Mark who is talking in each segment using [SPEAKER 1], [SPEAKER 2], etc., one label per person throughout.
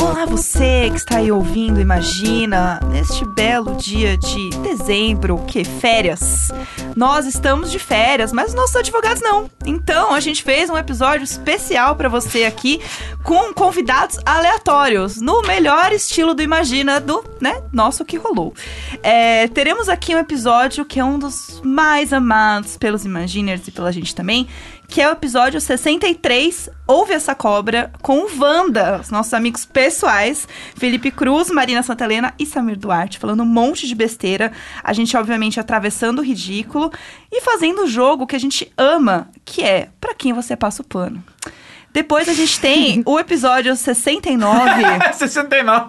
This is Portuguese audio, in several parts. [SPEAKER 1] Olá você que está aí ouvindo, imagina, neste belo dia de dezembro, que férias. Nós estamos de férias, mas os nossos advogados não. Então, a gente fez um episódio especial para você aqui com convidados aleatórios, no melhor estilo do Imagina, do, né, nosso que rolou. É, teremos aqui um episódio que é um dos mais amados pelos Imaginers e pela gente também, que é o episódio 63, Ouve Essa Cobra, com o Wanda, os nossos amigos pessoais, Felipe Cruz, Marina Santelena e Samir Duarte, falando um monte de besteira, a gente obviamente atravessando o ridículo e fazendo o jogo que a gente ama, que é Pra Quem Você Passa o Pano. Depois a gente tem o episódio 69.
[SPEAKER 2] 69.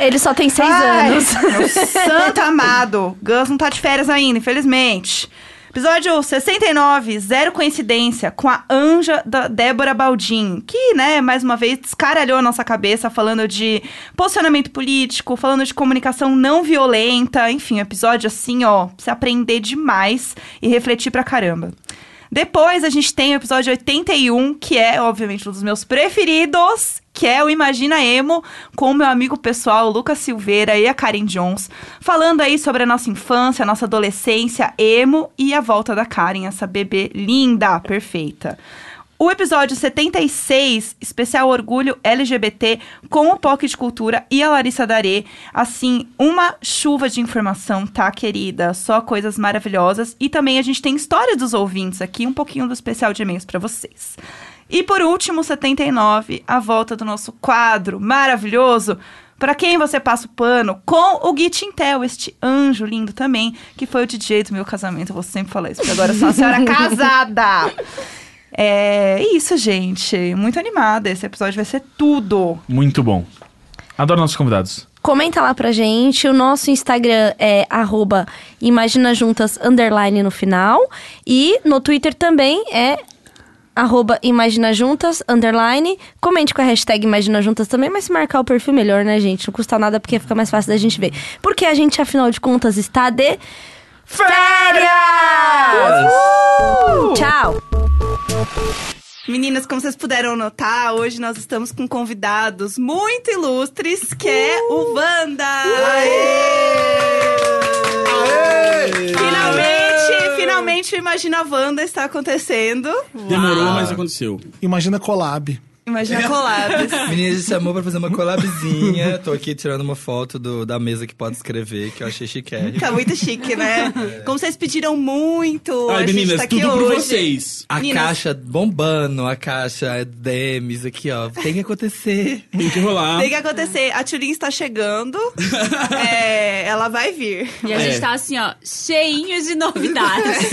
[SPEAKER 3] Ele só tem seis
[SPEAKER 1] Ai,
[SPEAKER 3] anos.
[SPEAKER 1] Meu santo amado. Gus não tá de férias ainda, infelizmente. Episódio 69, Zero Coincidência, com a anja da Débora Baldin, que, né, mais uma vez descaralhou a nossa cabeça falando de posicionamento político, falando de comunicação não violenta, enfim, episódio assim, ó, pra você aprender demais e refletir pra caramba. Depois a gente tem o episódio 81, que é, obviamente, um dos meus preferidos, que é o Imagina Emo, com o meu amigo pessoal, Lucas Silveira e a Karen Jones, falando aí sobre a nossa infância, a nossa adolescência, emo e a volta da Karen, essa bebê linda, perfeita. O episódio 76, especial Orgulho LGBT, com o POC de Cultura e a Larissa Darê. Assim, uma chuva de informação, tá, querida? Só coisas maravilhosas. E também a gente tem histórias dos ouvintes aqui, um pouquinho do especial de e-mails pra vocês. E por último, 79, a volta do nosso quadro maravilhoso. Pra quem você passa o pano com o Gui Tintel, este anjo lindo também, que foi o DJ do meu casamento. Eu vou sempre falar isso, porque agora eu sou uma senhora casada. É isso, gente. Muito animada. Esse episódio vai ser tudo.
[SPEAKER 2] Muito bom. Adoro nossos convidados.
[SPEAKER 3] Comenta lá pra gente. O nosso Instagram é arroba imaginajuntas underline no final. E no Twitter também é arroba imaginajuntas underline. Comente com a hashtag imaginajuntas também, mas se marcar o perfil melhor, né, gente? Não custa nada porque fica mais fácil da gente ver. Porque a gente, afinal de contas, está de...
[SPEAKER 1] Férias!
[SPEAKER 3] Tchau!
[SPEAKER 1] Meninas, como vocês puderam notar, hoje nós estamos com convidados muito ilustres, que é o Wanda! Finalmente, finalmente o Imagina Wanda está acontecendo.
[SPEAKER 4] Demorou, mas aconteceu.
[SPEAKER 5] Imagina collab.
[SPEAKER 1] Imagina Collabs.
[SPEAKER 6] Meninas de chamou pra fazer uma collabzinha. Tô aqui tirando uma foto do- da mesa que pode escrever, que eu achei chiquérrimo.
[SPEAKER 1] Tá muito chique, né? Como vocês pediram muito,
[SPEAKER 4] Ai,
[SPEAKER 1] a gente
[SPEAKER 4] meninas,
[SPEAKER 1] tá aqui
[SPEAKER 4] tudo
[SPEAKER 1] hoje.
[SPEAKER 4] por vocês.
[SPEAKER 6] A
[SPEAKER 1] Meninas.
[SPEAKER 6] caixa bombando, a caixa DMs aqui, ó. Tem que acontecer.
[SPEAKER 4] Tem que
[SPEAKER 6] Ah.
[SPEAKER 4] rolar.
[SPEAKER 1] Tem que acontecer. A Tulin está chegando. É, ela vai vir.
[SPEAKER 7] E a gente
[SPEAKER 4] É.
[SPEAKER 7] tá assim, ó, cheinho de novidades.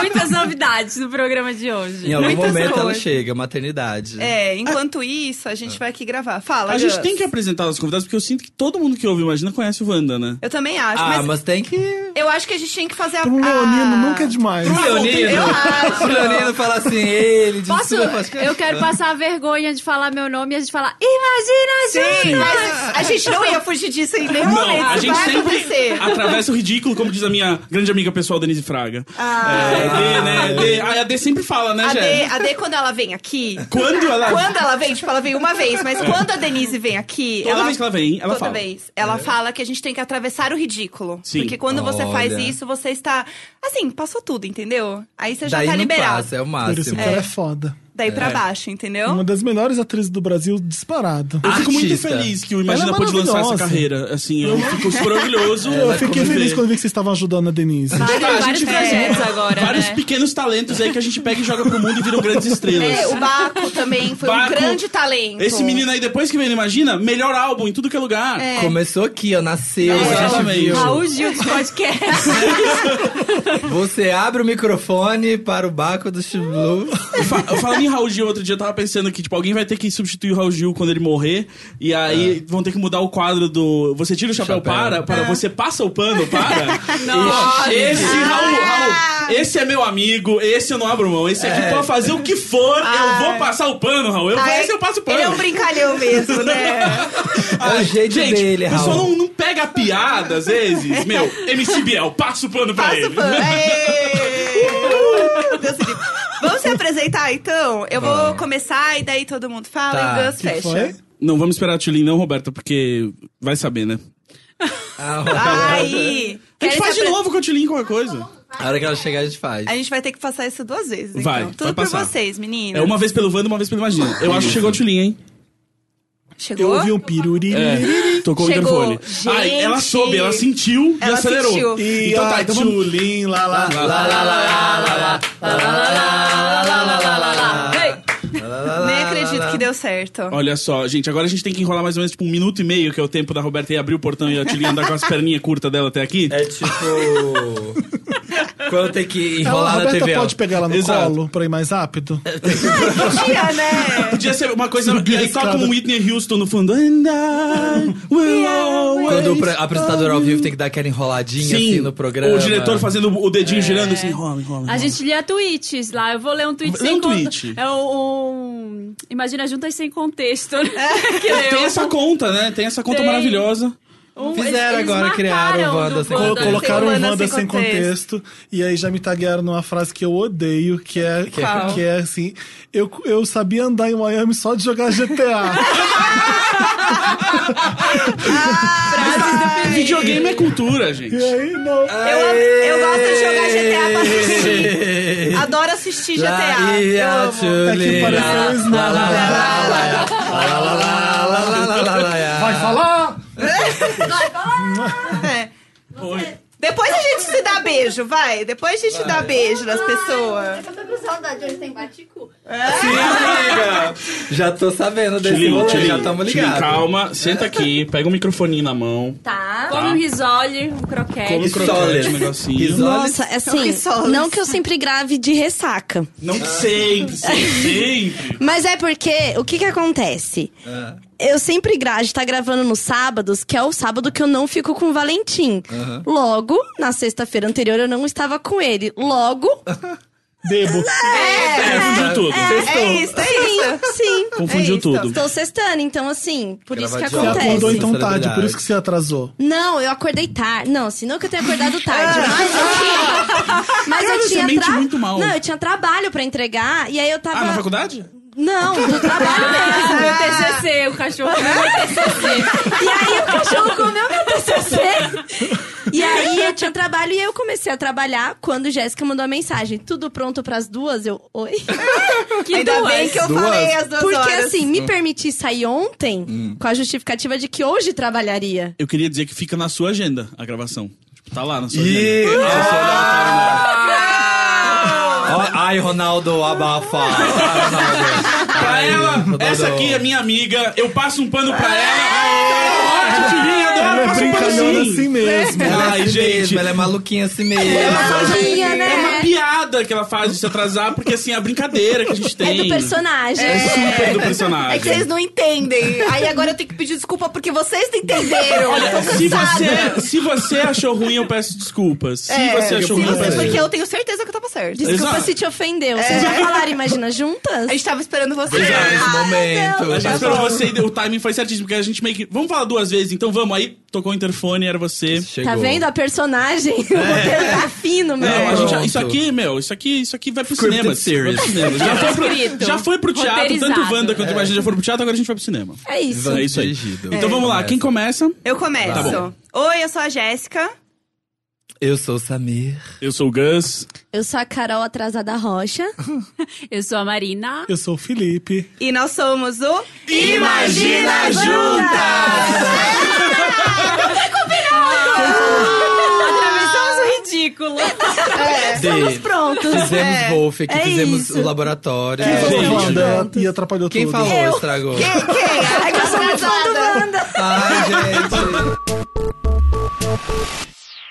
[SPEAKER 7] Muitas novidades no programa de hoje.
[SPEAKER 6] Em algum
[SPEAKER 1] Muitas
[SPEAKER 6] momento ela
[SPEAKER 1] coisas.
[SPEAKER 6] chega, maternidade.
[SPEAKER 1] É, enquanto isso, a
[SPEAKER 6] Ah.
[SPEAKER 1] gente vai aqui gravar. Fala,
[SPEAKER 4] A gente
[SPEAKER 1] Gus.
[SPEAKER 4] tem que apresentar os convidados, porque eu sinto que todo mundo que ouve Imagina conhece o Wanda, né?
[SPEAKER 1] Eu também acho,
[SPEAKER 6] Ah,
[SPEAKER 1] mas,
[SPEAKER 6] mas, tem que.
[SPEAKER 1] eu acho que a gente tem que fazer a...
[SPEAKER 5] Pra um leonino
[SPEAKER 1] a-
[SPEAKER 5] nunca é demais.
[SPEAKER 4] Ah,
[SPEAKER 6] Pro Leonino! É.
[SPEAKER 1] Eu acho.
[SPEAKER 6] Pro Leonino falar assim, ele de
[SPEAKER 7] Posso?
[SPEAKER 6] sua podcast.
[SPEAKER 7] Eu quero passar a vergonha de falar meu nome e a gente falar, imagina,
[SPEAKER 1] Sim,
[SPEAKER 7] gente!
[SPEAKER 1] mas a gente não ia fugir disso né? em nenhum momento.
[SPEAKER 4] a
[SPEAKER 1] Isso
[SPEAKER 4] gente
[SPEAKER 1] vai
[SPEAKER 4] sempre
[SPEAKER 1] acontecer.
[SPEAKER 4] atravessa o ridículo, como diz a minha grande amiga pessoal, Denise Fraga.
[SPEAKER 1] Ah.
[SPEAKER 4] é, D, né? D, Ai, a D sempre fala, né,
[SPEAKER 1] A D,
[SPEAKER 4] Jé?
[SPEAKER 1] a D, quando ela vem aqui...
[SPEAKER 4] Quando ela.
[SPEAKER 1] Quando ela vem, tipo, ela vem uma vez, mas quando a Denise vem aqui...
[SPEAKER 4] Toda vez que ela vem, ela
[SPEAKER 1] toda
[SPEAKER 4] fala. É.
[SPEAKER 1] vez. Ela fala que a gente tem que atravessar o ridículo.
[SPEAKER 4] Sim.
[SPEAKER 1] Porque quando você
[SPEAKER 6] Olha.
[SPEAKER 1] faz isso, você está. Assim, passou tudo, entendeu? Aí você já
[SPEAKER 6] Daí
[SPEAKER 1] tá
[SPEAKER 6] não
[SPEAKER 1] liberado.
[SPEAKER 6] passa, é o
[SPEAKER 5] Por isso o
[SPEAKER 6] máximo. É.
[SPEAKER 5] cara é foda.
[SPEAKER 1] Daí pra baixo, entendeu?
[SPEAKER 5] Uma das melhores atrizes do Brasil, disparado.
[SPEAKER 4] Eu fico muito
[SPEAKER 6] Artista.
[SPEAKER 4] feliz que o
[SPEAKER 5] Ela
[SPEAKER 4] Imagina
[SPEAKER 5] é
[SPEAKER 4] pôde lançar essa
[SPEAKER 5] maravilhosa. é
[SPEAKER 4] carreira. Assim, eu fico super orgulhoso.
[SPEAKER 5] um Eu fiquei
[SPEAKER 4] de
[SPEAKER 5] feliz
[SPEAKER 4] é ver.
[SPEAKER 5] quando vi que vocês estavam ajudando a Denise.
[SPEAKER 4] Ah, a
[SPEAKER 7] Vários
[SPEAKER 4] gente faz
[SPEAKER 7] projetos agora,
[SPEAKER 4] Vários
[SPEAKER 7] né?
[SPEAKER 4] pequenos talentos aí que a gente pega e joga pro mundo e viram grandes estrelas.
[SPEAKER 1] É, o Baco também foi um
[SPEAKER 4] Baco,
[SPEAKER 1] grande talento.
[SPEAKER 4] Esse menino aí, depois que vem, no imagina, melhor álbum em tudo que é lugar.
[SPEAKER 6] Começou aqui, ó, nasceu, a
[SPEAKER 4] Exatamente.
[SPEAKER 6] gente viu.
[SPEAKER 7] Raul Gil de podcast.
[SPEAKER 6] Você abre o microfone para o Baco do Chibu.
[SPEAKER 4] Fa- Falando nem Raul Gil outro dia eu tava pensando que, tipo, alguém vai ter que substituir o Raul Gil quando ele morrer. E aí vão ter que mudar o quadro do. Você tira o chapéu,
[SPEAKER 6] É. Chapéu.
[SPEAKER 4] para, para,
[SPEAKER 1] É.
[SPEAKER 4] você passa o pano, para.
[SPEAKER 7] Nossa.
[SPEAKER 4] E esse Raul, Raul, esse é meu amigo, esse eu não abro mão. Esse
[SPEAKER 6] É.
[SPEAKER 4] aqui pode fazer o que for, eu vou passar o pano, Raul. Eu vou,
[SPEAKER 1] Ai,
[SPEAKER 4] esse eu passo o pano.
[SPEAKER 1] Ele Ah. é um brincalhão mesmo, né?
[SPEAKER 4] Ai,
[SPEAKER 6] É o jeito
[SPEAKER 4] gente,
[SPEAKER 6] dele,
[SPEAKER 4] o pessoal
[SPEAKER 6] Raul.
[SPEAKER 4] não, não pega a piada, às vezes. Meu, MC Biel, passa o pano pra
[SPEAKER 1] Passa o
[SPEAKER 4] ele.
[SPEAKER 1] pano. Aê! Deus me livre. Vamos se apresentar, então? Eu vou começar e daí todo mundo fala
[SPEAKER 6] Tá.
[SPEAKER 1] e o Gus
[SPEAKER 5] Que
[SPEAKER 1] fecha.
[SPEAKER 5] foi?
[SPEAKER 4] Não, vamos esperar a Tulin, não, Roberto, porque vai saber, né?
[SPEAKER 6] Ah,
[SPEAKER 1] Aí!
[SPEAKER 4] A gente
[SPEAKER 1] querem
[SPEAKER 4] faz
[SPEAKER 1] se
[SPEAKER 4] de
[SPEAKER 1] apre-
[SPEAKER 4] novo com a Tulin qualquer coisa.
[SPEAKER 6] A hora que ela chegar, a gente faz.
[SPEAKER 1] A gente vai ter que passar isso duas vezes,
[SPEAKER 4] Vai,
[SPEAKER 1] então.
[SPEAKER 4] vai
[SPEAKER 1] Tudo por
[SPEAKER 4] passar.
[SPEAKER 1] vocês, meninas.
[SPEAKER 4] É uma vez pelo Wanda, uma vez pelo Imagina. Eu acho que chegou a Tulin, hein?
[SPEAKER 5] Eu
[SPEAKER 1] Chegou?
[SPEAKER 5] ouvi um piruri.
[SPEAKER 4] É. Tocou
[SPEAKER 7] Chegou.
[SPEAKER 4] o interfone. Ai, ela
[SPEAKER 7] Gente.
[SPEAKER 4] soube, ela sentiu
[SPEAKER 1] Ela
[SPEAKER 4] e acelerou.
[SPEAKER 1] sentiu.
[SPEAKER 5] E
[SPEAKER 4] Então
[SPEAKER 5] a
[SPEAKER 4] tá, então vamos...
[SPEAKER 5] Tchulin, lá, lá, lá,
[SPEAKER 1] Nem acredito que deu certo.
[SPEAKER 4] Olha só, gente, agora a gente tem que enrolar mais ou menos tipo um minuto e meio, que é o tempo da Roberta ir abrir o portão e a Tulin andar com as perninhas curtas dela até aqui.
[SPEAKER 6] É tipo. Quando tem que
[SPEAKER 5] Ela,
[SPEAKER 6] enrolar na
[SPEAKER 5] a Então, Roberta
[SPEAKER 6] TV. ó.
[SPEAKER 5] pode pegar ela no
[SPEAKER 4] Exato.
[SPEAKER 5] colo pra ir mais rápido?
[SPEAKER 1] Mentira, né?
[SPEAKER 4] Podia ser uma coisa.
[SPEAKER 5] Subir
[SPEAKER 4] E
[SPEAKER 5] a
[SPEAKER 4] aí toca
[SPEAKER 5] escada.
[SPEAKER 4] um Whitney Houston no fundo. And I will always
[SPEAKER 6] Quando o pre- apresentador ao vivo tem que dar aquela enroladinha assim no programa.
[SPEAKER 4] O diretor fazendo o dedinho girando assim, rola, rola.
[SPEAKER 7] A gente lia tweets lá. Eu vou ler um tweet
[SPEAKER 4] Lê
[SPEAKER 7] sem
[SPEAKER 4] um
[SPEAKER 7] con-
[SPEAKER 4] tweet.
[SPEAKER 7] É um, um- Imagina juntas sem contexto. Né?
[SPEAKER 1] É,
[SPEAKER 7] que
[SPEAKER 4] Ah, Tem
[SPEAKER 7] leu.
[SPEAKER 4] essa conta, né? Tem essa conta
[SPEAKER 7] Tem.
[SPEAKER 4] maravilhosa.
[SPEAKER 7] Um-
[SPEAKER 6] Fizeram
[SPEAKER 7] eles- eles
[SPEAKER 6] agora, criaram
[SPEAKER 7] marcaram
[SPEAKER 6] o Wanda
[SPEAKER 7] do
[SPEAKER 6] sem
[SPEAKER 5] Colo-
[SPEAKER 6] Wanda
[SPEAKER 5] colocaram
[SPEAKER 1] sem-
[SPEAKER 5] Wanda,
[SPEAKER 1] Wanda sem
[SPEAKER 5] sem contexto. E aí já me taguearam numa frase que eu odeio, que é, que é,
[SPEAKER 1] Qual?
[SPEAKER 5] que é assim: eu, eu sabia andar em Miami só de jogar GTA. Ah,
[SPEAKER 4] Videogame é cultura, gente.
[SPEAKER 5] e aí, não.
[SPEAKER 1] Eu, eu gosto de jogar GTA pra assistir.
[SPEAKER 6] É.
[SPEAKER 1] Adoro assistir GTA. Eu amo.
[SPEAKER 5] É que pareceu um Snow.
[SPEAKER 6] Vai falar.
[SPEAKER 1] É. Depois a gente se dá beijo, vai. Depois a gente dá beijo nas pessoas.
[SPEAKER 8] Eu tô com saudade, hoje tem baticu.
[SPEAKER 1] É.
[SPEAKER 6] Já tô sabendo desse
[SPEAKER 4] Tilin,
[SPEAKER 6] rolê, já
[SPEAKER 4] Tilin,
[SPEAKER 6] tamo
[SPEAKER 4] Tilin,
[SPEAKER 6] ligados.
[SPEAKER 4] calma, senta aqui, pega o microfoninho na mão.
[SPEAKER 7] Tá. Come um risole, um croquete.
[SPEAKER 4] Come um
[SPEAKER 6] Isoles.
[SPEAKER 4] croquete, um negocinho.
[SPEAKER 6] Isoles.
[SPEAKER 3] É. Nossa, assim,
[SPEAKER 1] Risoles.
[SPEAKER 3] não que eu sempre grave de ressaca.
[SPEAKER 4] Não sempre, sempre, sempre.
[SPEAKER 3] Mas é porque, o que que acontece?
[SPEAKER 4] É.
[SPEAKER 3] Eu sempre gra- a gente tá gravando nos sábados, que é o sábado que eu não fico com o Valentim. Logo, na sexta-feira anterior, eu não estava com ele. Logo,
[SPEAKER 5] Bebo.
[SPEAKER 4] É, fundiu tudo.
[SPEAKER 1] É isso, é isso.
[SPEAKER 3] sim, sim.
[SPEAKER 4] Confundiu
[SPEAKER 1] É isso.
[SPEAKER 4] tudo.
[SPEAKER 3] Estou sextando, então assim, por isso
[SPEAKER 5] Você
[SPEAKER 3] que
[SPEAKER 6] Gravadiola.
[SPEAKER 3] acontece.
[SPEAKER 5] acordou então
[SPEAKER 6] Celebridade.
[SPEAKER 5] tarde, por isso que você atrasou.
[SPEAKER 3] Não, eu acordei tarde. Não, senão que eu tenha acordado tarde. mas eu tinha. Mas
[SPEAKER 4] Ah. Cara,
[SPEAKER 3] eu
[SPEAKER 4] você
[SPEAKER 3] tinha.
[SPEAKER 4] mente muito mal.
[SPEAKER 3] Não, eu tinha trabalho pra entregar e aí eu tava.
[SPEAKER 4] Ah, na faculdade?
[SPEAKER 3] Não, do trabalho mesmo.
[SPEAKER 7] Ah, meu TCC, o cachorro comeu meu TCC.
[SPEAKER 3] E aí o cachorro comeu meu TCC. E aí eu tinha trabalho e eu comecei a trabalhar quando Jéssica mandou a mensagem. Tudo pronto pras duas? Eu, oi?
[SPEAKER 7] Que
[SPEAKER 1] Ainda bem
[SPEAKER 7] duas.
[SPEAKER 1] que eu
[SPEAKER 6] Duas?
[SPEAKER 1] falei as duas
[SPEAKER 3] Porque
[SPEAKER 1] horas.
[SPEAKER 3] assim,
[SPEAKER 4] Hum.
[SPEAKER 3] me permiti sair ontem com a justificativa de que hoje trabalharia.
[SPEAKER 4] Eu queria dizer que fica na sua agenda a gravação. Tipo, tá lá na sua agenda. Ah,
[SPEAKER 6] E...
[SPEAKER 5] é
[SPEAKER 6] Ó, Ai, Ronaldo, abafa. Ai, Ronaldo.
[SPEAKER 4] Pra
[SPEAKER 6] Ai,
[SPEAKER 4] ela,
[SPEAKER 6] Ronaldo.
[SPEAKER 4] essa aqui é minha amiga, eu passo um pano pra ela. Tá ótimo, filhinha,
[SPEAKER 5] Ela
[SPEAKER 4] adoro,
[SPEAKER 5] é
[SPEAKER 4] passa um pano
[SPEAKER 5] brincalhona
[SPEAKER 4] sim.
[SPEAKER 5] assim mesmo.
[SPEAKER 6] Ela é
[SPEAKER 4] Ai,
[SPEAKER 6] assim
[SPEAKER 4] gente.
[SPEAKER 6] mesmo, ela é maluquinha assim mesmo.
[SPEAKER 3] Sozinha,
[SPEAKER 4] É uma
[SPEAKER 3] né?
[SPEAKER 4] piada que ela faz de se atrasar, porque assim, é a brincadeira que a gente
[SPEAKER 3] É
[SPEAKER 4] tem.
[SPEAKER 3] do personagem.
[SPEAKER 4] É super do
[SPEAKER 1] É
[SPEAKER 4] personagem.
[SPEAKER 1] que vocês não entendem. Aí agora eu tenho que pedir desculpa porque vocês não entenderam.
[SPEAKER 4] Olha,
[SPEAKER 1] Eu tô
[SPEAKER 4] se
[SPEAKER 1] cansada.
[SPEAKER 4] você, se você achou ruim, eu peço desculpas. Se
[SPEAKER 1] É,
[SPEAKER 4] você achou ruim, eu
[SPEAKER 1] você-
[SPEAKER 4] peço
[SPEAKER 1] Porque
[SPEAKER 4] desculpas.
[SPEAKER 1] eu tenho certeza que eu tava certo.
[SPEAKER 3] Desculpa
[SPEAKER 4] Exato.
[SPEAKER 3] se te ofendeu. Vocês já falaram, imagina, juntas? Ah,
[SPEAKER 1] A gente tava esperando você. é então.
[SPEAKER 6] Já nesse momento. Tá
[SPEAKER 4] A gente esperou você e deu- o timing foi certíssimo, porque a gente meio que. Vamos falar duas vezes, então vamos. Aí tocou o interfone, era você.
[SPEAKER 6] Chegou.
[SPEAKER 3] Tá vendo a personagem? O roteiro tá fino, meu.
[SPEAKER 4] Não, É, a
[SPEAKER 6] Pronto.
[SPEAKER 4] gente- isso aqui, meu, isso aqui, isso aqui vai pro
[SPEAKER 6] Scripted
[SPEAKER 4] cinema.
[SPEAKER 6] series. É.
[SPEAKER 4] Vai pro cinema. Já, foi pro,
[SPEAKER 7] Escrito.
[SPEAKER 4] já foi pro teatro,
[SPEAKER 7] Roteirizado.
[SPEAKER 4] tanto o Wanda quanto o Imagina já foram pro teatro, agora a gente vai pro cinema.
[SPEAKER 3] É isso.
[SPEAKER 4] É isso aí.
[SPEAKER 6] Dirigido. É.
[SPEAKER 4] Então vamos lá, quem começa?
[SPEAKER 1] Eu começo.
[SPEAKER 6] Tá
[SPEAKER 4] bom.
[SPEAKER 1] Oi, eu sou a Jéssica.
[SPEAKER 6] Eu sou o Samir.
[SPEAKER 4] Eu sou o Gus.
[SPEAKER 3] Eu sou a Carol Atrasada Rocha.
[SPEAKER 7] Eu sou a Marina.
[SPEAKER 5] Eu sou o Felipe.
[SPEAKER 1] E nós somos o.
[SPEAKER 4] Imagina
[SPEAKER 1] Juntas!
[SPEAKER 7] Ah! Atravessamos o ridículo. É,
[SPEAKER 4] é-
[SPEAKER 6] Estamos
[SPEAKER 3] Prontos.
[SPEAKER 6] Fizemos
[SPEAKER 1] É,
[SPEAKER 6] Wolf, que
[SPEAKER 3] é
[SPEAKER 6] fizemos
[SPEAKER 3] isso.
[SPEAKER 6] o laboratório.
[SPEAKER 5] Quem falou
[SPEAKER 4] Gente.
[SPEAKER 5] Wanda e atrapalhou
[SPEAKER 6] É, Quem
[SPEAKER 5] É, tudo?
[SPEAKER 6] falou? Estragou.
[SPEAKER 1] Quem?
[SPEAKER 3] É que eu sou muito fã do Wanda.
[SPEAKER 6] Ai, gente.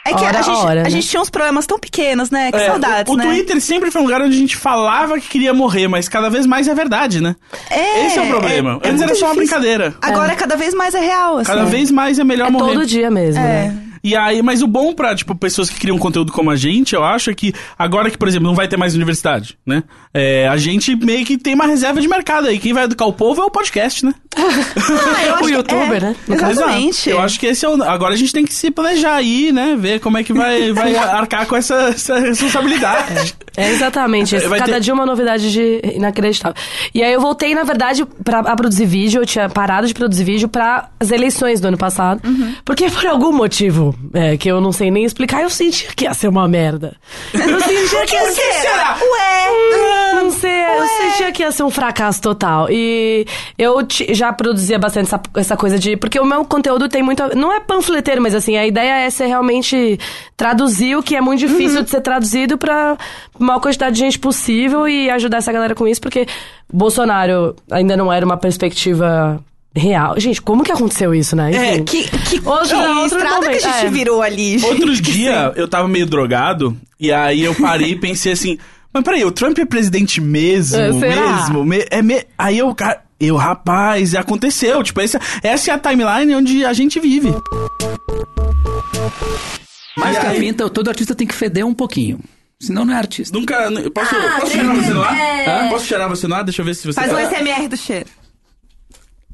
[SPEAKER 1] É que
[SPEAKER 9] Ora,
[SPEAKER 1] a, gente,
[SPEAKER 9] ora,
[SPEAKER 1] a
[SPEAKER 9] né?
[SPEAKER 1] gente tinha uns problemas tão pequenos, né? Que
[SPEAKER 4] É,
[SPEAKER 1] saudades,
[SPEAKER 4] o, o
[SPEAKER 1] né?
[SPEAKER 4] Twitter sempre foi um lugar onde a gente falava que queria morrer, mas cada vez mais é verdade, né?
[SPEAKER 1] É,
[SPEAKER 4] Esse é o problema.
[SPEAKER 1] é
[SPEAKER 4] Antes era
[SPEAKER 1] muito
[SPEAKER 4] só uma
[SPEAKER 1] difícil.
[SPEAKER 4] brincadeira.
[SPEAKER 1] Agora cada vez mais é real, assim.
[SPEAKER 4] Cada vez mais é melhor
[SPEAKER 10] É
[SPEAKER 4] morrer.
[SPEAKER 10] todo dia mesmo,
[SPEAKER 1] É.
[SPEAKER 10] né?
[SPEAKER 4] E aí, mas o bom pra, tipo, pessoas que criam conteúdo como a gente, eu acho, é que agora que, por exemplo, não vai ter mais universidade, né? É, a gente meio que tem uma reserva de mercado aí. Quem vai educar o povo é o podcast, né?
[SPEAKER 1] Ah, eu acho
[SPEAKER 10] O
[SPEAKER 1] que-
[SPEAKER 10] youtuber, né? No caso.
[SPEAKER 1] Exatamente.
[SPEAKER 4] Eu acho que esse é o. Agora a gente tem que se planejar aí, né? Ver como é que vai, vai arcar com essa, essa responsabilidade.
[SPEAKER 10] É exatamente isso.
[SPEAKER 4] Vai
[SPEAKER 10] Cada
[SPEAKER 4] ter-
[SPEAKER 10] dia uma novidade de inacreditável. E aí eu voltei, na verdade, pra, a produzir vídeo. Eu tinha parado de produzir vídeo para as eleições do ano passado. Porque por algum motivo, é, que eu não sei nem explicar, eu sentia que ia ser uma merda. assim, Eu sentia que ia ser...
[SPEAKER 4] será?
[SPEAKER 10] Ué! Não sei, eu sentia que ia ser um fracasso total. E eu ti- já produzia bastante essa, essa coisa de. Porque o meu conteúdo tem muito. a- Não é panfleteiro, mas assim, a ideia é ser realmente traduzir o que é muito difícil
[SPEAKER 1] Uhum.
[SPEAKER 10] de ser traduzido pra maior quantidade de gente possível e ajudar essa galera com isso, porque Bolsonaro ainda não era uma perspectiva real. Gente, como que aconteceu isso, né?
[SPEAKER 4] É,
[SPEAKER 10] Enfim.
[SPEAKER 1] Que, que,
[SPEAKER 10] Outro-
[SPEAKER 1] que
[SPEAKER 10] outro
[SPEAKER 1] estrada
[SPEAKER 10] momento,
[SPEAKER 1] que a gente
[SPEAKER 10] é.
[SPEAKER 1] virou ali, gente.
[SPEAKER 4] Outro dia eu tava meio drogado e aí eu parei e pensei assim: mas peraí, o Trump é presidente mesmo?
[SPEAKER 10] É, será?
[SPEAKER 4] mesmo? Me- é me- aí eu, cara, eu, rapaz, aconteceu. Tipo, essa, essa é a timeline onde a gente vive.
[SPEAKER 11] Mas carpinta, todo artista tem que feder um pouquinho. Senão não é artista.
[SPEAKER 4] Nunca. n- Posso, posso cheirar você no ar? Hã? Posso cheirar você no ar? Deixa eu ver se você.
[SPEAKER 1] Ah, é.
[SPEAKER 4] tá-
[SPEAKER 1] Faz um SMR do cheiro.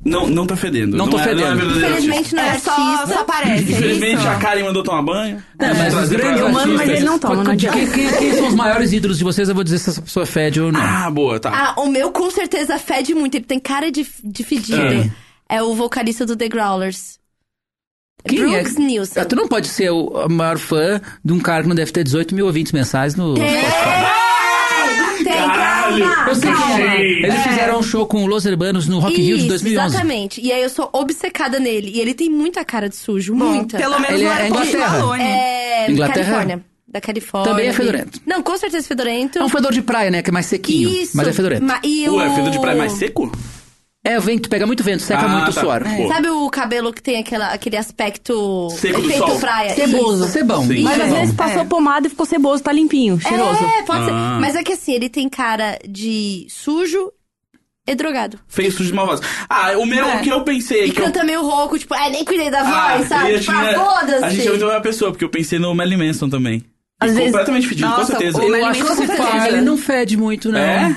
[SPEAKER 4] Não, não tá fedendo.
[SPEAKER 11] Não tô
[SPEAKER 4] é- é
[SPEAKER 11] fedendo.
[SPEAKER 4] verdadeiro artista.
[SPEAKER 12] Infelizmente não é
[SPEAKER 1] É, só,
[SPEAKER 12] artista.
[SPEAKER 1] só aparece.
[SPEAKER 4] Infelizmente
[SPEAKER 1] é isso?
[SPEAKER 4] a Karen mandou tomar banho.
[SPEAKER 11] Não, É, mas os grandes
[SPEAKER 4] Eu mando,
[SPEAKER 11] artistas...
[SPEAKER 4] mas ele
[SPEAKER 12] não toma,
[SPEAKER 11] Qual-
[SPEAKER 12] não
[SPEAKER 11] de quem, quem- quem são os maiores ídolos de vocês? Eu vou dizer se essa pessoa fede ou não.
[SPEAKER 4] Ah, boa, tá.
[SPEAKER 3] Ah, o meu com certeza fede muito. Ele tem cara de, de fedido. É. o vocalista do The Growlers.
[SPEAKER 11] Quem
[SPEAKER 3] Brooks
[SPEAKER 11] é?
[SPEAKER 3] Nielsen.
[SPEAKER 11] Tu não pode ser o o maior fã de um cara que não deve ter 18 mil ouvintes mensais no...
[SPEAKER 3] Tem! Tem,
[SPEAKER 4] Caralho!
[SPEAKER 3] calma!
[SPEAKER 11] Eu sei que
[SPEAKER 3] calma.
[SPEAKER 11] é. Eles fizeram um show com o Los Hermanos no Rock in Rio de
[SPEAKER 3] Isso,
[SPEAKER 11] 2011.
[SPEAKER 3] exatamente. E aí eu sou obcecada nele. E ele tem muita cara de sujo,
[SPEAKER 1] Bom,
[SPEAKER 3] muita.
[SPEAKER 1] Pelo menos
[SPEAKER 11] Ele
[SPEAKER 1] não
[SPEAKER 11] é
[SPEAKER 1] era Post
[SPEAKER 11] Inglaterra.
[SPEAKER 1] Malone.
[SPEAKER 3] É,
[SPEAKER 11] Inglaterra?
[SPEAKER 3] Califórnia. Da Califórnia.
[SPEAKER 11] Também é fedorento.
[SPEAKER 3] Não, com certeza fedorento.
[SPEAKER 11] É um fedor de praia, né? Que é mais sequinho,
[SPEAKER 3] Isso.
[SPEAKER 11] mas é fedorento.
[SPEAKER 3] Ma- e o...
[SPEAKER 4] Ué, fedor de praia mais seco?
[SPEAKER 11] É o vento, pega muito vento, seca
[SPEAKER 4] Ah,
[SPEAKER 11] muito o
[SPEAKER 4] tá.
[SPEAKER 11] suor.
[SPEAKER 4] É.
[SPEAKER 3] Sabe o cabelo que tem aquela, aquele aspecto
[SPEAKER 4] Seco do
[SPEAKER 3] efeito
[SPEAKER 4] sol.
[SPEAKER 3] praia?
[SPEAKER 11] Ceboso.
[SPEAKER 3] Isso.
[SPEAKER 11] Cebão.
[SPEAKER 4] Sim.
[SPEAKER 11] é Mas
[SPEAKER 4] é
[SPEAKER 12] Mas às
[SPEAKER 11] cebão.
[SPEAKER 12] vezes passou pomada e ficou ceboso, tá limpinho, cheiroso.
[SPEAKER 3] É, pode ser.
[SPEAKER 4] Ah.
[SPEAKER 3] Mas é que assim, ele tem cara de sujo e drogado.
[SPEAKER 4] Feio, sujo de malvado. Ah, o
[SPEAKER 1] É.
[SPEAKER 4] meu, o que eu pensei...
[SPEAKER 3] E
[SPEAKER 4] que eu-
[SPEAKER 3] canta meio rouco, tipo, é, nem cuidei
[SPEAKER 4] Ah,
[SPEAKER 3] da voz, sabe?
[SPEAKER 4] eu
[SPEAKER 3] Tipo,
[SPEAKER 4] tinha-
[SPEAKER 3] ah,
[SPEAKER 4] então- A gente é muito
[SPEAKER 3] foda-se.
[SPEAKER 4] uma pessoa, porque eu pensei no Melly Manson também.
[SPEAKER 12] Às
[SPEAKER 4] E
[SPEAKER 12] vezes-
[SPEAKER 4] completamente fedido, com
[SPEAKER 1] Nossa,
[SPEAKER 4] certeza.
[SPEAKER 1] o Melly
[SPEAKER 11] Eu acho
[SPEAKER 1] Manson
[SPEAKER 11] que
[SPEAKER 1] com
[SPEAKER 3] tá
[SPEAKER 11] faz,
[SPEAKER 1] certeza.
[SPEAKER 11] ele não fede muito, não.
[SPEAKER 4] É?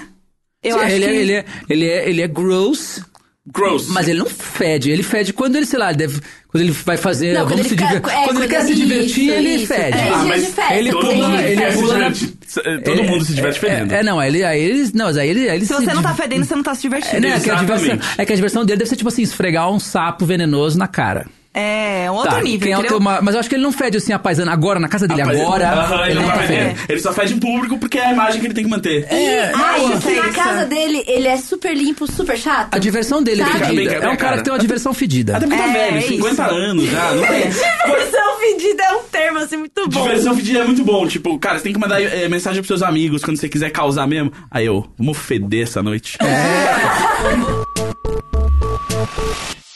[SPEAKER 1] Eu
[SPEAKER 11] Sim,
[SPEAKER 1] acho
[SPEAKER 11] ele,
[SPEAKER 1] que-
[SPEAKER 11] é, ele, é, ele, é, ele é gross,
[SPEAKER 4] Gross.
[SPEAKER 11] mas ele não fede. Ele fede quando ele, sei lá, deve, quando ele vai fazer.
[SPEAKER 3] Não, quando
[SPEAKER 11] vamos
[SPEAKER 3] ele
[SPEAKER 11] se
[SPEAKER 3] fica-
[SPEAKER 11] diver-
[SPEAKER 3] é,
[SPEAKER 11] quando ele
[SPEAKER 3] quando-
[SPEAKER 11] quer se divertir,
[SPEAKER 3] isso,
[SPEAKER 11] ele
[SPEAKER 3] isso.
[SPEAKER 11] fede.
[SPEAKER 3] É,
[SPEAKER 4] Ah,
[SPEAKER 3] isso.
[SPEAKER 4] mas
[SPEAKER 3] de festa,
[SPEAKER 11] ele
[SPEAKER 4] todo
[SPEAKER 3] tem
[SPEAKER 4] mundo,
[SPEAKER 3] gente
[SPEAKER 4] ele é
[SPEAKER 3] que
[SPEAKER 4] se
[SPEAKER 11] pula na-
[SPEAKER 4] diverte. Todo mundo se diverte fedendo.
[SPEAKER 11] É, é, não, ele, aí ele. Não, mas aí ele. aí ele
[SPEAKER 1] Se você não tá fedendo, você não tá se
[SPEAKER 11] É,
[SPEAKER 1] divertindo.
[SPEAKER 11] né, é que a
[SPEAKER 4] Exatamente.
[SPEAKER 11] diversão, é que a diversão dele deve ser tipo assim, esfregar um sapo venenoso na cara.
[SPEAKER 1] É, um outro
[SPEAKER 11] Tá,
[SPEAKER 1] nível,
[SPEAKER 11] quem é o
[SPEAKER 1] entendeu?
[SPEAKER 11] teu ma- mas eu acho que ele não fede assim a paisana agora, na casa dele
[SPEAKER 4] Rapaz,
[SPEAKER 11] agora.
[SPEAKER 4] aham, ele,
[SPEAKER 11] ele
[SPEAKER 4] não
[SPEAKER 11] não
[SPEAKER 4] tá
[SPEAKER 11] tá
[SPEAKER 4] fedendo. Ele só fede em público porque é a imagem que ele tem que manter.
[SPEAKER 11] É,
[SPEAKER 3] Ai,
[SPEAKER 1] isso é
[SPEAKER 3] que Ah, assim, na
[SPEAKER 1] isso.
[SPEAKER 3] casa dele, ele é super limpo, super chato.
[SPEAKER 11] a diversão dele é
[SPEAKER 3] Sabe?
[SPEAKER 4] Vem
[SPEAKER 11] fedida.
[SPEAKER 4] cá, vem
[SPEAKER 11] É
[SPEAKER 4] cá,
[SPEAKER 11] um
[SPEAKER 4] vem cá,
[SPEAKER 11] cara que tem uma diversão fedida.
[SPEAKER 4] Até porque tá
[SPEAKER 1] É,
[SPEAKER 4] velho,
[SPEAKER 1] é
[SPEAKER 4] 50
[SPEAKER 1] isso.
[SPEAKER 4] anos já, não tem.
[SPEAKER 12] Diversão fedida é um termo assim muito bom.
[SPEAKER 4] Diversão fedida é muito bom. Tipo, cara, você tem que mandar eh, mensagem pros seus amigos quando você quiser causar mesmo. Aí eu, vamos feder essa noite.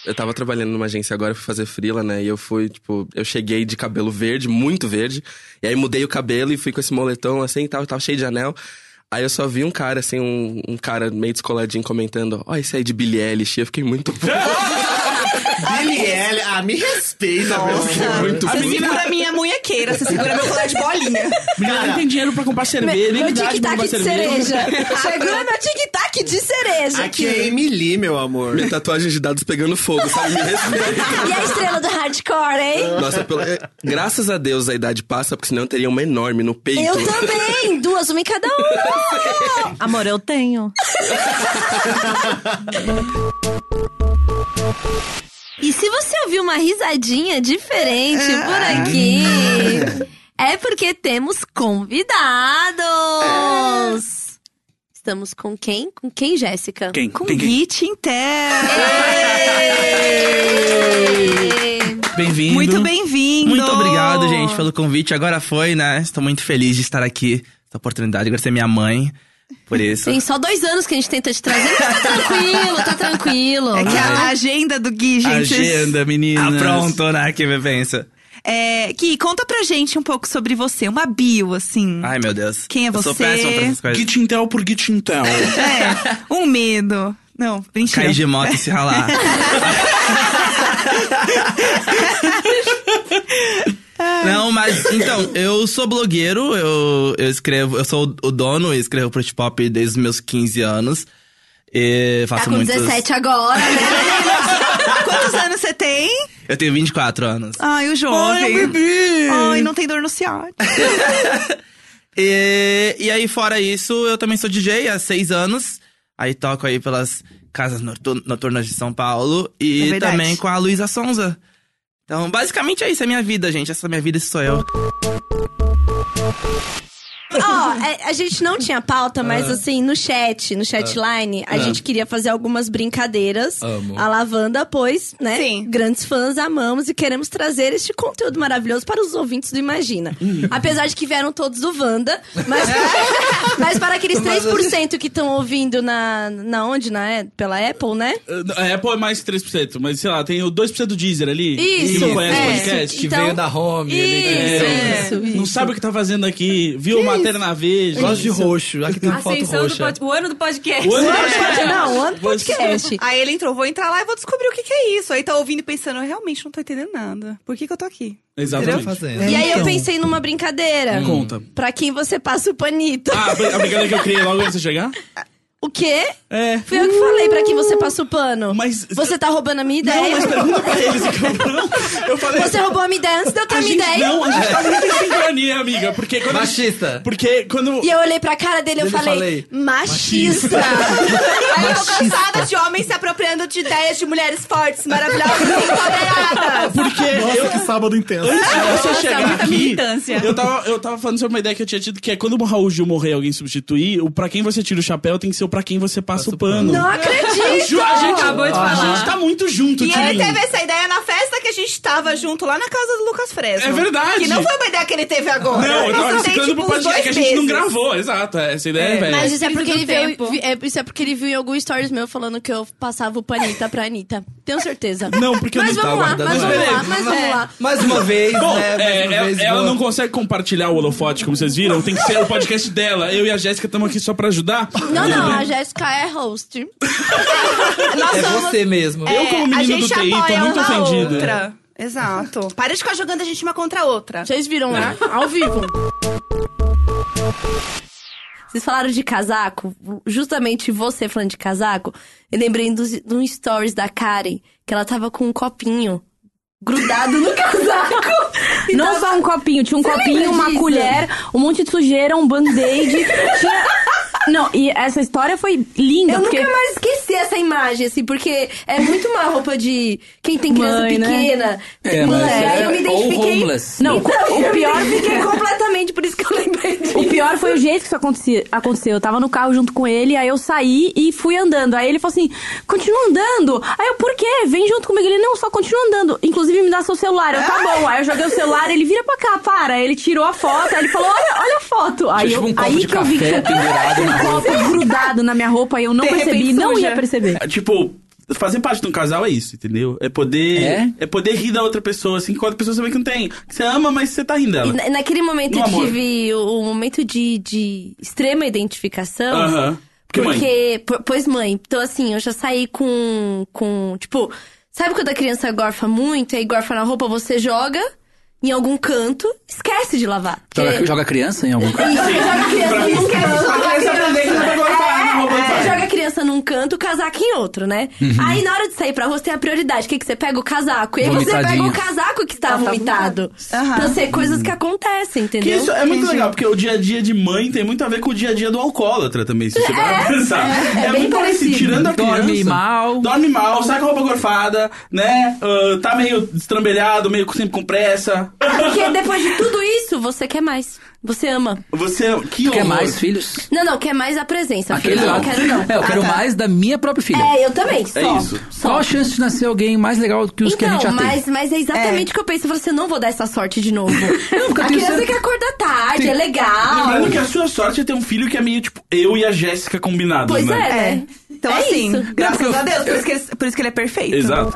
[SPEAKER 13] Eu tava trabalhando numa agência agora, fui fazer frila, né? E eu fui, tipo, eu cheguei de cabelo verde, muito verde. E aí mudei o cabelo e fui com esse moletom assim e tal, tava cheio de anel. Aí eu só vi um cara, assim, um, um cara meio descoladinho comentando: Ó, esse aí de Billie Eilish. Eu fiquei muito. puto.
[SPEAKER 14] Daniele, ah, me respeita, meu.
[SPEAKER 1] Ah,
[SPEAKER 13] muito
[SPEAKER 1] você
[SPEAKER 13] bom.
[SPEAKER 1] segura minha munhequeira, você segura meu colar de bolinha.
[SPEAKER 4] Menina, não tem dinheiro pra comprar cerveja, nem
[SPEAKER 12] Meu
[SPEAKER 4] idade pra
[SPEAKER 12] tic-tac
[SPEAKER 4] comprar
[SPEAKER 12] de
[SPEAKER 4] cerveja.
[SPEAKER 12] cereja. Segura meu tic-tac de cereja
[SPEAKER 14] Aqui
[SPEAKER 12] aqui.
[SPEAKER 14] é Emily, meu amor.
[SPEAKER 13] Minha tatuagem de dados pegando fogo, sabe? Me respeita.
[SPEAKER 12] E a estrela do hardcore, hein?
[SPEAKER 13] Nossa, pelo- é, graças a Deus a idade passa, porque senão eu teria uma enorme no peito.
[SPEAKER 12] Eu também! Duas, uma em cada uma! Amor, eu tenho. E se você ouviu uma risadinha diferente por
[SPEAKER 13] Ah.
[SPEAKER 12] aqui, é porque temos convidados! Estamos com quem? Com quem, Jéssica?
[SPEAKER 4] Quem?
[SPEAKER 12] Com
[SPEAKER 4] Quem, é? quem?
[SPEAKER 1] Hit interno.
[SPEAKER 14] Bem-vindo.
[SPEAKER 1] Muito bem-vindo.
[SPEAKER 14] Muito obrigado, gente, pelo convite. Agora foi, né? Estou muito feliz de estar aqui. Essa oportunidade, agradecer a minha mãe por isso.
[SPEAKER 12] Tem só dois anos que a gente tenta te trazer, mas tá tranquilo, tá tranquilo.
[SPEAKER 14] É.
[SPEAKER 1] É que a agenda do Gui, gente.
[SPEAKER 4] Agenda, menina.
[SPEAKER 14] Aprontou, né? Que vivência.
[SPEAKER 1] É, Gui, conta pra gente um pouco sobre você, uma bio, assim.
[SPEAKER 14] Ai, meu Deus.
[SPEAKER 1] Quem é
[SPEAKER 14] Eu sou
[SPEAKER 1] você?
[SPEAKER 14] péssimo pra essas coisas.
[SPEAKER 4] Git Intel por Git Intel.
[SPEAKER 1] É, um medo. Não, mentira.
[SPEAKER 14] Cair de moto e se ralar. Não, mas então, eu sou blogueiro, eu, eu escrevo, eu sou o dono e escrevo pro Pop desde os meus 15 anos. E faço
[SPEAKER 3] Tá com
[SPEAKER 14] muitos.
[SPEAKER 3] 17 agora, né?
[SPEAKER 1] Quantos anos você tem?
[SPEAKER 14] Eu tenho 24 anos.
[SPEAKER 1] Ai, o jovem. Ai, não tem dor no ciático.
[SPEAKER 14] E, e aí, fora isso, eu também sou DJ há seis anos. Aí toco aí pelas casas notur- noturnas de São Paulo
[SPEAKER 1] É
[SPEAKER 14] e
[SPEAKER 1] verdade.
[SPEAKER 14] também com a Luísa Sonza. Então, basicamente é isso, é minha vida, gente. Essa é minha vida, esse sou eu.
[SPEAKER 9] Ó, é, a gente não tinha pauta, mas
[SPEAKER 4] É.
[SPEAKER 14] Ah.
[SPEAKER 9] assim, no chat, no chatline, a
[SPEAKER 14] Ah.
[SPEAKER 9] gente queria fazer algumas brincadeiras.
[SPEAKER 14] Amo.
[SPEAKER 9] A Lavanda, pois, né? Grandes fãs, amamos e queremos trazer este conteúdo maravilhoso para os ouvintes do Imagina.
[SPEAKER 4] Hum.
[SPEAKER 3] Apesar de que vieram todos do Wanda, mas, mas para aqueles
[SPEAKER 9] 3% que estão ouvindo na, na onde? Na, pela Apple, né?
[SPEAKER 4] A Apple é mais 3%, mas sei lá, tem o 2% do Deezer ali.
[SPEAKER 9] Isso,
[SPEAKER 4] que não conhece
[SPEAKER 9] é.
[SPEAKER 4] o podcast.
[SPEAKER 9] Que Então- veio da
[SPEAKER 4] home. né?
[SPEAKER 9] ele- Isso, isso,
[SPEAKER 4] Não sabe o que tá fazendo aqui. Viu matéria na Veja.
[SPEAKER 15] Gosto de
[SPEAKER 4] roxo. Aqui tem
[SPEAKER 15] Ascensão do pod... O ano do podcast.
[SPEAKER 4] O ano do podcast.
[SPEAKER 9] Não, o ano do
[SPEAKER 4] podcast.
[SPEAKER 1] Aí ele entrou, vou entrar lá e vou descobrir o que, que é isso. Aí tá ouvindo e pensando, eu realmente não tô entendendo nada. Por que, que eu tô aqui?
[SPEAKER 4] Exatamente. Então.
[SPEAKER 9] E aí eu pensei numa brincadeira.
[SPEAKER 4] Conta.
[SPEAKER 9] Pra quem você passa o panito.
[SPEAKER 4] Ah, a brin- a brincadeira que eu criei logo antes de você chegar?
[SPEAKER 9] O quê?
[SPEAKER 4] É.
[SPEAKER 9] Fui eu que falei pra quem você passa o pano. Mas. Você tá roubando a minha ideia?
[SPEAKER 4] Não, mas pergunta pra eles. Não, eu falei...
[SPEAKER 9] Você roubou a minha ideia antes de eu ter
[SPEAKER 4] A
[SPEAKER 9] a minha
[SPEAKER 4] gente,
[SPEAKER 9] ideia?
[SPEAKER 4] não, a gente tá muito em sincronia, amiga. Porque quando. Machista. Porque quando.
[SPEAKER 9] E eu olhei pra cara dele e eu
[SPEAKER 4] Dele eu
[SPEAKER 9] falei,
[SPEAKER 4] falei,
[SPEAKER 9] machista.
[SPEAKER 1] Ah.
[SPEAKER 3] Aí eu tô cansada de homens se apropriando de ideias de mulheres fortes, maravilhosas, empoderadas.
[SPEAKER 4] Porque
[SPEAKER 5] Nossa,
[SPEAKER 4] eu-
[SPEAKER 5] que sábado intenso.
[SPEAKER 4] Antes de você
[SPEAKER 5] Nossa,
[SPEAKER 3] é
[SPEAKER 4] chegar
[SPEAKER 5] muita
[SPEAKER 4] aqui,
[SPEAKER 5] militância.
[SPEAKER 4] Eu, tava, eu tava falando sobre uma ideia que eu tinha tido, que é quando o Raul Gil morrer e alguém substituir, o pra quem você tira o chapéu tem que ser o pra quem você passa, o pano.
[SPEAKER 3] Não acredito!
[SPEAKER 4] Eu ju- A gente,
[SPEAKER 3] Acabou de
[SPEAKER 4] a
[SPEAKER 3] falar.
[SPEAKER 4] gente tá muito junto,
[SPEAKER 1] E
[SPEAKER 4] Tilly.
[SPEAKER 1] ele teve essa ideia na festa que a gente tava junto lá na casa do Lucas Fresno.
[SPEAKER 4] É verdade.
[SPEAKER 1] Que não foi uma ideia que ele teve agora.
[SPEAKER 4] Não, eu
[SPEAKER 1] Isso
[SPEAKER 4] tava
[SPEAKER 1] tem,
[SPEAKER 4] reciclando
[SPEAKER 1] tipo,
[SPEAKER 4] pro
[SPEAKER 1] uns
[SPEAKER 4] podcast
[SPEAKER 1] dois
[SPEAKER 4] que a gente não
[SPEAKER 1] meses.
[SPEAKER 4] gravou, exato. é Essa ideia, velho.
[SPEAKER 3] Mas isso é porque
[SPEAKER 9] do
[SPEAKER 3] ele viu,
[SPEAKER 9] tempo.
[SPEAKER 3] vi- é, isso é porque ele viu em algum stories meu falando que eu passava o panita pra Anitta. Tenho certeza.
[SPEAKER 4] Não, porque
[SPEAKER 3] mas
[SPEAKER 4] eu não
[SPEAKER 3] vamos
[SPEAKER 4] tava
[SPEAKER 3] lá, mas vamos lá, mas vamos lá.
[SPEAKER 15] Mais uma vez,
[SPEAKER 4] Bom,
[SPEAKER 15] né? Mais
[SPEAKER 4] é,
[SPEAKER 15] uma
[SPEAKER 4] ela,
[SPEAKER 15] vez,
[SPEAKER 4] ela
[SPEAKER 15] boa.
[SPEAKER 4] não consegue compartilhar o holofote, como vocês viram. Tem que ser o podcast dela. Eu e a Jéssica estamos aqui só pra ajudar.
[SPEAKER 3] Não, não, a Jéssica é host.
[SPEAKER 15] É você mesmo.
[SPEAKER 4] Eu, como
[SPEAKER 1] a
[SPEAKER 4] menino do
[SPEAKER 1] gente
[SPEAKER 4] TI, tô
[SPEAKER 1] apoia
[SPEAKER 4] muito
[SPEAKER 1] uma
[SPEAKER 4] ofendido.
[SPEAKER 1] outra. Exato. Para de ficar jogando a gente uma contra a outra.
[SPEAKER 3] Vocês viram lá?
[SPEAKER 9] é?
[SPEAKER 3] Ao vivo. Vocês falaram de casaco, justamente você falando de casaco, eu lembrei dos- de um stories da Karen, que ela tava com um copinho grudado no casaco. E
[SPEAKER 15] Não
[SPEAKER 3] tava-
[SPEAKER 15] só um copinho, tinha um
[SPEAKER 3] Você
[SPEAKER 15] copinho,
[SPEAKER 3] lembra
[SPEAKER 15] uma
[SPEAKER 3] disso?
[SPEAKER 15] colher, um monte de sujeira, um band-aid. tinha... Não, e essa história foi linda.
[SPEAKER 3] Eu
[SPEAKER 15] porque...
[SPEAKER 3] nunca mais esqueci essa imagem, assim, porque é muito uma roupa de quem tem criança
[SPEAKER 15] Mãe, né?
[SPEAKER 3] pequena.
[SPEAKER 15] É,
[SPEAKER 3] Mãe,
[SPEAKER 15] mas
[SPEAKER 3] aí eu
[SPEAKER 15] é-
[SPEAKER 3] me
[SPEAKER 15] ou
[SPEAKER 3] identifiquei.
[SPEAKER 15] homeless. Não,
[SPEAKER 11] Então,
[SPEAKER 15] o
[SPEAKER 3] eu me
[SPEAKER 15] pior-
[SPEAKER 3] identifiquei completamente, por isso que eu lembrei disso.
[SPEAKER 15] O pior foi o jeito que isso acontecia- aconteceu. Eu tava no carro junto com ele, aí eu saí e fui andando. Aí ele falou assim: continua andando. Aí eu, por quê? Vem junto comigo. Ele, não, só continua andando. Inclusive, me dá seu celular. Eu,
[SPEAKER 11] Ah.
[SPEAKER 15] tá bom. Aí eu joguei o celular, ele vira pra cá, para. Aí ele tirou a foto, aí ele falou: olha, olha a foto. Aí,
[SPEAKER 11] Tinha,
[SPEAKER 15] eu,
[SPEAKER 11] tipo, um copo
[SPEAKER 15] aí
[SPEAKER 11] de
[SPEAKER 15] que eu vi que
[SPEAKER 11] café pendurado na
[SPEAKER 15] um
[SPEAKER 11] roupa.
[SPEAKER 15] copo grudado na minha roupa e eu não
[SPEAKER 11] De
[SPEAKER 15] percebi,
[SPEAKER 11] repente
[SPEAKER 15] não
[SPEAKER 11] suja.
[SPEAKER 15] ia perceber.
[SPEAKER 4] É, tipo, fazer parte de um casal é isso, entendeu? É poder.
[SPEAKER 11] É?
[SPEAKER 4] É, poder rir da outra pessoa, assim, quando a pessoa sabe que não tem. Que você ama, mas você tá rindo
[SPEAKER 3] E
[SPEAKER 4] dela.
[SPEAKER 3] na- naquele momento
[SPEAKER 4] No
[SPEAKER 3] eu
[SPEAKER 4] amor.
[SPEAKER 3] tive o, o momento de, de extrema identificação.
[SPEAKER 4] Aham. Porque, mãe-
[SPEAKER 3] Porque, po- pois mãe, então assim, eu já saí com, com, tipo, sabe quando a criança gorfa muito, aí gorfa na roupa, você joga em algum canto, esquece de lavar.
[SPEAKER 11] Joga, joga criança em algum
[SPEAKER 3] Joga
[SPEAKER 11] caso?
[SPEAKER 3] a criança num canto.
[SPEAKER 4] pra criança aprender que não vai gorfar na roupa,
[SPEAKER 3] É,
[SPEAKER 4] vai.
[SPEAKER 3] Joga a criança num canto, o casaco em outro, né?
[SPEAKER 11] Uhum.
[SPEAKER 3] Aí na hora de sair pra rua, você tem a prioridade. O que, que você pega? O casaco. E aí você pega
[SPEAKER 4] Vomitadinha.
[SPEAKER 3] o casaco que está vomitado.
[SPEAKER 1] Aham.
[SPEAKER 3] Então, assim, coisas
[SPEAKER 11] Uhum.
[SPEAKER 3] que acontecem,
[SPEAKER 4] Tá Que
[SPEAKER 3] entendeu?
[SPEAKER 4] isso é muito legal, porque o dia a dia de mãe tem muito a ver com o dia a dia do alcoólatra também, se você parar pra pensar.
[SPEAKER 3] é, é bem
[SPEAKER 4] muito
[SPEAKER 3] parecido.
[SPEAKER 4] Tirando a criança.
[SPEAKER 11] Dorme mal.
[SPEAKER 4] Dorme mal, sai com a roupa gorfada, né? Ah, tá meio destrambelhado, meio sempre com pressa.
[SPEAKER 3] Porque depois de tudo isso, você quer mais. Você ama.
[SPEAKER 4] Você. Que
[SPEAKER 11] Quer
[SPEAKER 4] horror.
[SPEAKER 11] mais filhos?
[SPEAKER 3] Não, não, quer mais a presença.
[SPEAKER 11] Aquele
[SPEAKER 3] filho. Tá não,
[SPEAKER 11] lá.
[SPEAKER 3] quero não.
[SPEAKER 11] É, eu quero
[SPEAKER 3] Ah, tá.
[SPEAKER 11] mais da minha própria filha.
[SPEAKER 3] É, eu também, só.
[SPEAKER 11] É isso.
[SPEAKER 3] Só.
[SPEAKER 11] Qual a chance de nascer alguém mais legal do que os que a gente já
[SPEAKER 3] Então, mas,
[SPEAKER 11] tem?
[SPEAKER 3] mas é exatamente o que eu penso. Eu falo assim, eu não vou dar essa sorte de novo. a
[SPEAKER 11] tenho
[SPEAKER 3] criança
[SPEAKER 11] certeza-
[SPEAKER 3] quer acordar tarde, é legal.
[SPEAKER 4] Lembrando que a sua sorte é ter um filho que é meio tipo eu e a Jéssica combinados,
[SPEAKER 3] Pois
[SPEAKER 4] né?
[SPEAKER 3] é, né?
[SPEAKER 1] Então,
[SPEAKER 3] É
[SPEAKER 1] assim,
[SPEAKER 3] isso.
[SPEAKER 1] graças
[SPEAKER 3] Não,
[SPEAKER 1] a Deus, por
[SPEAKER 3] eu-
[SPEAKER 1] isso, que ele, por isso que ele é perfeito.
[SPEAKER 4] Exato.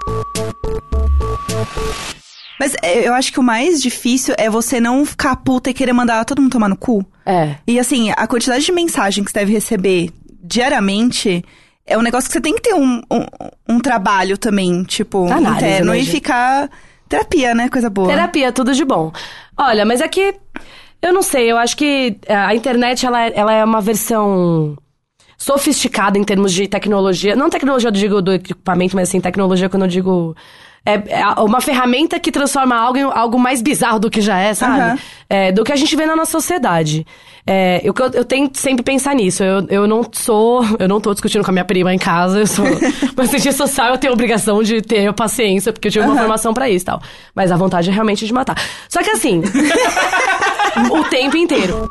[SPEAKER 1] Mas é, eu acho que o mais difícil é você não ficar puta e querer mandar todo mundo tomar no cu.
[SPEAKER 10] É.
[SPEAKER 1] E assim, a quantidade de mensagem que você deve receber diariamente é um negócio que você tem que ter um, um, um trabalho também, tipo,
[SPEAKER 10] Análise,
[SPEAKER 1] interno
[SPEAKER 10] né,
[SPEAKER 1] e
[SPEAKER 10] gente?
[SPEAKER 1] ficar. Terapia, né? Coisa boa.
[SPEAKER 10] Terapia, tudo de bom. Olha, mas é que. Eu não sei, eu acho que é, a internet ela, é- ela é uma versão sofisticada em termos de tecnologia. Não tecnologia, eu digo do equipamento, mas assim, tecnologia quando eu digo. É, é uma ferramenta que transforma algo em algo mais bizarro do que já é, sabe?
[SPEAKER 1] Aham.
[SPEAKER 10] É, do que a gente vê na nossa sociedade. É, eu, eu tento sempre pensar nisso. Eu, eu não sou. Eu não tô discutindo com a minha prima em casa. Eu sou uma cientista social, eu tenho a obrigação de ter paciência, porque eu tive uma
[SPEAKER 1] Aham.
[SPEAKER 10] formação pra isso e tal. Mas a vontade é realmente de matar. Só que assim. o tempo inteiro.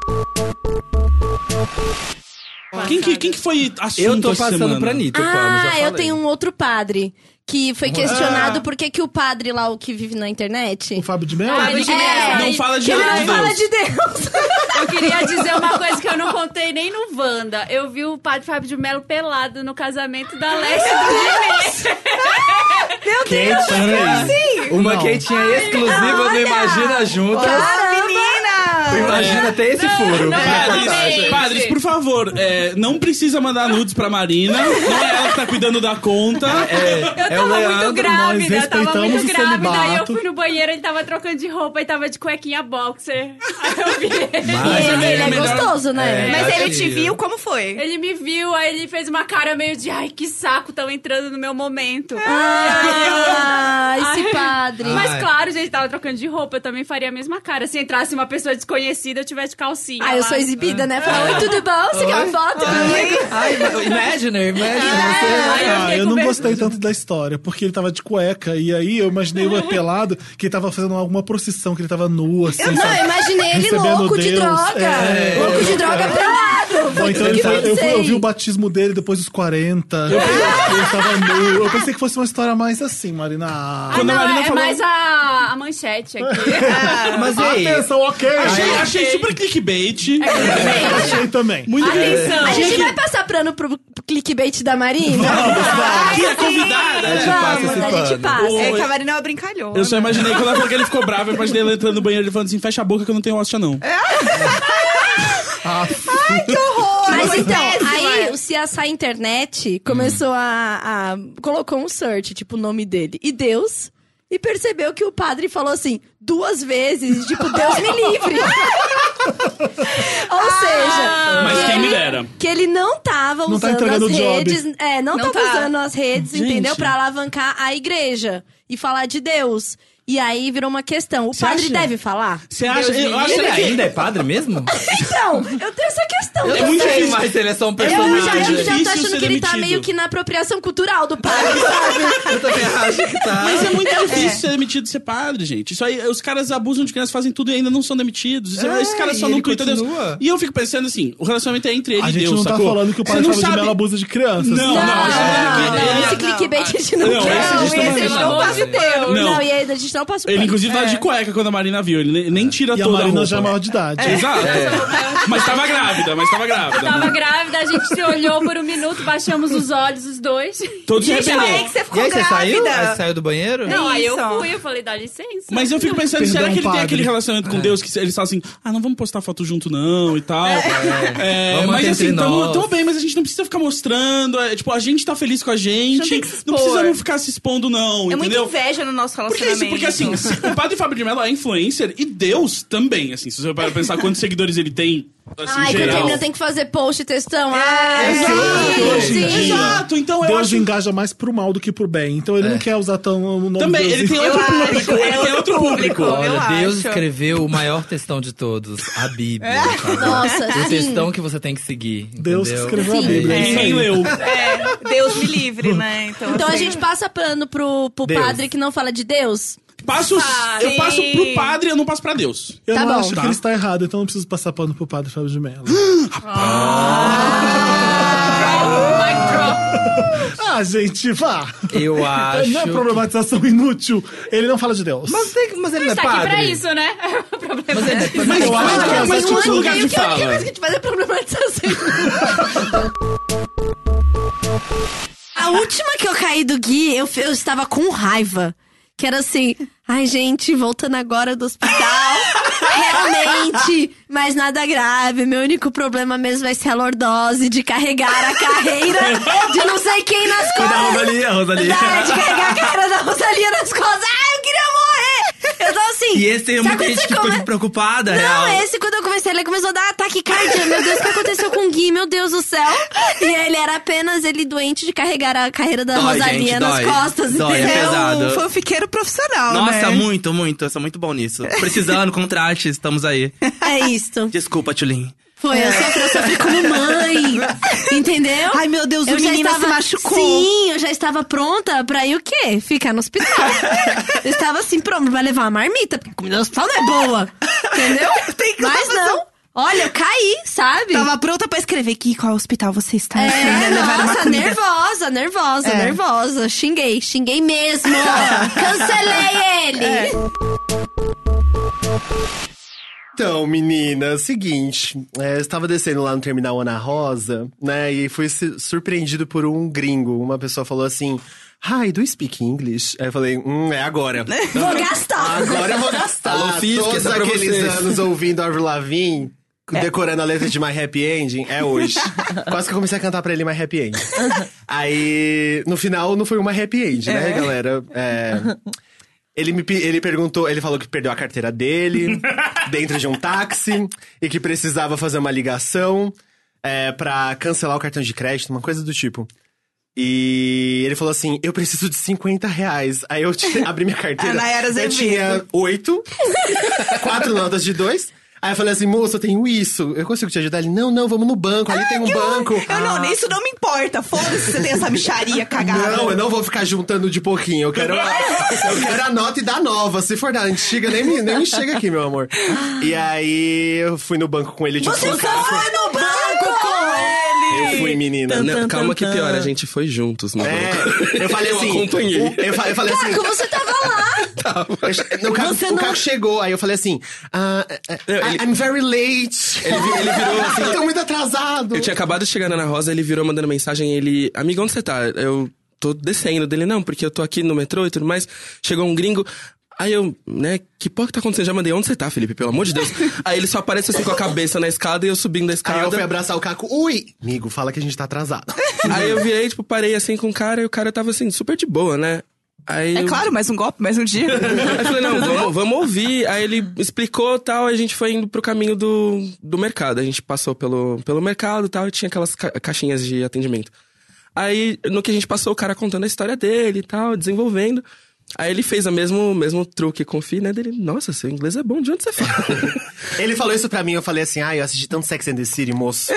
[SPEAKER 4] Quem que, quem que foi assunto
[SPEAKER 16] Eu tô
[SPEAKER 4] essa
[SPEAKER 16] passando
[SPEAKER 4] semana?
[SPEAKER 16] pra Anitta,
[SPEAKER 3] Ah, eu tenho um outro padre. Que foi questionado por que, que o padre lá, o que vive na internet. O
[SPEAKER 5] Fábio de Mello?
[SPEAKER 4] Fábio de Mello. Não fala de
[SPEAKER 3] que
[SPEAKER 4] Deus.
[SPEAKER 3] Não fala de Deus.
[SPEAKER 7] Eu queria dizer uma coisa que eu não contei nem no Wanda. Eu vi o padre Fábio de Melo pelado no casamento da Alessia do Nenê. Meu
[SPEAKER 1] assim?
[SPEAKER 6] Uma quentinha exclusiva do Imagina Juntas.
[SPEAKER 1] menina!
[SPEAKER 6] Imagina, tem esse furo.
[SPEAKER 4] Padres, padres, por favor, é, não precisa mandar nudes pra Marina. Não é ela que tá cuidando da conta.
[SPEAKER 7] Eu
[SPEAKER 4] É,
[SPEAKER 7] tava muito grávida, eu tava muito grávida. Aí eu
[SPEAKER 4] celibato.
[SPEAKER 7] fui no banheiro, ele tava trocando de roupa e tava de cuequinha boxer. Aí eu vi.
[SPEAKER 4] Mas
[SPEAKER 7] E
[SPEAKER 4] ele- ele é melhor-
[SPEAKER 3] né?
[SPEAKER 4] assim,
[SPEAKER 1] É, Mas ele te viu, como foi?
[SPEAKER 7] Ele me viu, aí ele fez uma cara meio de ai, que saco, tão entrando no meu momento.
[SPEAKER 3] Ah,
[SPEAKER 7] Ai,
[SPEAKER 3] esse
[SPEAKER 7] ai.
[SPEAKER 3] padre.
[SPEAKER 7] Mas
[SPEAKER 3] Ai.
[SPEAKER 7] claro, gente, tava trocando de roupa, eu também faria a mesma cara. Se entrasse uma pessoa desconhecida, eu tivesse de calcinha.
[SPEAKER 3] Ah, eu
[SPEAKER 7] lá.
[SPEAKER 3] sou exibida, né? Falar, oi, tudo bom? Você quer uma foto comigo?
[SPEAKER 6] Ai, Imagina, é
[SPEAKER 5] Ah,
[SPEAKER 6] imagina.
[SPEAKER 5] eu não gostei tanto da história, porque ele tava de cueca, e aí eu imaginei o pelado que ele tava fazendo alguma procissão, que ele tava nu, assim.
[SPEAKER 3] Eu não,
[SPEAKER 5] sabe?
[SPEAKER 3] eu imaginei ele
[SPEAKER 5] Recebendo
[SPEAKER 3] louco de
[SPEAKER 5] Deus. é.
[SPEAKER 3] droga. Louco de droga pelado.
[SPEAKER 5] Ou
[SPEAKER 3] Foi
[SPEAKER 5] então
[SPEAKER 3] tudo
[SPEAKER 5] ele
[SPEAKER 3] que
[SPEAKER 5] tá- eu, fui-
[SPEAKER 3] pensei.
[SPEAKER 5] eu vi o batismo dele depois dos 40. ele tava nu. Eu pensei que fosse uma história mais assim, Marina.
[SPEAKER 7] Ah, não, é mais a, a manchete aqui.
[SPEAKER 3] Ah,
[SPEAKER 5] Mas atenção, ok.
[SPEAKER 4] Achei, achei super
[SPEAKER 7] É,
[SPEAKER 4] clickbait.
[SPEAKER 5] Achei também.
[SPEAKER 4] Muito
[SPEAKER 3] Atenção. A
[SPEAKER 4] bem.
[SPEAKER 3] gente vai passar prano pro clickbait da Marina?
[SPEAKER 4] Aqui é convidada.
[SPEAKER 3] A gente passa Vamos, esse a gente pano. passa.
[SPEAKER 4] Oi.
[SPEAKER 1] É que a Marina é uma brincalhona.
[SPEAKER 4] Eu só imaginei quando ela falou que ele ficou bravo, eu imaginei ele entrando no banheiro e falando assim: fecha a boca que eu não tenho hóstia, não.
[SPEAKER 7] É.
[SPEAKER 1] Ai, que horror!
[SPEAKER 3] Mas
[SPEAKER 1] Foi
[SPEAKER 3] então,
[SPEAKER 1] péssima.
[SPEAKER 3] aí o CSI Internet começou a, a- colocou um search, tipo, o nome dele. E Deus. E percebeu que o padre falou assim duas vezes, tipo, Deus me livre. Ou
[SPEAKER 1] Ah,
[SPEAKER 3] seja.
[SPEAKER 4] Mas
[SPEAKER 3] que
[SPEAKER 4] quem
[SPEAKER 3] ele-
[SPEAKER 4] me dera.
[SPEAKER 3] Que ele não tava
[SPEAKER 4] Não tá
[SPEAKER 3] usando
[SPEAKER 4] entregando
[SPEAKER 3] as
[SPEAKER 4] o job.
[SPEAKER 3] redes. É, não,
[SPEAKER 7] Não
[SPEAKER 3] tava
[SPEAKER 7] tá.
[SPEAKER 3] usando as redes,
[SPEAKER 7] Gente.
[SPEAKER 3] entendeu? Pra alavancar a igreja e falar de Deus. E aí virou uma questão. O padre
[SPEAKER 6] acha?
[SPEAKER 3] deve falar?
[SPEAKER 4] Você
[SPEAKER 3] Deus me livre?
[SPEAKER 6] Ele ainda é padre mesmo?
[SPEAKER 3] Então, eu tenho essa questão.
[SPEAKER 6] Eu
[SPEAKER 3] também.
[SPEAKER 6] não sei mais se ele é só um
[SPEAKER 3] Eu já,
[SPEAKER 6] personagem.
[SPEAKER 3] eu já tô
[SPEAKER 6] Difícil
[SPEAKER 3] achando
[SPEAKER 6] ser
[SPEAKER 3] que ele tá
[SPEAKER 6] demitido.
[SPEAKER 3] meio que na apropriação cultural do padre, sabe?
[SPEAKER 6] Eu também acho que tá.
[SPEAKER 4] Mas é muito difícil
[SPEAKER 3] É.
[SPEAKER 4] ser demitido e ser padre, gente. Isso aí, os caras abusam de crianças, fazem tudo e ainda não são demitidos. Isso-
[SPEAKER 5] É,
[SPEAKER 4] Esses caras só
[SPEAKER 5] e
[SPEAKER 4] não
[SPEAKER 5] ele
[SPEAKER 4] cuidam Deus.
[SPEAKER 5] continua.
[SPEAKER 4] E eu fico pensando assim, o relacionamento é entre ele
[SPEAKER 5] A
[SPEAKER 4] e
[SPEAKER 5] gente
[SPEAKER 4] Deus,
[SPEAKER 5] não tá
[SPEAKER 4] sacou?
[SPEAKER 5] falando que o padre
[SPEAKER 4] Você não
[SPEAKER 5] Fábio de
[SPEAKER 4] sabe-
[SPEAKER 5] Mello abusa de crianças.
[SPEAKER 4] Não,
[SPEAKER 5] né?
[SPEAKER 4] é não, a gente
[SPEAKER 6] é
[SPEAKER 4] não
[SPEAKER 3] Ah, Esse clickbait a gente não,
[SPEAKER 4] Não,
[SPEAKER 3] quer.
[SPEAKER 4] esse a gente não
[SPEAKER 3] não
[SPEAKER 4] vai usar.
[SPEAKER 3] passa o pano.
[SPEAKER 4] Não.
[SPEAKER 3] Não, e aí a gente não passa o
[SPEAKER 4] Ele
[SPEAKER 3] pano.
[SPEAKER 4] inclusive tava
[SPEAKER 3] É.
[SPEAKER 4] de cueca quando a Marina viu, ele nem- nem tira
[SPEAKER 5] E a
[SPEAKER 4] toda a
[SPEAKER 5] Marina
[SPEAKER 4] roupa.
[SPEAKER 5] já é maior de idade.
[SPEAKER 4] É. Exato. Mas tava grávida, mas tava grávida.
[SPEAKER 7] Tava grávida, a gente se olhou por um minuto, baixamos os olhos, os dois.
[SPEAKER 4] Todos se Gente, arrependeram.
[SPEAKER 6] aí que você ficou E aí você saiu? grávida? Aí você saiu do banheiro?
[SPEAKER 7] Não, aí eu
[SPEAKER 6] Isso.
[SPEAKER 7] fui, eu falei, dá licença.
[SPEAKER 4] Mas eu fico pensando,
[SPEAKER 6] Perdão,
[SPEAKER 4] será que ele tem
[SPEAKER 6] padre. É.
[SPEAKER 4] aquele relacionamento com Deus que eles falam assim, ah, não vamos postar foto junto não e tal. É,
[SPEAKER 6] Vamos
[SPEAKER 4] mas
[SPEAKER 6] manter
[SPEAKER 4] assim,
[SPEAKER 6] entre
[SPEAKER 4] tamo,
[SPEAKER 6] nós.
[SPEAKER 4] tamo bem, mas a gente não precisa ficar mostrando. é, tipo, a gente tá feliz com a gente.
[SPEAKER 1] tem que se
[SPEAKER 4] não
[SPEAKER 1] expor.
[SPEAKER 4] precisamos ficar se expondo não,
[SPEAKER 1] É muita
[SPEAKER 4] entendeu?
[SPEAKER 1] inveja no nosso
[SPEAKER 4] Porque, é
[SPEAKER 1] relacionamento.
[SPEAKER 4] isso, porque assim, se- o padre Fábio de Mello é influencer e Deus também, assim, se você para pensar quantos seguidores ele tem, assim,
[SPEAKER 3] Ai, quando
[SPEAKER 4] geral. É,
[SPEAKER 3] termina tem que fazer post e textão. Ah, Ai,
[SPEAKER 5] Porque Ah, hoje em
[SPEAKER 3] gente.
[SPEAKER 5] dia,
[SPEAKER 4] Exato, então eu
[SPEAKER 5] Deus
[SPEAKER 4] acho- É.
[SPEAKER 5] engaja mais pro mal do que pro bem. Então ele não quer usar tão o nome
[SPEAKER 4] Também,
[SPEAKER 5] Deus
[SPEAKER 4] ele
[SPEAKER 5] em-
[SPEAKER 4] tem outro público,
[SPEAKER 1] é
[SPEAKER 4] ele tem outro público.
[SPEAKER 6] Olha, Deus
[SPEAKER 4] acho.
[SPEAKER 6] escreveu o maior textão de todos, a Bíblia.
[SPEAKER 1] É.
[SPEAKER 6] sabe?
[SPEAKER 3] Nossa,
[SPEAKER 6] O
[SPEAKER 3] sim.
[SPEAKER 6] textão que você tem que seguir.
[SPEAKER 5] Deus
[SPEAKER 6] entendeu?
[SPEAKER 5] escreveu a
[SPEAKER 6] É
[SPEAKER 5] Bíblia.
[SPEAKER 6] isso
[SPEAKER 5] Ninguém
[SPEAKER 6] aí.
[SPEAKER 5] leu.
[SPEAKER 1] É, Deus me livre, né? Então,
[SPEAKER 3] Então a
[SPEAKER 1] assim,
[SPEAKER 3] gente passa pano pro, pro
[SPEAKER 4] Deus.
[SPEAKER 3] padre que não fala de Deus?
[SPEAKER 4] Passo,
[SPEAKER 3] Ah,
[SPEAKER 4] eu
[SPEAKER 3] sim.
[SPEAKER 4] passo pro padre, eu não passo pra Deus.
[SPEAKER 5] Eu
[SPEAKER 3] Tá
[SPEAKER 5] não
[SPEAKER 3] bom.
[SPEAKER 5] acho
[SPEAKER 4] Tá.
[SPEAKER 5] que ele está errado, então eu não preciso passar pano pro padre Fábio de Mello. ah, gente, vá.
[SPEAKER 6] Eu acho
[SPEAKER 5] Não é
[SPEAKER 6] que-
[SPEAKER 5] problematização inútil. Ele não fala de Deus.
[SPEAKER 6] Mas, tem, mas ele não é
[SPEAKER 7] Mas tá aqui pra
[SPEAKER 6] padre.
[SPEAKER 7] isso, né? O problema é
[SPEAKER 10] tá
[SPEAKER 6] Mas, eu acho que é
[SPEAKER 4] mas qual é o seu lugar de
[SPEAKER 3] O que
[SPEAKER 4] fala?
[SPEAKER 3] mais que a gente faz é problematização. A última que eu caí do Gui, eu, eu estava com raiva. que era assim: ai, gente, voltando agora do hospital. realmente, mas nada grave. Meu único problema mesmo vai ser a lordose de carregar a carreira de não sei quem nas
[SPEAKER 13] Foi
[SPEAKER 3] costas.
[SPEAKER 13] da Rosalia, Rosalia.
[SPEAKER 3] Da- é de carregar a carreira da Rosalia nas costas. Ai, eu queria morrer! Eu tô assim.
[SPEAKER 14] E esse tem
[SPEAKER 3] sabe
[SPEAKER 14] muita
[SPEAKER 3] quando
[SPEAKER 14] gente
[SPEAKER 3] você
[SPEAKER 14] que
[SPEAKER 3] come-
[SPEAKER 14] ficou preocupada,
[SPEAKER 3] não,
[SPEAKER 14] real.
[SPEAKER 3] esse quando eu comecei a ler começou a dar ataque cardíaco. Meu Deus, o que aconteceu com o Gui? Meu Deus do céu. E ele era apenas ele doente de carregar a carreira da
[SPEAKER 14] Dói,
[SPEAKER 3] Rosalia
[SPEAKER 14] gente,
[SPEAKER 3] nas
[SPEAKER 14] dói.
[SPEAKER 3] costas.
[SPEAKER 14] Dói, é
[SPEAKER 3] entendeu?
[SPEAKER 14] pesado.
[SPEAKER 3] Foi
[SPEAKER 17] um fiqueiro
[SPEAKER 3] é
[SPEAKER 17] profissional, né?
[SPEAKER 14] Nossa, muito, muito. Eu sou muito bom nisso. Precisando, contrate, estamos aí.
[SPEAKER 3] É isto.
[SPEAKER 14] Desculpa, Tulin.
[SPEAKER 3] Foi, eu sofri, eu sofri como mãe. Entendeu?
[SPEAKER 17] Ai, meu Deus,
[SPEAKER 3] eu
[SPEAKER 17] o
[SPEAKER 3] já
[SPEAKER 17] menino
[SPEAKER 3] estava,
[SPEAKER 17] se machucou.
[SPEAKER 3] Sim, eu já estava pronta pra ir o quê? Ficar no hospital. eu estava assim, pronto, vai levar uma marmita, porque a comida do hospital não é boa. Entendeu? Mas não. Olha, eu caí, sabe?
[SPEAKER 17] Tava pronta pra escrever que qual hospital você está.
[SPEAKER 3] É,
[SPEAKER 17] Você ainda levaram uma
[SPEAKER 3] nossa,
[SPEAKER 17] comida.
[SPEAKER 3] nervosa, nervosa,
[SPEAKER 17] É.
[SPEAKER 3] nervosa. Xinguei, xinguei mesmo. Cancelei ele.
[SPEAKER 18] É. Então, menina, seguinte, é, eu estava descendo lá no terminal Ana Rosa, né, e fui su- surpreendido por um gringo. Uma pessoa falou assim, hi, do you speak English? Aí eu falei, hum, é agora.
[SPEAKER 3] Vou gastar.
[SPEAKER 18] Agora eu vou gastar.
[SPEAKER 13] Alô, Fisk,
[SPEAKER 18] Todos
[SPEAKER 13] essa é pra
[SPEAKER 18] aqueles
[SPEAKER 13] vocês.
[SPEAKER 18] anos ouvindo Avril Lavigne,
[SPEAKER 13] É.
[SPEAKER 18] decorando a letra de My Happy Ending, é hoje. Quase que eu comecei a cantar pra ele My Happy Ending. Aí, no final, não foi uma happy end, né,
[SPEAKER 13] É.
[SPEAKER 18] galera? É... Ele me pe- ele perguntou, ele falou que perdeu a carteira dele dentro de um táxi e que precisava fazer uma ligação é, para cancelar o cartão de crédito, uma coisa do tipo. E ele falou assim: eu preciso de 50 reais. Aí eu te- abri minha carteira.
[SPEAKER 17] A Nayara
[SPEAKER 18] eu
[SPEAKER 17] Azevedo.
[SPEAKER 18] tinha oito, quatro notas de dois. Aí eu falei assim, moço, eu tenho isso. Eu consigo te ajudar? Ele, não, não, vamos no banco, ali tem um banco.
[SPEAKER 17] Eu não,
[SPEAKER 3] Ah.
[SPEAKER 17] isso não me importa. Foda-se se você tem essa micharia cagada.
[SPEAKER 18] Não, eu não vou ficar juntando de pouquinho. Eu quero, eu quero a nota e da nova. Se for da antiga, nem me, nem me chega aqui, meu amor. E aí, eu fui no banco com ele de
[SPEAKER 17] Você
[SPEAKER 18] boca.
[SPEAKER 17] só foi no banco com ele!
[SPEAKER 18] Eu fui, menina.
[SPEAKER 13] Não,
[SPEAKER 18] Tan, tan,
[SPEAKER 13] calma
[SPEAKER 18] tan,
[SPEAKER 13] que
[SPEAKER 18] tan.
[SPEAKER 13] pior, a gente foi juntos né?
[SPEAKER 14] É,
[SPEAKER 13] no banco.
[SPEAKER 18] Eu falei assim.
[SPEAKER 13] Eu acompanhei.
[SPEAKER 18] o- eu, fa- eu falei assim.
[SPEAKER 3] Caco, você tava lá.
[SPEAKER 18] Eu che- no carro-
[SPEAKER 3] Você
[SPEAKER 18] o
[SPEAKER 3] não-
[SPEAKER 18] carro chegou, aí eu falei assim: ah, ah, ah, I- I'm very late.
[SPEAKER 13] Ele vi- ele virou assim-
[SPEAKER 18] Tô muito atrasado.
[SPEAKER 13] Eu tinha acabado de chegar na Ana Rosa, ele virou mandando mensagem, ele. Amigo, onde você tá? Eu tô descendo dele, não, porque eu tô aqui no metrô e tudo mais. Chegou um gringo. Aí eu, né, que porra que tá acontecendo? Já mandei, onde você tá, Felipe? Pelo amor de Deus. Aí ele só aparece assim com a cabeça na escada e eu subindo a escada.
[SPEAKER 18] Aí eu fui abraçar o Caco. Ui! Amigo, fala que a gente tá atrasado.
[SPEAKER 13] Aí eu virei, tipo, parei assim com o cara e o cara tava assim, super de boa, né? Aí
[SPEAKER 17] É
[SPEAKER 13] eu-
[SPEAKER 17] claro, mais um golpe, mais um dia. um
[SPEAKER 13] Aí eu falei, não, vamos, vamos ouvir. Aí ele explicou tal, aí a gente foi indo pro caminho do, do mercado. A gente passou pelo, pelo mercado e tal, e tinha aquelas ca- caixinhas de atendimento. Aí, no que a gente passou, o cara contando a história dele e tal, desenvolvendo. Aí ele fez o mesmo, mesmo truque com o Fi, né? Dele, nossa, seu inglês é bom, de onde você fala?
[SPEAKER 18] Ele falou isso pra mim, eu falei assim, ah, eu assisti tanto Sex and the City, moço.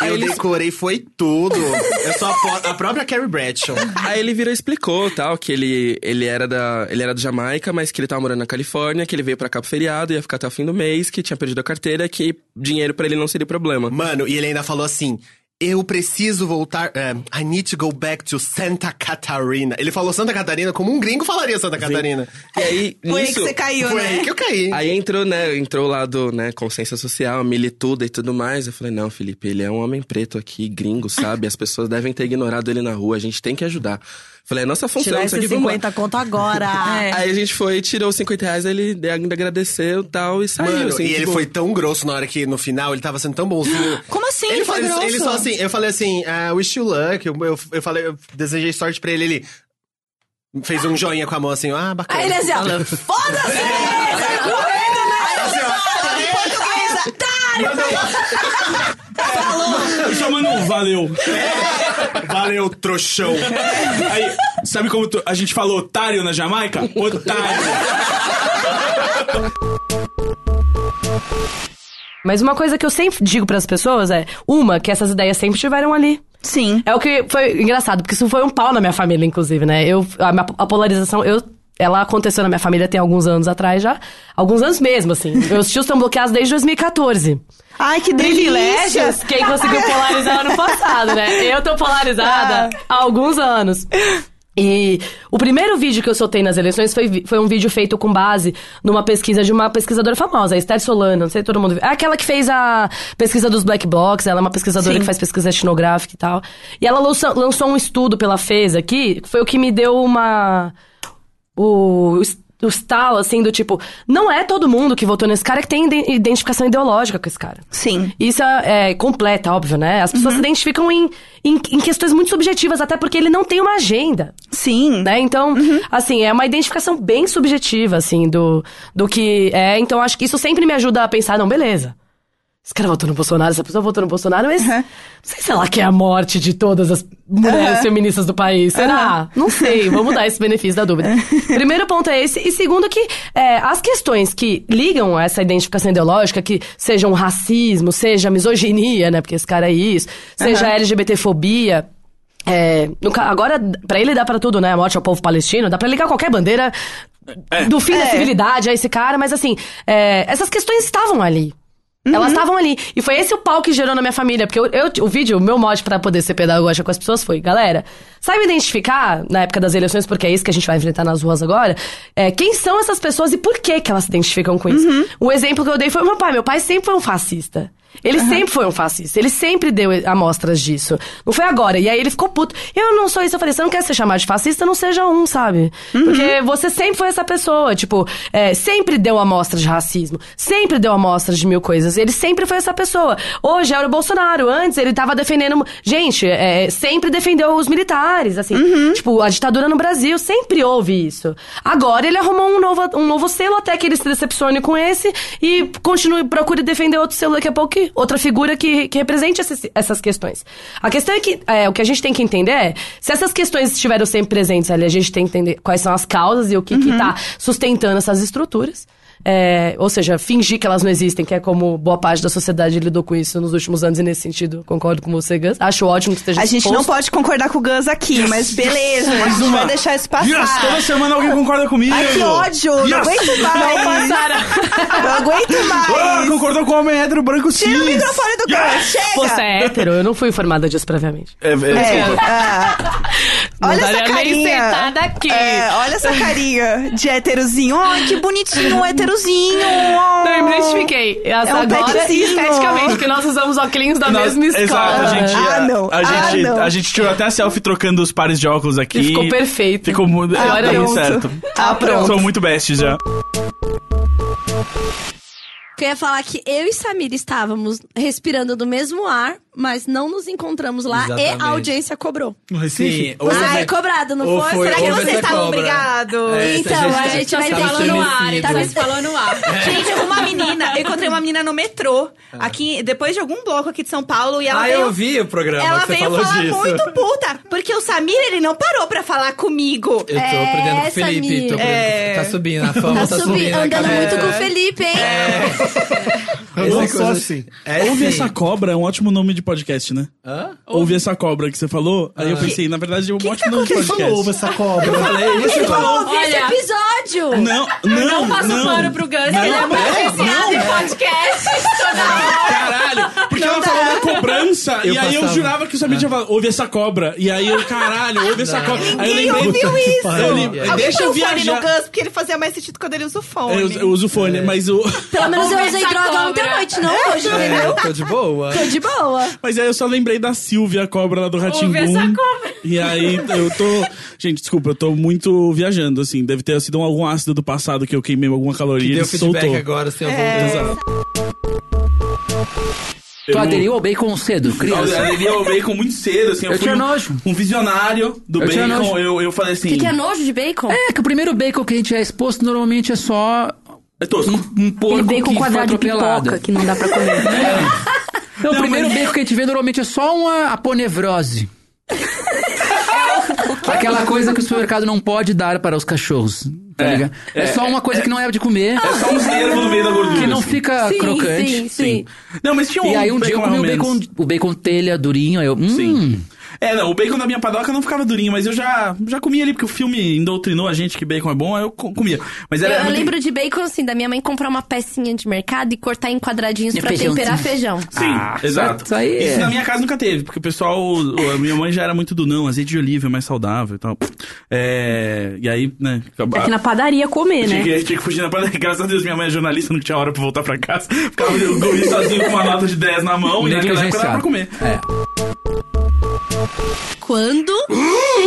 [SPEAKER 18] Eu
[SPEAKER 13] ele-
[SPEAKER 18] decorei, foi tudo. Eu sou a, po- a própria Carrie Bradshaw.
[SPEAKER 13] Aí ele virou e explicou, tal, que ele, ele, era da, ele era da Jamaica, mas que ele tava morando na Califórnia, que ele veio pra cá pro feriado, ia ficar até o fim do mês, que tinha perdido a carteira, que dinheiro pra ele não seria problema.
[SPEAKER 18] Mano, e ele ainda falou assim... Eu preciso voltar. é, I need to go back to Santa Catarina. Ele falou Santa Catarina como um gringo falaria Santa Catarina.
[SPEAKER 13] E aí,
[SPEAKER 17] Foi aí
[SPEAKER 13] nisso-
[SPEAKER 17] que você caiu,
[SPEAKER 18] Foi
[SPEAKER 17] né?
[SPEAKER 18] aí que eu caí.
[SPEAKER 13] Aí entrou, né? Entrou lá do, né, consciência social, milituda e tudo mais. Eu falei, não, Felipe, ele é um homem preto aqui, gringo, sabe? As pessoas devem ter ignorado ele na rua, a gente tem que ajudar. Falei, é nossa função,
[SPEAKER 19] Tirar
[SPEAKER 13] isso
[SPEAKER 19] esses
[SPEAKER 13] aqui, vamos lá.
[SPEAKER 19] 50 conto agora.
[SPEAKER 1] É.
[SPEAKER 13] Aí a gente foi, tirou os 50 reais, ele ainda agradeceu e tal, e saiu.
[SPEAKER 18] Mano,
[SPEAKER 13] assim,
[SPEAKER 18] e
[SPEAKER 13] de
[SPEAKER 18] ele
[SPEAKER 13] boa.
[SPEAKER 18] foi tão grosso na hora que no final ele tava sendo tão bonzinho.
[SPEAKER 17] Como assim?
[SPEAKER 18] Ele,
[SPEAKER 17] Ele
[SPEAKER 18] fa-
[SPEAKER 17] foi
[SPEAKER 18] ele- ele
[SPEAKER 17] grosso?
[SPEAKER 18] só assim, eu falei assim, ah, wish you luck. Eu, eu, eu falei, eu desejei sorte pra ele, ele fez um joinha com a mão assim, ah, bacana.
[SPEAKER 19] Aí ele assim, ó,
[SPEAKER 17] foda-se!
[SPEAKER 19] Sai
[SPEAKER 10] É,
[SPEAKER 19] correndo,
[SPEAKER 10] né?
[SPEAKER 4] Eu Chamando um valeu. Valeu, trouxão. Aí, sabe como tu- a gente falou otário na Jamaica? Otário.
[SPEAKER 10] Mas uma coisa que eu sempre digo pras pessoas é: uma, que essas ideias sempre estiveram ali.
[SPEAKER 17] Sim.
[SPEAKER 10] É o que foi engraçado, porque isso foi um pau na minha família, inclusive, né? Eu, a, minha- a polarização, eu, ela aconteceu na minha família tem alguns anos atrás já. Alguns anos mesmo, assim. Meus tios estão bloqueados desde 2014.
[SPEAKER 17] Ai, que
[SPEAKER 10] Privilégios! Quem conseguiu polarizar ano passado, né? Eu tô polarizada
[SPEAKER 17] Ah.
[SPEAKER 10] há alguns anos. E o primeiro vídeo que eu soltei nas eleições foi, vi- foi um vídeo feito com base numa pesquisa de uma pesquisadora famosa, a Esther Solano, não sei se todo mundo viu. É aquela que fez a pesquisa dos Black Blocs, ela é uma pesquisadora
[SPEAKER 11] Sim.
[SPEAKER 10] que faz pesquisa etnográfica e tal. E ela lançou, lançou um estudo pela FES aqui, que foi o que me deu uma o, es- o estalo, assim, do tipo, não é todo mundo que votou nesse cara que tem ide- identificação ideológica com esse cara.
[SPEAKER 17] Sim. Uhum.
[SPEAKER 10] Isso é, é completa, óbvio, né? As pessoas se identificam em, em, em questões muito subjetivas, até porque ele não tem uma agenda.
[SPEAKER 17] Sim. Uhum.
[SPEAKER 10] Né? Então, assim, é uma identificação bem subjetiva, assim, do, do que é. Então, acho que isso sempre me ajuda a pensar, não, beleza. Esse cara votou no Bolsonaro, essa pessoa votou no Bolsonaro,
[SPEAKER 17] Uhum.
[SPEAKER 10] mas não sei se ela quer a morte de todas as mulheres
[SPEAKER 17] Aham.
[SPEAKER 10] feministas do país. Será?
[SPEAKER 17] Aham.
[SPEAKER 10] Não sei, vamos dar esse benefício da dúvida. Primeiro ponto é esse. E segundo que é, as questões que ligam a essa identificação ideológica, que sejam racismo, seja misoginia, né? Porque esse cara é isso, seja
[SPEAKER 17] Aham.
[SPEAKER 10] LGBTfobia... É, no ca- agora, pra ele dá pra tudo, né? A morte ao povo palestino, dá pra ligar qualquer bandeira do fim da
[SPEAKER 17] É.
[SPEAKER 10] civilidade a esse cara, mas assim, é, essas questões estavam ali. Elas estavam ali. E foi esse o pau que gerou na minha família. Porque eu, eu- o vídeo, o meu mote pra poder ser pedagógica com as pessoas foi: galera, saiba identificar, na época das eleições, porque é isso que a gente vai enfrentar nas ruas agora, é, quem são essas pessoas e por que, que elas se identificam com isso. O exemplo que eu dei foi o meu pai. Meu pai sempre foi um fascista. Ele sempre foi um fascista, ele sempre deu amostras disso. Não foi agora. E aí ele ficou puto. Eu não sou isso. Eu falei, você não quer ser chamado de fascista? Não seja um, sabe? Porque você sempre foi essa pessoa. Tipo, é, sempre deu amostras de racismo, sempre deu amostras de mil coisas. Ele sempre foi essa pessoa. Hoje era o Bolsonaro, antes ele tava defendendo. Gente, é, sempre defendeu os militares, assim.
[SPEAKER 17] Uhum.
[SPEAKER 10] Tipo, a ditadura no Brasil, sempre houve isso. Agora ele arrumou um novo, um novo selo até que ele se decepcione com esse e continue, procure defender outro selo daqui a pouco, que- outra figura que, que represente essas, essas questões. A questão é que é, o que a gente tem que entender é se essas questões estiveram sempre presentes ali, a gente tem que entender quais são as causas e o que
[SPEAKER 15] Uhum.
[SPEAKER 10] está sustentando essas estruturas. É, ou seja, fingir que elas não existem, que é como boa parte da sociedade lidou com isso nos últimos anos, e nesse sentido, concordo com você, Gus. Acho ótimo que esteja
[SPEAKER 17] A gente não
[SPEAKER 10] exposto.
[SPEAKER 17] pode concordar com o Gus aqui, mas beleza, a gente vai deixar isso passar.
[SPEAKER 4] Yes, toda semana alguém concorda comigo.
[SPEAKER 17] Ai, que ódio!
[SPEAKER 4] Yes.
[SPEAKER 17] Não aguento
[SPEAKER 4] Não,
[SPEAKER 17] mais!
[SPEAKER 4] Massara.
[SPEAKER 17] Não aguento
[SPEAKER 4] Ah,
[SPEAKER 17] mais!
[SPEAKER 4] concordou com o homem hétero branco sim.
[SPEAKER 17] Tira o microfone do Gus, chega!
[SPEAKER 10] Você é hétero, eu não fui informada disso previamente.
[SPEAKER 4] É, é, desculpa.
[SPEAKER 17] ah.
[SPEAKER 10] Não
[SPEAKER 17] Olha essa
[SPEAKER 10] daria nem
[SPEAKER 17] carinha.
[SPEAKER 10] sentada aqui.
[SPEAKER 17] É, olha essa carinha de héterozinho. Ai, que bonitinho, um héterozinho.
[SPEAKER 10] Não, eu me identifiquei.
[SPEAKER 17] É
[SPEAKER 10] Essa
[SPEAKER 17] um
[SPEAKER 10] agora e
[SPEAKER 17] petzinho.
[SPEAKER 1] né?
[SPEAKER 10] esteticamente, porque nós usamos óculos da
[SPEAKER 4] Nós-
[SPEAKER 10] mesma escola.
[SPEAKER 4] Exato, a gente,
[SPEAKER 10] né?
[SPEAKER 4] a, a gente,
[SPEAKER 10] Ah, não.
[SPEAKER 4] a gente tirou até a selfie trocando os pares de óculos aqui.
[SPEAKER 10] E ficou perfeito.
[SPEAKER 4] Ficou muito
[SPEAKER 10] Ah,
[SPEAKER 4] tá
[SPEAKER 10] pronto.
[SPEAKER 4] certo.
[SPEAKER 10] Ah, pronto.
[SPEAKER 4] Sou muito best já.
[SPEAKER 12] Porque eu ia falar é que eu e Samir estávamos respirando do mesmo ar, mas não nos encontramos lá e
[SPEAKER 6] Exatamente.
[SPEAKER 12] a audiência cobrou.
[SPEAKER 5] No
[SPEAKER 6] Recife? Sim, ou
[SPEAKER 12] Você
[SPEAKER 6] vai-
[SPEAKER 12] é cobrado, não
[SPEAKER 6] ou
[SPEAKER 12] foi?
[SPEAKER 6] foi-
[SPEAKER 12] Será que
[SPEAKER 6] ou
[SPEAKER 12] vocês
[SPEAKER 6] você
[SPEAKER 12] estavam
[SPEAKER 6] cobra.
[SPEAKER 12] brigados?
[SPEAKER 6] É,
[SPEAKER 12] então,
[SPEAKER 6] essa
[SPEAKER 12] a
[SPEAKER 6] gente
[SPEAKER 12] gente
[SPEAKER 6] tá
[SPEAKER 12] vai ter
[SPEAKER 6] sendo
[SPEAKER 12] aula no ar.
[SPEAKER 6] estremecido.
[SPEAKER 12] Então,
[SPEAKER 6] Tá
[SPEAKER 12] mas
[SPEAKER 6] se
[SPEAKER 7] falou no ar.
[SPEAKER 1] Gente, uma menina, eu encontrei uma menina no metrô, aqui, depois de algum bloco aqui de São Paulo, e ela
[SPEAKER 6] Ah,
[SPEAKER 1] veio-
[SPEAKER 6] eu vi o programa
[SPEAKER 1] Ela
[SPEAKER 6] que você
[SPEAKER 1] veio
[SPEAKER 6] falou
[SPEAKER 1] falar
[SPEAKER 6] disso.
[SPEAKER 1] muito puta, porque o Samir, ele não parou pra falar comigo.
[SPEAKER 6] Eu tô
[SPEAKER 12] É,
[SPEAKER 6] aprendendo com o Felipe. Tô aprendendo,
[SPEAKER 1] É.
[SPEAKER 6] Tá subindo, a fama tá, subindo. a
[SPEAKER 12] andando
[SPEAKER 6] cabeça.
[SPEAKER 12] muito com o Felipe, hein?
[SPEAKER 6] Essa
[SPEAKER 4] Não, só
[SPEAKER 6] coisa-
[SPEAKER 4] assim.
[SPEAKER 6] É
[SPEAKER 4] Ouve
[SPEAKER 6] sim.
[SPEAKER 4] essa cobra é um ótimo nome de podcast, né?
[SPEAKER 6] Hã?
[SPEAKER 4] Ouve essa cobra que você falou. Aí eu
[SPEAKER 6] Ah.
[SPEAKER 4] pensei, na verdade, é um ótimo nome de
[SPEAKER 5] Quem
[SPEAKER 4] podcast.
[SPEAKER 5] falou ouve essa cobra?
[SPEAKER 4] Eu falei isso,
[SPEAKER 12] Ele
[SPEAKER 4] então.
[SPEAKER 12] falou ouvir esse
[SPEAKER 7] Olha,
[SPEAKER 12] episódio.
[SPEAKER 4] Não, não,
[SPEAKER 7] Não passa
[SPEAKER 4] não.
[SPEAKER 7] pano pro Gus,
[SPEAKER 4] Não,
[SPEAKER 7] ele é
[SPEAKER 4] não,
[SPEAKER 7] beneficiado em
[SPEAKER 4] não.
[SPEAKER 7] podcast toda hora.
[SPEAKER 4] Caralho, porque ela falou da cobrança
[SPEAKER 6] Eu
[SPEAKER 4] e aí eu
[SPEAKER 6] passava.
[SPEAKER 4] jurava que o Samir tinha falado, ouve essa cobra. E aí eu, caralho, ouve essa cobra. Aí eu
[SPEAKER 1] Ninguém
[SPEAKER 4] lembrei.
[SPEAKER 1] ouviu
[SPEAKER 4] Puta que
[SPEAKER 1] isso.
[SPEAKER 4] pariu. Eu lembrei-
[SPEAKER 1] Alguém
[SPEAKER 4] Deixa
[SPEAKER 1] põe
[SPEAKER 4] eu
[SPEAKER 1] o fone no né?
[SPEAKER 4] viajar.
[SPEAKER 1] Gus, porque ele fazia mais sentido quando ele usa o fone.
[SPEAKER 4] Eu, eu uso o
[SPEAKER 6] É.
[SPEAKER 4] fone, mas o.
[SPEAKER 12] É. Pelo menos eu
[SPEAKER 1] Ouve
[SPEAKER 12] usei
[SPEAKER 1] essa
[SPEAKER 12] droga
[SPEAKER 1] cobra.
[SPEAKER 12] ontem à noite, não hoje, entendeu?
[SPEAKER 6] Tô de boa.
[SPEAKER 12] Tô de boa.
[SPEAKER 4] Mas aí eu só lembrei da Silvia, a cobra lá do Ratinho.
[SPEAKER 12] essa
[SPEAKER 4] E aí eu tô. Gente, desculpa, eu tô muito viajando, assim. Deve ter sido algum ácido do passado que eu queimei alguma caloria.
[SPEAKER 6] Que
[SPEAKER 4] e
[SPEAKER 6] deu
[SPEAKER 4] ele
[SPEAKER 6] feedback
[SPEAKER 4] soltou.
[SPEAKER 6] agora, assim, seu
[SPEAKER 4] É. Exato.
[SPEAKER 11] Tu aderiu ao bacon cedo, criança?
[SPEAKER 4] Eu aderi ao bacon muito cedo, assim. Eu,
[SPEAKER 11] Eu
[SPEAKER 4] fui
[SPEAKER 11] tinha
[SPEAKER 4] um,
[SPEAKER 11] nojo.
[SPEAKER 4] um visionário do
[SPEAKER 11] Eu tinha
[SPEAKER 4] bacon.
[SPEAKER 11] nojo.
[SPEAKER 4] Eu, eu falei assim.
[SPEAKER 15] Que que é nojo de bacon?
[SPEAKER 11] É, que o primeiro bacon que a gente é exposto normalmente é só
[SPEAKER 4] É tosco.
[SPEAKER 11] um, um porco
[SPEAKER 15] Aquele bacon
[SPEAKER 11] que foi
[SPEAKER 15] quadrado de
[SPEAKER 11] atropelado.
[SPEAKER 15] pipoca que não dá pra comer.
[SPEAKER 11] Então, o primeiro bacon que a gente vê normalmente é só uma aponevrose.
[SPEAKER 3] É
[SPEAKER 11] Aquela coisa que o supermercado não pode dar para os cachorros. Tá
[SPEAKER 4] É,
[SPEAKER 11] ligado? É,
[SPEAKER 4] é,
[SPEAKER 11] só uma coisa que não é de comer.
[SPEAKER 4] É só um nervo no meio da gordura.
[SPEAKER 11] Que não
[SPEAKER 4] assim.
[SPEAKER 11] fica
[SPEAKER 15] Sim,
[SPEAKER 11] crocante.
[SPEAKER 15] sim, sim.
[SPEAKER 4] Não, mas tinha um
[SPEAKER 11] E aí um dia eu
[SPEAKER 4] bacon
[SPEAKER 11] comi o
[SPEAKER 4] ao menos.
[SPEAKER 11] bacon, o bacon telha, durinho, aí eu. Hum,
[SPEAKER 4] É, não, o bacon da minha padoca não ficava durinho, mas eu já, já comia ali, porque o filme indoutrinou a gente que bacon é bom, aí eu co- comia. Mas
[SPEAKER 15] Eu,
[SPEAKER 4] era.
[SPEAKER 15] eu
[SPEAKER 4] muito-
[SPEAKER 15] lembro de bacon assim, da minha mãe comprar uma pecinha de mercado e cortar em quadradinhos
[SPEAKER 11] É
[SPEAKER 15] pra
[SPEAKER 11] feijãozinho.
[SPEAKER 15] temperar feijão.
[SPEAKER 4] Sim, exato.
[SPEAKER 11] Ah, Isso aí é-
[SPEAKER 4] na minha casa nunca teve, porque o pessoal. o- A minha mãe já era muito do não, azeite de oliva é mais saudável e tal. É. E aí, né.
[SPEAKER 10] É
[SPEAKER 15] Tá aqui na
[SPEAKER 4] padaria
[SPEAKER 15] comer, né?
[SPEAKER 4] tinha Que, tinha que fugir na padaria. Graças a Deus, minha mãe é jornalista, não tinha hora pra voltar pra casa. Ficava eu comi sozinho com uma nota de 10 na mão e naquela época dava pra comer.
[SPEAKER 11] É.
[SPEAKER 3] Quando?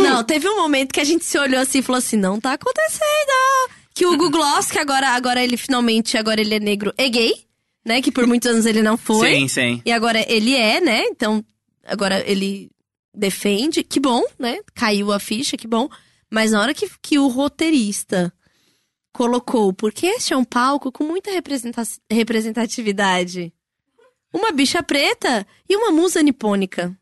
[SPEAKER 3] não, teve um momento que a gente se olhou assim e falou assim: não tá acontecendo. Que o Hugo Gloss, que agora, agora ele finalmente, agora ele é negro e gay, né? Que por muitos anos ele não foi.
[SPEAKER 20] Sim, sim.
[SPEAKER 3] E agora ele é, né? Então, agora ele defende. Que bom, né? Caiu a ficha, que bom. Mas na hora que, que o roteirista colocou, porque este é um palco com muita representa- representatividade. Uma bicha preta e uma musa nipônica.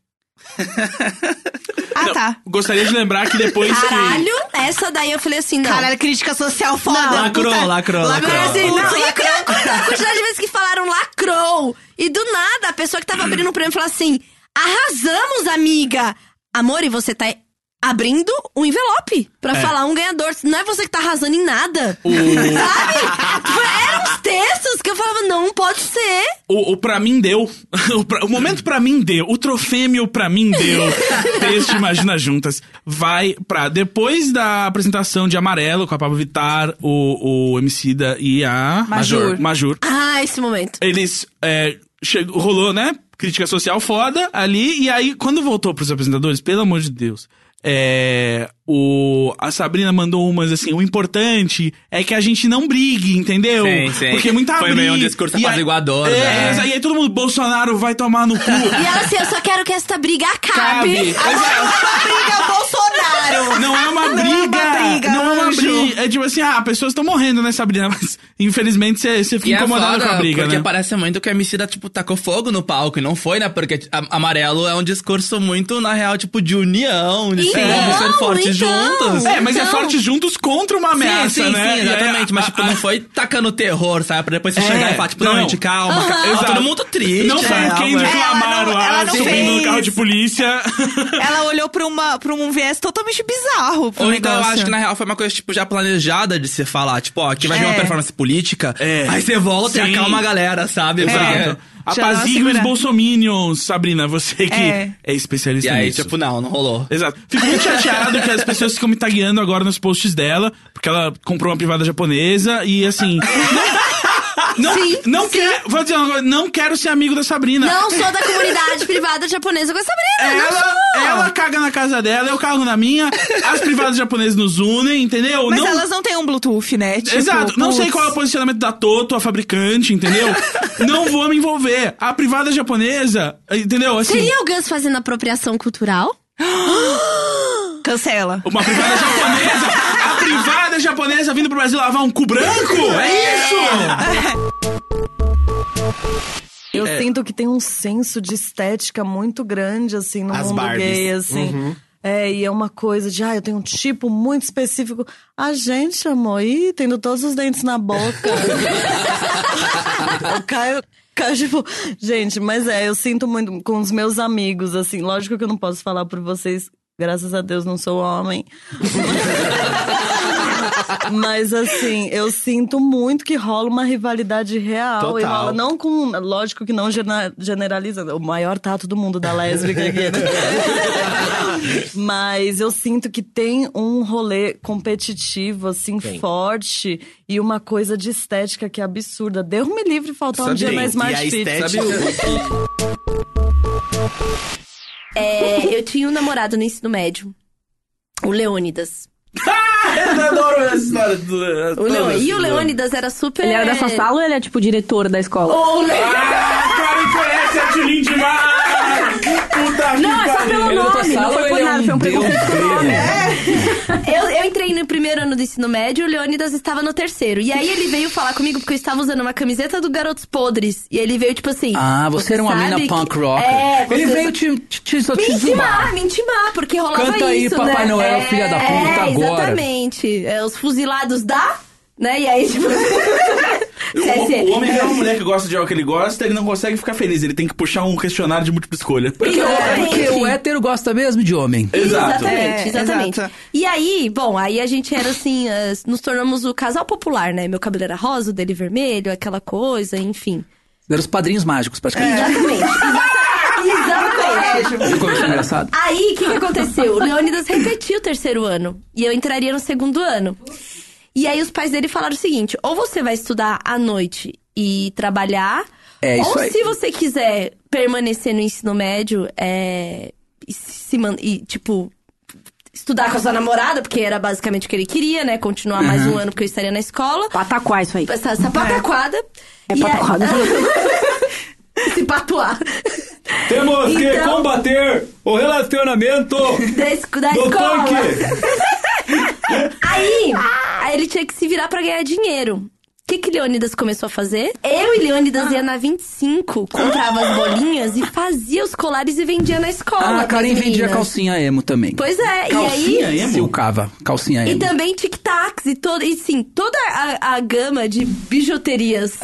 [SPEAKER 4] Ah, tá. Gostaria de lembrar que depois que.
[SPEAKER 3] Caralho, essa daí eu falei assim, não. Caralho,
[SPEAKER 20] crítica social foda.
[SPEAKER 4] Lacrou, lacrou, lacrou.
[SPEAKER 3] Agora assim, não,
[SPEAKER 20] Lacrou.
[SPEAKER 3] lacrou. A quantidade de vezes que falaram lacrou. E do nada, a pessoa que tava abrindo o prêmio falou assim, arrasamos, amiga. Amor, e você tá abrindo um envelope pra
[SPEAKER 20] É.
[SPEAKER 3] falar um ganhador. Não é você que tá arrasando em nada. Sabe? Eram uns textos que eu falava, não pode ser.
[SPEAKER 4] O, o pra mim deu. O, pra- o momento pra mim deu. O trofêmio pra mim deu. Texto Imagina Juntas. Vai pra. Depois da apresentação de Amarelo com a Pablo Vittar, o, o Emicida e a.
[SPEAKER 3] Major.
[SPEAKER 4] Major.
[SPEAKER 3] Ah, esse momento.
[SPEAKER 4] Eles. É, chegou- rolou, né? Crítica social foda ali. E aí, quando voltou pros apresentadores, pelo amor de Deus. É, o, a Sabrina mandou umas assim: o importante é que a gente não brigue, entendeu?
[SPEAKER 20] Sim, sim.
[SPEAKER 4] Porque é muita
[SPEAKER 20] Foi
[SPEAKER 4] briga.
[SPEAKER 20] meio um discurso
[SPEAKER 4] e aí-
[SPEAKER 20] apaziguador,
[SPEAKER 4] É,
[SPEAKER 20] né?
[SPEAKER 4] mas aí todo mundo, Bolsonaro vai tomar no
[SPEAKER 3] E
[SPEAKER 4] cu.
[SPEAKER 3] ela assim, eu só quero que esta briga acabe.
[SPEAKER 4] Cabe. Exato.
[SPEAKER 20] Briga Bolsonaro!
[SPEAKER 4] Não é uma briga. Não é uma briga. É tipo assim, ah, pessoas estão morrendo, né, Sabrina? Mas infelizmente você você fica
[SPEAKER 20] E é
[SPEAKER 4] incomodado
[SPEAKER 20] foda,
[SPEAKER 4] com a briga,
[SPEAKER 20] porque
[SPEAKER 4] né?
[SPEAKER 20] parece muito que a Emicida, tipo, tacou fogo no palco. E não foi, né? Porque a- amarelo é um discurso muito, na real, tipo, de união. De
[SPEAKER 4] Então,
[SPEAKER 20] vamos ser fortes
[SPEAKER 4] então,
[SPEAKER 20] juntos.
[SPEAKER 4] É, mas é então. fortes juntos contra uma ameaça,
[SPEAKER 20] sim, sim,
[SPEAKER 4] né?
[SPEAKER 20] Sim,
[SPEAKER 4] E aí,
[SPEAKER 20] exatamente. mas, tipo, não foi tacando terror, sabe? Pra depois você
[SPEAKER 4] É,
[SPEAKER 20] chegar e falar, tipo, não,
[SPEAKER 4] não.
[SPEAKER 20] gente, calma.
[SPEAKER 4] Aham.
[SPEAKER 20] calma.
[SPEAKER 4] Exato.
[SPEAKER 20] Todo mundo triste.
[SPEAKER 4] Não foi
[SPEAKER 20] é,
[SPEAKER 4] quem
[SPEAKER 20] mas-
[SPEAKER 4] reclamaram
[SPEAKER 20] ela
[SPEAKER 4] lá,
[SPEAKER 20] não
[SPEAKER 4] subindo no
[SPEAKER 20] fez.
[SPEAKER 4] carro de polícia.
[SPEAKER 20] Ela
[SPEAKER 21] olhou pra, uma, pra um viés totalmente bizarro. pro
[SPEAKER 20] Ou então eu
[SPEAKER 21] negócio.
[SPEAKER 20] acho que na real foi uma coisa, tipo, já planejada de se falar. Tipo, ó, aqui vai vir
[SPEAKER 21] É.
[SPEAKER 20] uma performance política, aí você volta
[SPEAKER 4] É. Sim.
[SPEAKER 20] e acalma a galera, sabe?
[SPEAKER 4] Exato. Apazigue os bolsominions, Sabrina, você que é,
[SPEAKER 20] É.
[SPEAKER 4] especialista
[SPEAKER 20] E aí,
[SPEAKER 4] nisso.
[SPEAKER 20] tipo, não, não rolou.
[SPEAKER 4] Exato. Fico muito chateado que as pessoas ficam me tagueando agora nos posts dela, porque ela comprou uma privada japonesa e assim. Não, não, não quero. Vou dizer uma coisa, não quero ser amigo da Sabrina.
[SPEAKER 3] Não sou da comunidade privada japonesa com essa briga. não
[SPEAKER 4] Ela,
[SPEAKER 3] sou.
[SPEAKER 4] ela caga na casa dela, eu cago na minha. As privadas japonesas nos unem, entendeu?
[SPEAKER 21] Mas elas não têm um Bluetooth, né? Tipo,
[SPEAKER 4] Exato. Não sei
[SPEAKER 21] putz.
[SPEAKER 4] qual é o posicionamento da Toto, a fabricante, entendeu? não vou me envolver. A privada japonesa, entendeu? Assim,
[SPEAKER 3] Seria o Gus fazendo apropriação cultural?
[SPEAKER 21] Cancela.
[SPEAKER 4] Uma privada japonesa. a privada japonesa vindo pro Brasil lavar um cu branco? É isso?
[SPEAKER 21] Eu
[SPEAKER 20] É.
[SPEAKER 21] sinto que tem um senso de estética muito grande, assim, no
[SPEAKER 20] As
[SPEAKER 21] mundo
[SPEAKER 20] Barbies.
[SPEAKER 21] gay, assim.
[SPEAKER 20] Uhum.
[SPEAKER 21] É, e é uma coisa de, ah, eu tenho um tipo muito específico. A gente, amor, ih, tendo todos os dentes na boca. o Caio, Caio, tipo, gente, mas é, eu sinto muito com os meus amigos, assim. Lógico que eu não posso falar por vocês, graças a Deus não sou homem. Mas assim, eu sinto muito que rola uma rivalidade real. E
[SPEAKER 19] Total.
[SPEAKER 21] rola não com. Lógico que não gena- generalizando. O maior tato do mundo da lésbica aqui, né? Mas eu sinto que tem um rolê competitivo, assim,
[SPEAKER 19] Tem.
[SPEAKER 21] forte. E uma coisa de estética que é absurda. Deu me livre faltar um
[SPEAKER 19] Sabe,
[SPEAKER 21] dia na
[SPEAKER 19] e
[SPEAKER 21] Smart
[SPEAKER 19] a
[SPEAKER 21] Fit.
[SPEAKER 5] é
[SPEAKER 19] estética-
[SPEAKER 3] É, eu tinha um namorado no ensino médio. O Leônidas.
[SPEAKER 4] Eu adoro essa história do Leônidas.
[SPEAKER 3] O Leo- E o Leônidas era super.
[SPEAKER 15] Ele era dessa sala ou ele é tipo diretor da escola?
[SPEAKER 3] Ô, Leônidas!
[SPEAKER 4] cara conhece a Tilin demais! Puta
[SPEAKER 15] Não, é só pelo nome, não foi por
[SPEAKER 4] é
[SPEAKER 15] nada, foi um preconceito com o nome.
[SPEAKER 3] É. Eu, eu entrei no primeiro ano do ensino médio e o Leônidas estava no terceiro. E aí ele veio falar comigo porque eu estava usando uma camiseta do Garotos Podres. E ele veio tipo assim.
[SPEAKER 11] Ah, você, era uma
[SPEAKER 3] sabe
[SPEAKER 11] mina
[SPEAKER 3] que-
[SPEAKER 11] punk rocker.
[SPEAKER 3] É,
[SPEAKER 11] Ele
[SPEAKER 3] você-
[SPEAKER 11] veio te, te, te, te,
[SPEAKER 3] Me
[SPEAKER 11] zumbar.
[SPEAKER 3] intimar, me intimar, porque rolava
[SPEAKER 11] Canta aí,
[SPEAKER 3] isso,
[SPEAKER 11] Papai
[SPEAKER 3] né?
[SPEAKER 11] Noel,
[SPEAKER 3] É,
[SPEAKER 11] filha da puta,
[SPEAKER 3] é,
[SPEAKER 11] agora.
[SPEAKER 3] Exatamente. É, os fuzilados da... Né? E aí, tipo... Cê- cê-
[SPEAKER 4] O homem é uma mulher que gosta de algo que ele gosta, ele não consegue ficar feliz. Ele tem que puxar um questionário de múltipla escolha.
[SPEAKER 11] Porque,
[SPEAKER 3] é.
[SPEAKER 11] o- porque o hétero gosta mesmo de homem.
[SPEAKER 4] é, Exato.
[SPEAKER 3] Exatamente,
[SPEAKER 11] É,
[SPEAKER 3] exatamente.
[SPEAKER 11] exato.
[SPEAKER 3] E aí, bom, aí a gente era assim, eh, nos tornamos o casal popular, né? Meu cabelo era rosa, o dele vermelho, aquela coisa, enfim.
[SPEAKER 11] Eram os padrinhos mágicos, praticamente. Você
[SPEAKER 3] Exatamente.
[SPEAKER 11] como isso é engraçado?
[SPEAKER 3] Aí, o que, que aconteceu? O Leônidas repetiu o terceiro ano. E eu entraria no segundo ano. E aí, os pais dele falaram o seguinte: ou você vai estudar à noite e trabalhar.
[SPEAKER 11] É isso
[SPEAKER 3] ou
[SPEAKER 11] aí.
[SPEAKER 3] se você quiser permanecer no ensino médio, é, e se man- e, tipo, estudar com a sua namorada, porque era basicamente o que ele queria, né? Continuar mais
[SPEAKER 15] Uhum.
[SPEAKER 3] um ano porque eu estaria na escola.
[SPEAKER 15] Pataquá isso aí.
[SPEAKER 3] Essa, essa pataquada.
[SPEAKER 15] É
[SPEAKER 3] E
[SPEAKER 15] pataquada.
[SPEAKER 3] se patuar.
[SPEAKER 22] Temos que
[SPEAKER 3] Então-
[SPEAKER 22] combater o relacionamento
[SPEAKER 3] Da, esco- da
[SPEAKER 22] do
[SPEAKER 3] escola.
[SPEAKER 22] punk.
[SPEAKER 3] Aí, aí ele tinha que se virar pra ganhar dinheiro. O que, que Leônidas começou a fazer? Ah. Eu e Leônidas ia na 25, comprava as bolinhas e fazia os colares e vendia na escola.
[SPEAKER 11] Ah, a Karen
[SPEAKER 3] pras
[SPEAKER 11] vendia
[SPEAKER 3] meninas.
[SPEAKER 11] calcinha emo também.
[SPEAKER 3] Pois é, e aí. Então,
[SPEAKER 11] Silcava, calcinha
[SPEAKER 3] E
[SPEAKER 11] emo.
[SPEAKER 3] também tic-tacs e todo, e sim, toda a, a gama de bijuterias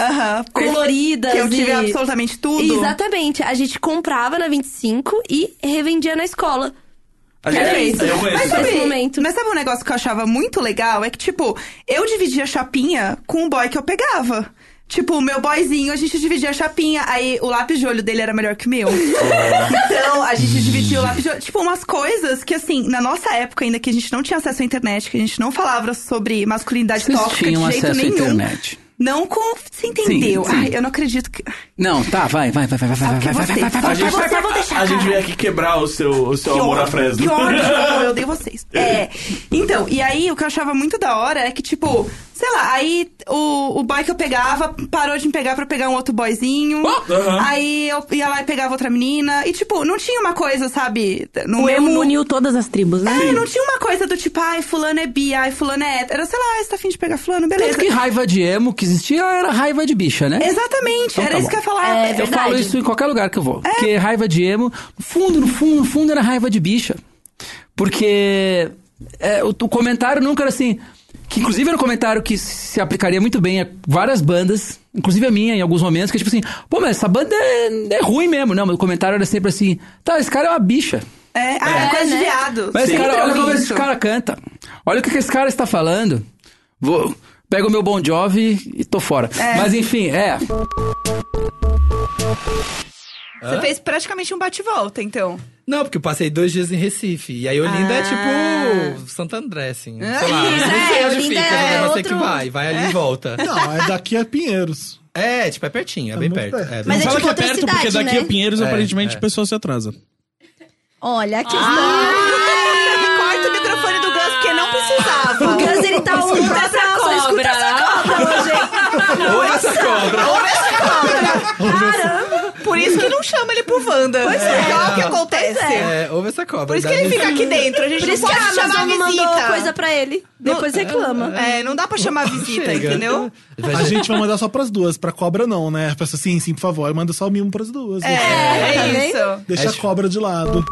[SPEAKER 3] coloridas.
[SPEAKER 1] que eu tive
[SPEAKER 3] e-
[SPEAKER 1] absolutamente tudo.
[SPEAKER 3] Exatamente. A gente comprava na 25 e revendia na escola.
[SPEAKER 1] A gente-
[SPEAKER 3] Perfeito.
[SPEAKER 1] eu conheço
[SPEAKER 3] Mas
[SPEAKER 1] também.
[SPEAKER 3] nesse momento.
[SPEAKER 1] Mas sabe um negócio que eu achava muito legal? É que, tipo, eu dividia chapinha com o boy que eu pegava. Tipo, o meu boyzinho, a gente dividia a chapinha. Aí o lápis de olho dele era melhor que o meu. então, a gente dividia o lápis de olho. Tipo, umas coisas que, assim, na nossa época ainda, que a gente não tinha acesso à internet, que a gente não falava sobre masculinidade
[SPEAKER 11] Vocês
[SPEAKER 1] tóxica de
[SPEAKER 11] tinham
[SPEAKER 1] jeito
[SPEAKER 11] acesso à
[SPEAKER 1] nenhum.
[SPEAKER 11] internet.
[SPEAKER 1] Não com. Você entendeu?
[SPEAKER 11] Sim, sim.
[SPEAKER 1] Ai, eu não acredito que.
[SPEAKER 11] Não, tá, vai, vai, vai, vai, vai, vai, vai, vai, vai, vai,
[SPEAKER 1] A
[SPEAKER 11] vai,
[SPEAKER 1] gente-
[SPEAKER 11] vai, vai, vai.
[SPEAKER 1] a gente
[SPEAKER 22] veio aqui quebrar o seu, o seu
[SPEAKER 1] Que
[SPEAKER 22] amor à
[SPEAKER 1] ódio,
[SPEAKER 22] Fresno.
[SPEAKER 1] Que ódio, eu odeio vocês. É, então, e aí o que eu achava muito da hora é que, tipo, sei lá, aí o, o boy que eu pegava parou de me pegar pra pegar um outro boyzinho.
[SPEAKER 15] Aham.
[SPEAKER 1] Aí eu ia lá e pegava outra menina. E, tipo, não tinha uma coisa, sabe? No
[SPEAKER 15] o
[SPEAKER 1] meu,
[SPEAKER 15] emo
[SPEAKER 1] no-
[SPEAKER 15] uniu todas as tribos, né?
[SPEAKER 1] É, não tinha uma coisa do tipo, ai, fulano é bi, ai, fulano é hétero. Era, sei lá, ai, você tá afim de pegar fulano, beleza.
[SPEAKER 11] Tanto que raiva de emo que existia era raiva de bicha, né?
[SPEAKER 1] Exatamente,
[SPEAKER 11] Então
[SPEAKER 1] era
[SPEAKER 11] tá
[SPEAKER 1] isso
[SPEAKER 11] bom.
[SPEAKER 1] que eu ia falar. É
[SPEAKER 11] Eu
[SPEAKER 1] verdade. É.
[SPEAKER 11] falo isso em qualquer lugar que eu vou. Porque raiva de emo, no fundo, no fundo, no fundo era raiva de bicha. Porque é, o, o comentário nunca era assim. Que inclusive era um comentário que se aplicaria muito bem a várias bandas, inclusive a minha em alguns momentos, que é tipo assim, pô, mas essa banda é, é ruim mesmo. Não, mas o comentário era sempre assim, tá, esse cara é uma bicha.
[SPEAKER 1] É, ah, é, coisa de viado.
[SPEAKER 11] né? Mas,
[SPEAKER 1] Sempre
[SPEAKER 11] cara, olha
[SPEAKER 1] ouvi
[SPEAKER 11] como
[SPEAKER 1] isso.
[SPEAKER 11] esse cara canta. Olha o que, que esse cara está falando. Vou, pego o meu Bon Jovi e tô fora.
[SPEAKER 1] É.
[SPEAKER 11] Mas, enfim, é.
[SPEAKER 1] Você
[SPEAKER 6] Hã?
[SPEAKER 1] fez praticamente um bate-volta, então.
[SPEAKER 6] Não, porque eu passei dois dias em Recife. E aí Olinda é
[SPEAKER 1] Ah.
[SPEAKER 6] tipo Santo André, assim. Sei
[SPEAKER 1] Ah,
[SPEAKER 6] lá,
[SPEAKER 1] isso,
[SPEAKER 6] não sei
[SPEAKER 1] é,
[SPEAKER 6] onde
[SPEAKER 1] Olinda
[SPEAKER 6] fica,
[SPEAKER 1] é
[SPEAKER 6] mas eu sei
[SPEAKER 1] outro-
[SPEAKER 6] que vai. Vai ali
[SPEAKER 1] É?
[SPEAKER 6] e volta.
[SPEAKER 5] Não, é daqui a Pinheiros.
[SPEAKER 6] É, tipo, é pertinho, é, bem
[SPEAKER 5] muito
[SPEAKER 6] perto.
[SPEAKER 5] perto.
[SPEAKER 6] É,
[SPEAKER 5] Mas
[SPEAKER 6] bem
[SPEAKER 5] é
[SPEAKER 6] perto.
[SPEAKER 5] tipo outra
[SPEAKER 21] cidade, né?
[SPEAKER 4] Pinheiros,
[SPEAKER 6] É,
[SPEAKER 4] aparentemente,
[SPEAKER 6] é.
[SPEAKER 4] o pessoal se atrasa.
[SPEAKER 12] Olha a questão.
[SPEAKER 1] Corta é o microfone do Gus, porque não precisava.
[SPEAKER 12] O Gus, ele tá um
[SPEAKER 1] Escuta essa
[SPEAKER 12] próprio-
[SPEAKER 1] cobra.
[SPEAKER 12] Escuta essa cobra hoje,
[SPEAKER 4] Ah,
[SPEAKER 12] hein?
[SPEAKER 1] Ouve essa cobra. Ouve essa cobra. Caramba. Por isso que não chama ele pro Wanda. Pois é. Que é o que acontece.
[SPEAKER 6] É, ouve essa cobra.
[SPEAKER 1] Por isso que ele fica aqui dentro. A gente
[SPEAKER 12] Por
[SPEAKER 1] não
[SPEAKER 12] isso que
[SPEAKER 1] pode
[SPEAKER 12] a
[SPEAKER 1] chamar
[SPEAKER 12] Amazon não
[SPEAKER 1] visita.
[SPEAKER 12] mandou coisa pra ele. Depois reclama.
[SPEAKER 1] É, não dá pra chamar visita,
[SPEAKER 5] Chega.
[SPEAKER 1] entendeu?
[SPEAKER 5] A gente vai mandar só pras duas, pra cobra não, né? A pessoa, sim, sim, por favor, aí manda só o mimo pras duas.
[SPEAKER 1] É,
[SPEAKER 5] né?
[SPEAKER 1] é Tá isso. vendo?
[SPEAKER 5] Deixa a cobra de lado.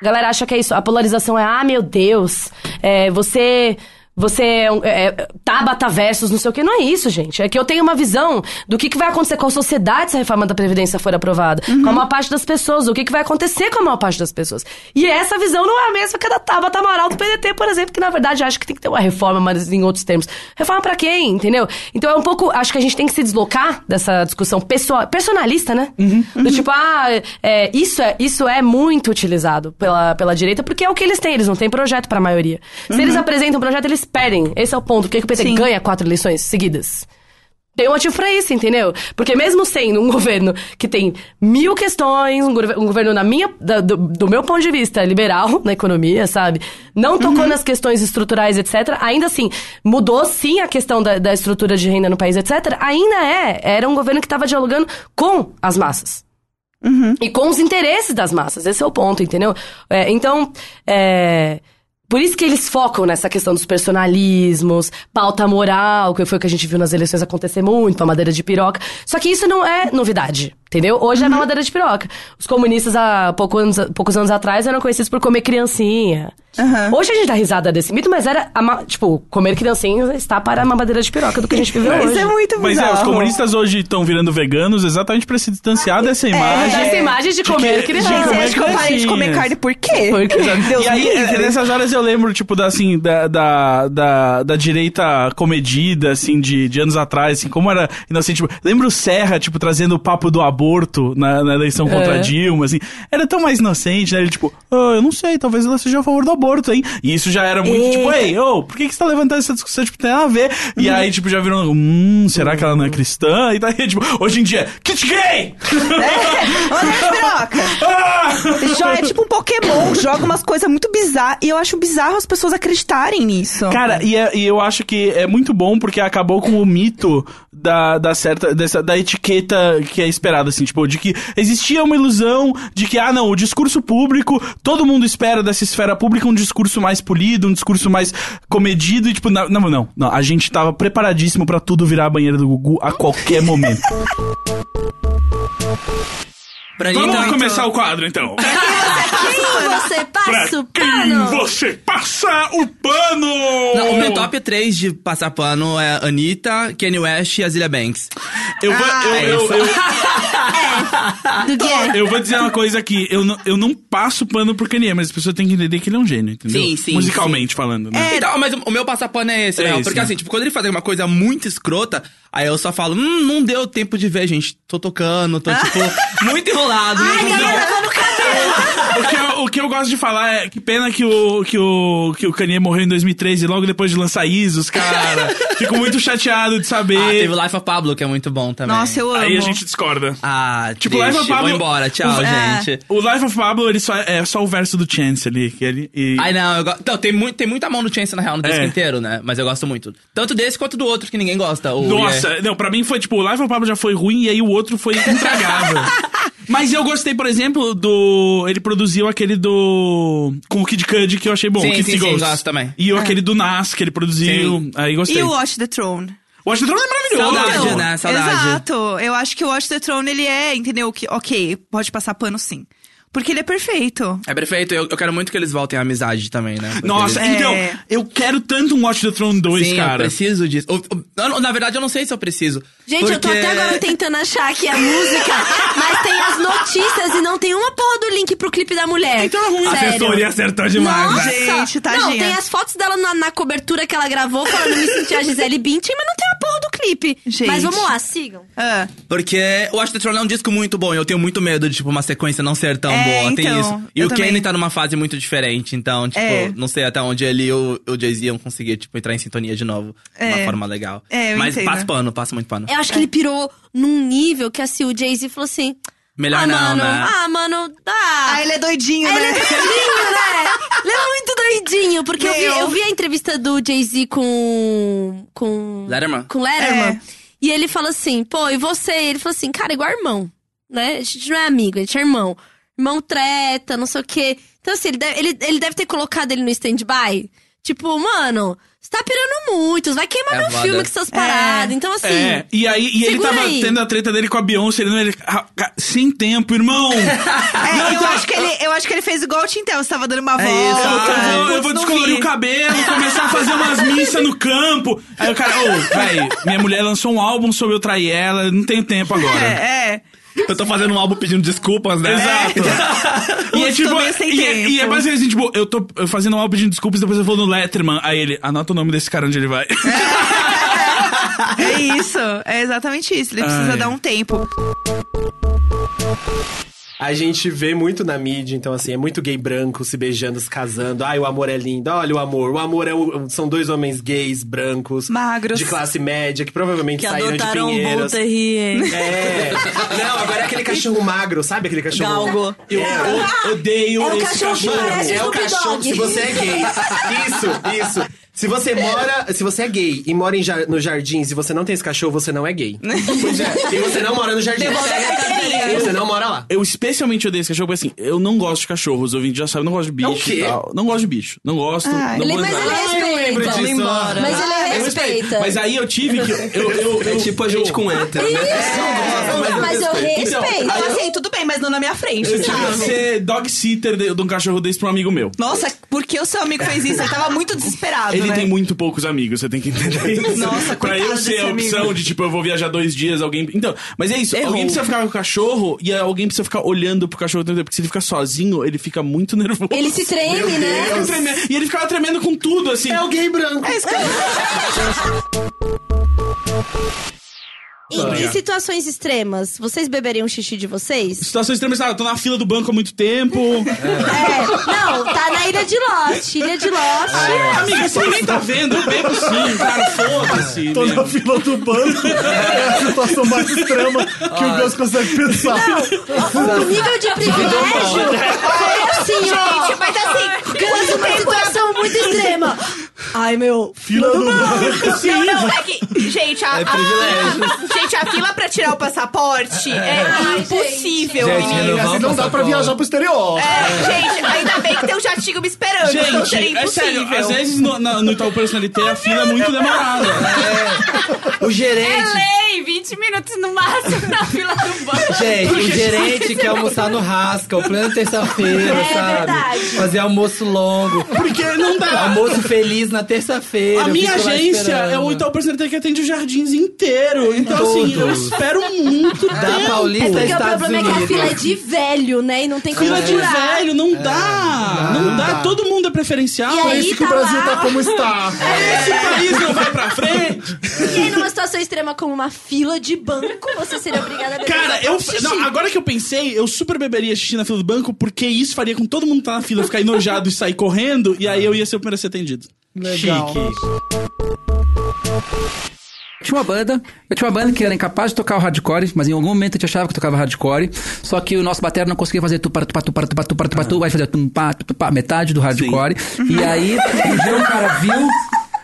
[SPEAKER 10] A galera acha que é isso. A polarização é, ah, meu Deus, é, você. Você é, um- é, é, Tabata versus não sei o que. Não é isso, gente. É que eu tenho uma visão do que, que vai acontecer com a sociedade se a reforma da Previdência for aprovada. Com a maior parte das pessoas. O que, que vai acontecer com a maior parte das pessoas. E essa visão não é a mesma que a da Tabata Amaral do PDT, por exemplo, que na verdade acha que tem que ter uma reforma, mas em outros termos. Reforma pra quem, entendeu? Então é um pouco. Acho que a gente tem que se deslocar dessa discussão pessoal, personalista, né? Do tipo, ah, é, isso, é, isso é muito utilizado pela, pela direita, porque é o que eles têm, eles não têm projeto pra maioria. Se
[SPEAKER 1] Uhum.
[SPEAKER 10] eles apresentam um projeto, eles perdem. Esse é o ponto. Por que que o PT ganha quatro eleições seguidas? Tem um motivo pra isso, entendeu? Porque mesmo sendo um governo que tem mil questões, um, gover- um governo, na minha, da- do, do meu ponto de vista, liberal na economia, sabe? Não tocou nas questões estruturais, etc. Ainda assim, mudou sim a questão da, da estrutura de renda no país, etc. Ainda é, era um governo que estava dialogando com as massas.
[SPEAKER 4] Uhum.
[SPEAKER 10] E com os interesses das massas. Esse é o ponto, entendeu? É, então, é, por isso que eles focam nessa questão dos personalismos, pauta moral, que foi o que a gente viu nas eleições acontecer muito, mamadeira de piroca. Só que isso não é novidade, entendeu? Hoje
[SPEAKER 4] Uhum.
[SPEAKER 10] é mamadeira de piroca. Os comunistas, há pouco anos- poucos anos atrás, eram conhecidos por comer criancinha.
[SPEAKER 4] Uhum.
[SPEAKER 10] Hoje a gente dá risada desse mito, mas era, a ma- tipo, comer criancinha está para a mamadeira de piroca do que a gente viveu hoje.
[SPEAKER 4] Mas é, os comunistas hoje estão virando veganos exatamente pra se distanciar dessa
[SPEAKER 23] Ah,
[SPEAKER 4] imagem.
[SPEAKER 22] É.
[SPEAKER 10] dessa imagem de comer criança.
[SPEAKER 4] de
[SPEAKER 10] Gente,
[SPEAKER 4] comer
[SPEAKER 10] acho que eu parei de comer
[SPEAKER 4] criancinhas.
[SPEAKER 10] carne
[SPEAKER 1] Por quê?
[SPEAKER 4] Exato.
[SPEAKER 1] Deus
[SPEAKER 4] e aí,
[SPEAKER 1] me
[SPEAKER 4] é,
[SPEAKER 1] livre.
[SPEAKER 4] nessas horas eu lembro, tipo, da, assim, da, da, da, da direita comedida, assim, de, de anos atrás, assim, como era inocente. Tipo, lembro o Serra, tipo, trazendo o papo do aborto na, na eleição contra
[SPEAKER 2] É.
[SPEAKER 4] Dilma, assim. Era tão mais inocente, né? Ele, tipo, "Ah, eu não sei, talvez ela seja a favor do aborto, hein? E isso já era muito, tipo, ei, ô, por que, que você tá levantando essa discussão? Tipo, tem nada a ver. E aí, tipo, já virou, hum, será que ela não é cristã? E daí, tipo, hoje em dia, kit
[SPEAKER 17] É.
[SPEAKER 4] gay! Ah!
[SPEAKER 17] Ele joga- É tipo um Pokémon, joga umas coisas muito bizarras. E eu acho bizarro as pessoas acreditarem nisso.
[SPEAKER 4] Cara, e, é- e eu acho que é muito bom porque acabou com o mito da, da certa dessa, da etiqueta que é esperada, assim, tipo, de que existia uma ilusão de que, ah, não, o discurso público, todo mundo espera dessa esfera pública um discurso mais polido, um discurso mais comedido, e tipo, na- não, não, não, a gente tava preparadíssimo pra tudo virar a banheira do Gugu a qualquer momento.
[SPEAKER 20] Pra
[SPEAKER 4] Vamos
[SPEAKER 20] então,
[SPEAKER 4] começar o quadro, então.
[SPEAKER 3] você passa o pano?
[SPEAKER 4] passa o pano!
[SPEAKER 20] Não, o meu
[SPEAKER 4] Oh.
[SPEAKER 20] top 3 de passar pano é Anitta, Kanye West e Azilia Banks. Ah, é
[SPEAKER 4] Eu vou- eu- eu- eu-
[SPEAKER 3] Do que?
[SPEAKER 4] Eu vou dizer uma coisa aqui, eu não, eu não passo pano pro Kanye, mas as pessoas têm que entender que ele é um gênio, entendeu?
[SPEAKER 20] Sim, sim,
[SPEAKER 4] Musicalmente falando,
[SPEAKER 3] É.
[SPEAKER 4] né?
[SPEAKER 20] Então, mas o- o meu passapano é esse,
[SPEAKER 4] É
[SPEAKER 20] né?
[SPEAKER 4] esse,
[SPEAKER 20] Porque
[SPEAKER 4] né?
[SPEAKER 20] assim, tipo, quando ele faz alguma coisa muito escrota, aí eu só falo, hum, não deu tempo de ver, gente. Tô tocando, tô, tipo, muito enrolado.
[SPEAKER 19] Ai,
[SPEAKER 20] não-
[SPEAKER 19] galera, tá no cabelo.
[SPEAKER 4] O que, eu, o que eu gosto de falar é que pena que o, que o, que o Kanye morreu em 2013 e logo depois de lançar Isos, cara. Fico muito chateado de saber.
[SPEAKER 20] Ah, teve o Life of Pablo, que é muito bom também.
[SPEAKER 4] Nossa, eu Aí amo. a gente discorda.
[SPEAKER 20] Ah,
[SPEAKER 4] Tipo,
[SPEAKER 20] tipo,
[SPEAKER 4] Life
[SPEAKER 20] deixa,
[SPEAKER 4] of Pablo.
[SPEAKER 20] vou embora, tchau,
[SPEAKER 4] o, é,
[SPEAKER 20] gente.
[SPEAKER 4] O Life of Pablo, ele só, é só o verso do Chance ali. Que ele, e-
[SPEAKER 20] Ai, não, eu go... Não, tem, muito, tem muita mão no Chance, na real, no disco
[SPEAKER 4] É.
[SPEAKER 20] inteiro, né? Mas eu gosto muito. Tanto desse quanto do outro que ninguém gosta. O
[SPEAKER 4] Nossa,
[SPEAKER 20] Yeah.
[SPEAKER 4] não, pra mim foi tipo, o Life of Pablo já foi ruim e aí o outro foi intragável. Mas eu gostei, por exemplo, do. Ele produziu aquele do. Com o Kid Cudi que eu achei bom.
[SPEAKER 20] Sim,
[SPEAKER 4] Kids
[SPEAKER 20] sim,
[SPEAKER 4] and
[SPEAKER 20] sim,
[SPEAKER 4] Ghosts.
[SPEAKER 20] gosto também.
[SPEAKER 4] E o
[SPEAKER 20] É.
[SPEAKER 4] aquele do Nas que ele produziu. Aí gostei.
[SPEAKER 17] E o Watch the Throne?
[SPEAKER 4] Watch the Throne é maravilhoso.
[SPEAKER 17] Então,
[SPEAKER 4] Saudade, né? Saudade.
[SPEAKER 17] Exato. Eu acho que o Watch the Throne, ele é, entendeu? Que, ok, pode passar pano sim. Porque ele é perfeito.
[SPEAKER 20] É perfeito, eu, eu quero muito que eles voltem à amizade também, né? Porque
[SPEAKER 4] Nossa,
[SPEAKER 20] eles-
[SPEAKER 4] então,
[SPEAKER 3] É.
[SPEAKER 4] eu quero tanto um Watch the Throne 2,
[SPEAKER 20] Sim, eu
[SPEAKER 4] cara.
[SPEAKER 20] preciso disso. Eu- eu- eu não- na verdade, eu não sei se eu preciso.
[SPEAKER 3] Gente, eu tô até agora tentando achar aqui a música, mas tem as notícias e não tem uma porra do link pro clipe da mulher. Então é ruim,
[SPEAKER 4] A
[SPEAKER 3] Sério.
[SPEAKER 4] assessoria acertou demais,
[SPEAKER 3] Nossa.
[SPEAKER 4] né?
[SPEAKER 17] Gente,
[SPEAKER 3] Não,
[SPEAKER 17] tadinha.
[SPEAKER 3] tem as fotos dela na, na cobertura que ela gravou falando me sentir a Gisele Bündchen, mas não tem a porra do clipe. Mas vamos lá, sigam.
[SPEAKER 20] Porque o Watch the Throne é um disco muito bom e eu tenho muito medo de, tipo, uma sequência não ser tão
[SPEAKER 3] É,
[SPEAKER 20] boa.
[SPEAKER 3] então,
[SPEAKER 20] Tem isso. E
[SPEAKER 3] eu
[SPEAKER 20] o
[SPEAKER 3] também.
[SPEAKER 20] Kenny tá numa fase muito diferente, então, tipo,
[SPEAKER 17] É.
[SPEAKER 20] não sei até onde ele e o, o Jay-Z iam conseguir, tipo, entrar em sintonia de novo. De
[SPEAKER 3] É.
[SPEAKER 20] uma forma legal.
[SPEAKER 3] É, eu
[SPEAKER 20] Mas
[SPEAKER 3] entendo.
[SPEAKER 20] passa pano, passa muito pano.
[SPEAKER 3] Eu acho que ele pirou num nível que assim, o Jay-Z falou assim.
[SPEAKER 20] Melhor
[SPEAKER 3] ah,
[SPEAKER 20] não,
[SPEAKER 3] mano,
[SPEAKER 20] né?
[SPEAKER 3] Ah, mano, dá. Ah,
[SPEAKER 17] ele é doidinho,
[SPEAKER 3] né? Ele é doidinho, né? Ele é muito doidinho, porque eu vi,
[SPEAKER 17] Meu.
[SPEAKER 3] eu vi a entrevista do Jay-Z com. com.
[SPEAKER 20] Letterman. É.
[SPEAKER 3] com
[SPEAKER 12] É.
[SPEAKER 3] Letterman. E ele fala assim, pô, e você? Ele falou assim, cara, igual irmão, né? A gente não é amigo, a gente é irmão. Irmão treta, não sei o quê. Então, assim, ele deve, ele, ele deve ter colocado ele no stand-by. Tipo, mano, você tá pirando muito, você vai queimar
[SPEAKER 4] É
[SPEAKER 3] meu
[SPEAKER 4] foda.
[SPEAKER 3] filme com essas paradas. Então, assim.
[SPEAKER 4] É, e aí e ele
[SPEAKER 3] segura
[SPEAKER 4] tava
[SPEAKER 3] aí.
[SPEAKER 4] tendo a treta dele com a Beyoncé, ele não ele, ah, ca- sem tempo, irmão.
[SPEAKER 17] É,
[SPEAKER 4] Não,
[SPEAKER 17] eu,
[SPEAKER 4] então-
[SPEAKER 17] acho que ele, eu acho que ele fez igual o Tintel, você tava dando uma
[SPEAKER 4] É
[SPEAKER 17] volta.
[SPEAKER 4] isso, eu, vou, eu
[SPEAKER 17] Putz,
[SPEAKER 4] vou
[SPEAKER 17] não
[SPEAKER 4] descolorir
[SPEAKER 17] vi.
[SPEAKER 4] o cabelo, começar a fazer umas missas no campo. Aí o cara, ô, véi, minha mulher lançou um álbum sobre eu trair ela, não tenho tempo agora.
[SPEAKER 17] É,
[SPEAKER 20] Eu tô fazendo um álbum pedindo desculpas, né?
[SPEAKER 4] Exato. E é
[SPEAKER 17] Putz,
[SPEAKER 4] tipo,
[SPEAKER 17] tô meio sem
[SPEAKER 4] e é, e é
[SPEAKER 17] tempo.
[SPEAKER 4] basicamente assim, tipo, eu tô eu fazendo um álbum pedindo desculpas, depois eu vou no Letterman, aí ele, anota o nome desse cara onde ele vai.
[SPEAKER 17] É isso, é exatamente isso. Ele precisa
[SPEAKER 18] Ai.
[SPEAKER 17] dar um tempo.
[SPEAKER 18] A gente vê muito na mídia, então assim, é muito gay branco se beijando, se casando. Ai, o amor é lindo, olha o amor. O amor é o- são dois homens gays, brancos. Magros. De classe média, que provavelmente
[SPEAKER 21] Que
[SPEAKER 18] saíram de
[SPEAKER 21] adotaram um bom
[SPEAKER 18] Pinheiros.
[SPEAKER 21] terri, hein?
[SPEAKER 18] É. Não, agora é aquele cachorro magro, sabe aquele cachorro?
[SPEAKER 21] Galgo.
[SPEAKER 18] Eu o- odeio
[SPEAKER 21] É o
[SPEAKER 18] esse
[SPEAKER 21] cachorro que parece
[SPEAKER 18] É o
[SPEAKER 21] Snoop
[SPEAKER 18] cachorro,
[SPEAKER 21] Dogg.
[SPEAKER 18] se você é gay. Isso, isso. Se você mora, se você é gay e mora em jar- nos jardins e você não tem esse cachorro, você não é gay. Pois é. E você não mora no jardim.
[SPEAKER 19] Devolve a carteirinha.
[SPEAKER 18] E você não mora lá.
[SPEAKER 4] Eu especialmente odeio esse cachorro, porque assim, eu não gosto de cachorros, os ouvintes já sabem, eu não gosto de bicho
[SPEAKER 18] o quê?
[SPEAKER 4] e tal. Não gosto de bicho. Não gosto.
[SPEAKER 18] Ah,
[SPEAKER 4] não
[SPEAKER 18] ele-
[SPEAKER 4] gosto
[SPEAKER 18] mas
[SPEAKER 4] de nada.
[SPEAKER 18] ele
[SPEAKER 4] Ah,
[SPEAKER 18] respeita.
[SPEAKER 4] eu lembro
[SPEAKER 18] Vamos
[SPEAKER 4] disso.
[SPEAKER 18] embora. Mas ele
[SPEAKER 4] Ah, eu
[SPEAKER 18] respeita.
[SPEAKER 4] respeito. Mas aí eu tive que. Eu, eu, eu,
[SPEAKER 18] É tipo a gente com hétero, né?
[SPEAKER 4] É.
[SPEAKER 18] Mas eu
[SPEAKER 4] Então, aí eu-
[SPEAKER 17] assim, tudo bem, mas não na minha frente.
[SPEAKER 4] Eu tive que
[SPEAKER 17] sabe?
[SPEAKER 4] ser dog sitter de, de um cachorro desse pra um amigo meu.
[SPEAKER 17] Nossa, por que o seu amigo fez isso? Ele tava muito desesperado,
[SPEAKER 4] Ele
[SPEAKER 17] né?
[SPEAKER 4] tem muito poucos amigos, você tem que entender isso.
[SPEAKER 17] Nossa,
[SPEAKER 4] pra
[SPEAKER 17] coitado
[SPEAKER 4] eu ser
[SPEAKER 17] desse
[SPEAKER 4] a opção
[SPEAKER 17] amigo.
[SPEAKER 4] de, tipo, eu vou viajar dois dias, alguém. Então, mas é isso.
[SPEAKER 17] Errou.
[SPEAKER 4] Alguém precisa ficar com o cachorro e alguém precisa ficar olhando pro cachorro o tempo inteiro, porque se ele ficar sozinho, ele fica muito nervoso.
[SPEAKER 3] Ele se treme,
[SPEAKER 4] Meu
[SPEAKER 3] né?
[SPEAKER 4] Deus. Ele fica tremendo. E ele ficava tremendo com tudo, assim. É
[SPEAKER 18] alguém branco.
[SPEAKER 17] É isso que eu...
[SPEAKER 12] Em, em
[SPEAKER 4] Obrigado.
[SPEAKER 12] situações extremas, vocês beberiam xixi de vocês?
[SPEAKER 4] Situações extremas, ah, eu tô na fila do banco há muito tempo.
[SPEAKER 12] É, não, tá na Ilha de Lost, Ilha de Lost.
[SPEAKER 4] É. Amigo, isso ninguém tá vendo, eu bebo sim, cara, foda-se. né?
[SPEAKER 5] Tô na fila do banco. É a situação mais extrema que o Gus consegue pensar.
[SPEAKER 12] Não, o nível de privilégio é assim, ó.
[SPEAKER 19] Gente, mas assim,
[SPEAKER 12] Gus, uma situação muito extrema. Ai, meu, fila do banco.
[SPEAKER 1] Não, não, é que. Gente, a.
[SPEAKER 12] É privilégio.
[SPEAKER 1] a- gente, a fila pra tirar o passaporte é,
[SPEAKER 19] Ai,
[SPEAKER 1] impossível,
[SPEAKER 19] gente. Gente,
[SPEAKER 1] menina.
[SPEAKER 19] renovar o Não dá pra passaporte. viajar
[SPEAKER 5] pro exterior.
[SPEAKER 1] É, gente, ainda bem que tem um jatinho me esperando, então seria
[SPEAKER 4] Gente, é
[SPEAKER 1] impossível.
[SPEAKER 4] sério, às vezes no, na, no Itaú Personalité a fila é muito demorada.
[SPEAKER 6] O gerente.
[SPEAKER 7] É lei, 20 minutos no máximo na fila do banco.
[SPEAKER 6] Gente, o gerente quer almoçar no Rasca, o plano terça-feira,
[SPEAKER 7] É
[SPEAKER 6] sabe?
[SPEAKER 7] verdade.
[SPEAKER 6] Fazer almoço longo.
[SPEAKER 4] Porque não dá.
[SPEAKER 6] Almoço feliz na terça-feira.
[SPEAKER 4] A
[SPEAKER 6] eu
[SPEAKER 4] minha
[SPEAKER 6] fico É, lá
[SPEAKER 4] agência é
[SPEAKER 6] esperando.
[SPEAKER 4] o Itaú Personalité que atende os jardins inteiro. Então, assim, eu
[SPEAKER 6] Todos.
[SPEAKER 4] espero muito
[SPEAKER 6] Da
[SPEAKER 4] tempo.
[SPEAKER 12] É
[SPEAKER 6] Paulista,
[SPEAKER 12] porque o problema é que a fila é de velho, né? E não tem como
[SPEAKER 4] Fila de
[SPEAKER 12] curar.
[SPEAKER 4] velho, não dá. Não
[SPEAKER 6] Ah.
[SPEAKER 4] dá. Todo mundo é preferencial.
[SPEAKER 12] E aí tá lá- É.
[SPEAKER 4] Esse país não vai pra frente.
[SPEAKER 12] E aí, numa situação extrema como uma fila de banco, você seria obrigada a beber
[SPEAKER 4] Cara, eu.
[SPEAKER 12] xixi.
[SPEAKER 4] não, agora que eu pensei, eu super beberia xixi na fila do banco, porque isso faria com todo mundo que tá na fila ficar enojado e sair correndo, e aí eu ia ser o primeiro a ser atendido.
[SPEAKER 11] Legal. Tinha uma banda, eu tinha uma banda que era incapaz de tocar o hardcore, mas em algum momento a gente achava que tocava hardcore, só que o nosso batera não conseguia fazer tu para tu para tu para tu para tu para tu para tu, vai fazer tum pá tu tu, pá, metade do hardcore. E aí um dia o cara viu